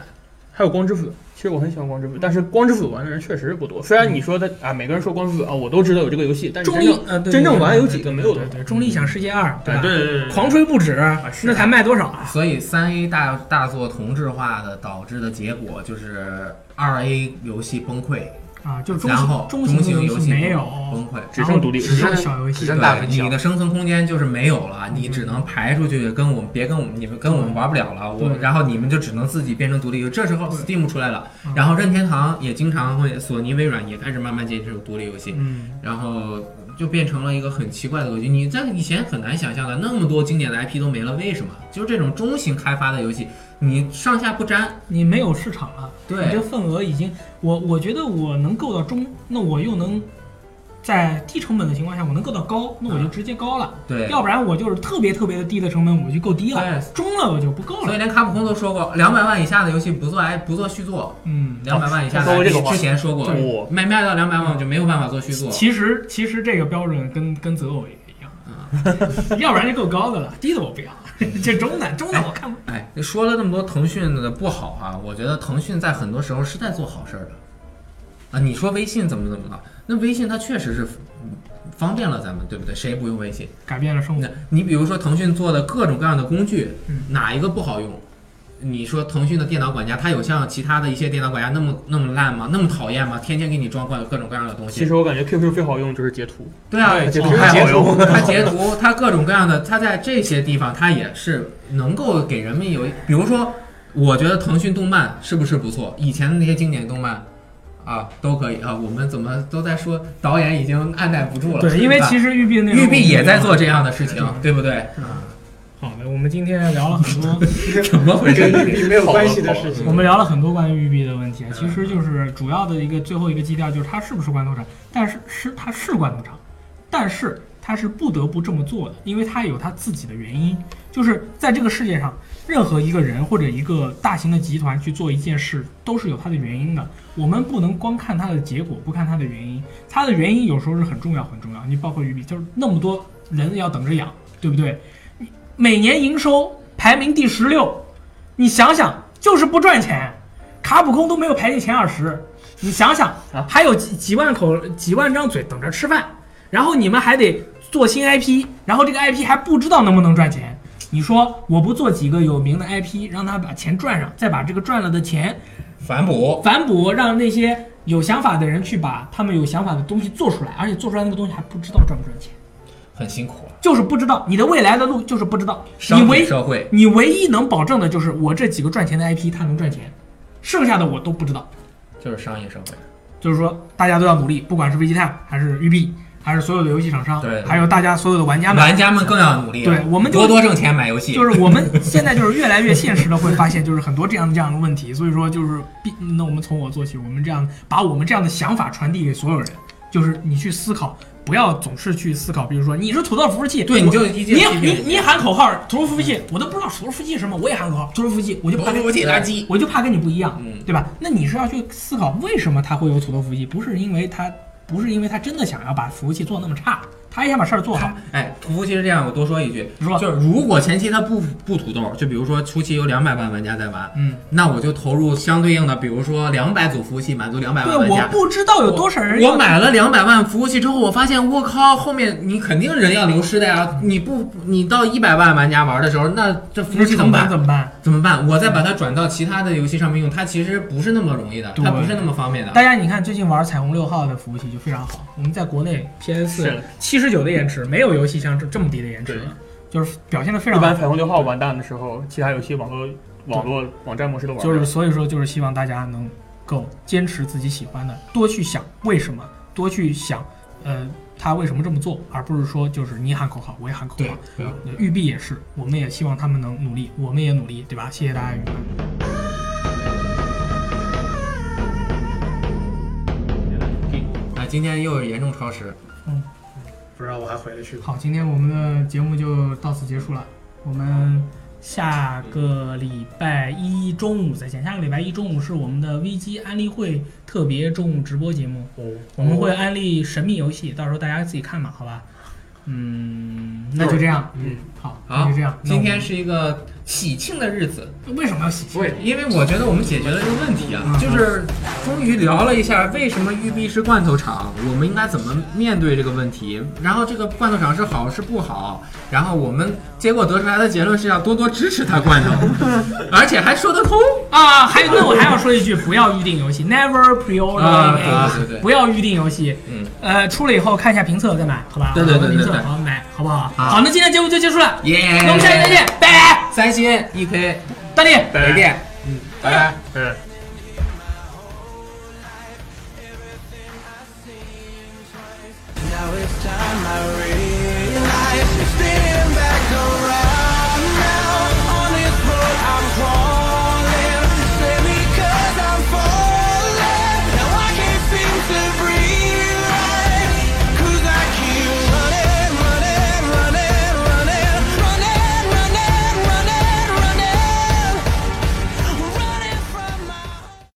E: 还有光之斧，其实我很喜欢光之斧，但是光之斧玩的人确实不多。虽然你说他啊，每个人说光之斧啊，我都知道有这个游戏，但是
A: 中
E: 真
A: 立
E: 正、
A: 呃，对
E: 真正
A: 对
E: 玩
A: 对
E: 有
A: 对
E: 几个
A: 对
E: 没有的
A: 对。对，中立想世界二，吧？
E: 对对对对对
A: 狂吹不止，那才卖多少啊？
B: 所以三 A 大大作同质化的导致的结果就是二 A 游戏崩溃
A: 啊就中型
B: 然后
A: 中
B: 型
A: 型
B: 游
A: 游戏没有
B: 崩
E: 嗯
B: 溃，
A: 只剩独立只剩小游戏
B: 对
A: 只剩大分享
B: 你的生存空间就是没有了，你只能排出去，跟我们别跟我们你们跟我们玩不了了，我
A: 嗯对
B: 然后你们就只能自己变成独立游戏。这时候 Steam 出来了
A: 嗯，
B: 然后任天堂也经常会，索尼、微软也开始慢慢接受独立游戏，
A: 嗯
B: 然后就变成了一个很奇怪的格局。你在以前很难想象的，那么多经典的 IP 都没了，为什么？就是这种中型开发的游戏，你上下不沾，
A: 你没有市场了，
B: 对
A: 你这份额已经，我我觉得我能够到中，那我又能在低成本的情况下，我能够到高，那我就直接高了，
B: 对
A: 要不然我就是特别特别的低的成本，我就够低了，中了我就不够了，
B: 所以连卡普空都说过，两百万以下的游戏不做哎不做续作，
A: 嗯
B: 两百万以下
A: 说
B: 的
A: 过这个
B: IP
A: 话
B: 之前说过
A: 对，
B: 卖卖到两百万我就没有办法做续作。
A: 其实其实这个标准跟跟择偶也一 样，要不然就够高的了，低的我不要， 这中的中的我看不。
B: 哎，说了那么多腾讯的不好啊，我觉得腾讯在很多时候是在做好事儿的。啊，你说微信怎么怎么了？那微信它确实是嗯方便了咱们，对不对？谁不用微信？
A: 改变了生
B: 活。你比如说腾讯做的各种各样的工具，
A: 嗯
B: 哪一个不好用？你说腾讯的电脑管家，它有像其他的一些电脑管家那么那么烂吗？那么讨厌吗？天天给你装各各种各样的东西。
E: 其实我感觉 QQ 最好用就是截图，
B: 对啊，
E: 截图
B: 它
E: 太好用，
B: 它截图，它各种各样的，它在这些地方，它也是能够给人们有，比如说，我觉得腾讯动漫是不是不错？以前的那些经典动漫。啊，都可以啊！我们怎么都在说导演已经按耐不住了。
A: 对，因为
B: 是吧
A: 其实育碧那嗯
B: 育碧也在做这样的事情，对不对？
A: 好的，我们今天聊了很多
B: 怎么回事 跟育碧没有关系的事情
A: 我们聊了很多关于育碧的问题，啊其实就是主要的一个最后一个基调就是它是不是罐头厂，但是是它是罐头厂，但是它是不得不这么做的，因为它有它自己的原因。就是在这个世界上，任何一个人或者一个大型的集团去做一件事，都是有它的原因的。我们不能光看它的结果，不看它的原因。它的原因有时候是很重要，很重要。你包括育碧，就是那么多人要等着养，对不对？每年营收排名第十六，你想想，就是不赚钱，卡普空都没有排进前二十，你想想，还有几几万口几万张嘴等着吃饭，然后你们还得做新 IP，然后这个 IP 还不知道能不能赚钱。你说我不做几个有名的 IP，让他把钱赚上，再把这个赚了的钱
B: 反哺，
A: 反哺，让那些有想法的人去把他们有想法的东西做出来，而且做出来那个东西还不知道赚不赚钱。
B: 很辛苦。
A: 就是不知道你的未来的路，就是不知道。
B: 商
A: 你
B: 业
A: 唯
B: 社会
A: 你唯一能保证的就是我这几个赚钱的 IP 它能赚钱，剩下的我都不知道。
B: 就是商业社会。
A: 就是说，大家都要努力，不管是 VGTime 还是育碧，还是所有的游戏厂商，
B: 对
A: 还有大家所有的玩家们，
B: 玩家们更要努力啊
A: 对，我们就
B: 多多挣钱买游戏
A: 就是我们现在就是越来越现实的会发现，就是很多这样的这样的问题。所以说，就是必那我们从我做起，我们这样把我们这样的想法传递给所有人，就是你去思考。不要总是去思考，比如说你是土豆服务器，
B: 对
A: 我
B: 你就一键
A: 你
B: 批评
A: 你你喊口号土豆服务器，我都不知道土豆服务器是什么，我也喊口号土豆服务器，我就怕
B: 土豆服务器垃圾嗯
A: 我就怕跟你不一样，对吧？那你是要去思考为什么它会有土豆服务器，不是因为它不是因为它真的想要把服务器做那么差，他也想把事儿做 好。
B: 哎，屠夫其实这样，我多说一句，就是如果前期他不不土豆，就比如说初期有两百万玩家在玩，
A: 嗯，
B: 那我就投入相对应的，比如说两百组服务器满足两百
A: 对，
B: 万玩
A: 我
B: 家。
A: 不知道有多少人要
B: 我买了两百万服务器之后，我发现我靠，后面你肯定人要流失的呀！你不，你到一百万玩家玩的时候，那这服务器怎么办？啊
A: 成本怎么办？
B: 怎么办？我再把它转到其他的游戏上面用，它其实不是那么容易的，
A: 对
B: 它不是那么方便的。
A: 大家你看，最近玩彩虹六号的服务器就非常好。我们在国内 PS
E: 是
A: 七十九的延迟，没有游戏像这这么低的延迟
E: 对
A: 了，就是表现的非
E: 一
A: 常
E: 般
A: 好。
E: 彩虹六号完蛋的时候，其他游戏网络网络网站模式都玩不
A: 就
E: 了
A: 是所以说，就是希望大家能够坚持自己喜欢的，多去想为什么，多去想，呃，他为什么这么做，而不是说就是你喊口号，我也喊口号。育碧也是，我们也希望他们能努力，我们也努力，对吧？谢谢大家与
B: 啊，今天又严重超时，
C: 不知道我还回得去吗？
A: 好，今天我们的节目就到此结束了，我们下个礼拜一中午再见。下个礼拜一中午是我们的 VG 安利会特别中午直播节目，
B: 哦
A: 我们会安利神秘游戏，到时候大家自己看吧，好吧？嗯，那就这样，
B: 嗯，
A: 好，那
B: 好
A: 就这样，。
B: 今天是一个喜庆的日子，
A: 为什么要喜庆？嗯
B: 因为我觉得我们解决了这个问题啊，就是终于聊了一下为什么育碧是罐头厂，我们应该怎么面对这个问题，然后这个罐头厂是好是不好，然后我们结果得出来的结论是要多多支持它罐头， 而且还说得通。
A: 啊，还有，那我还要说一句，不要预定游戏，never pre-order，
B: 啊
A: game，
B: 对对对
A: 不要预定游戏，
B: 嗯，
A: 呃，出了以后看一下评测再买，好吧？
B: 对对对对
A: 评测
B: 对
A: 好好买，好不好？
B: 好
A: 好，那今天节目就结束了，
B: 耶
A: 那我们下期再见，拜拜，
B: 三星 EK
A: 大力，
B: 雷电，嗯，拜拜。
E: 对。
L: Now it's time I read.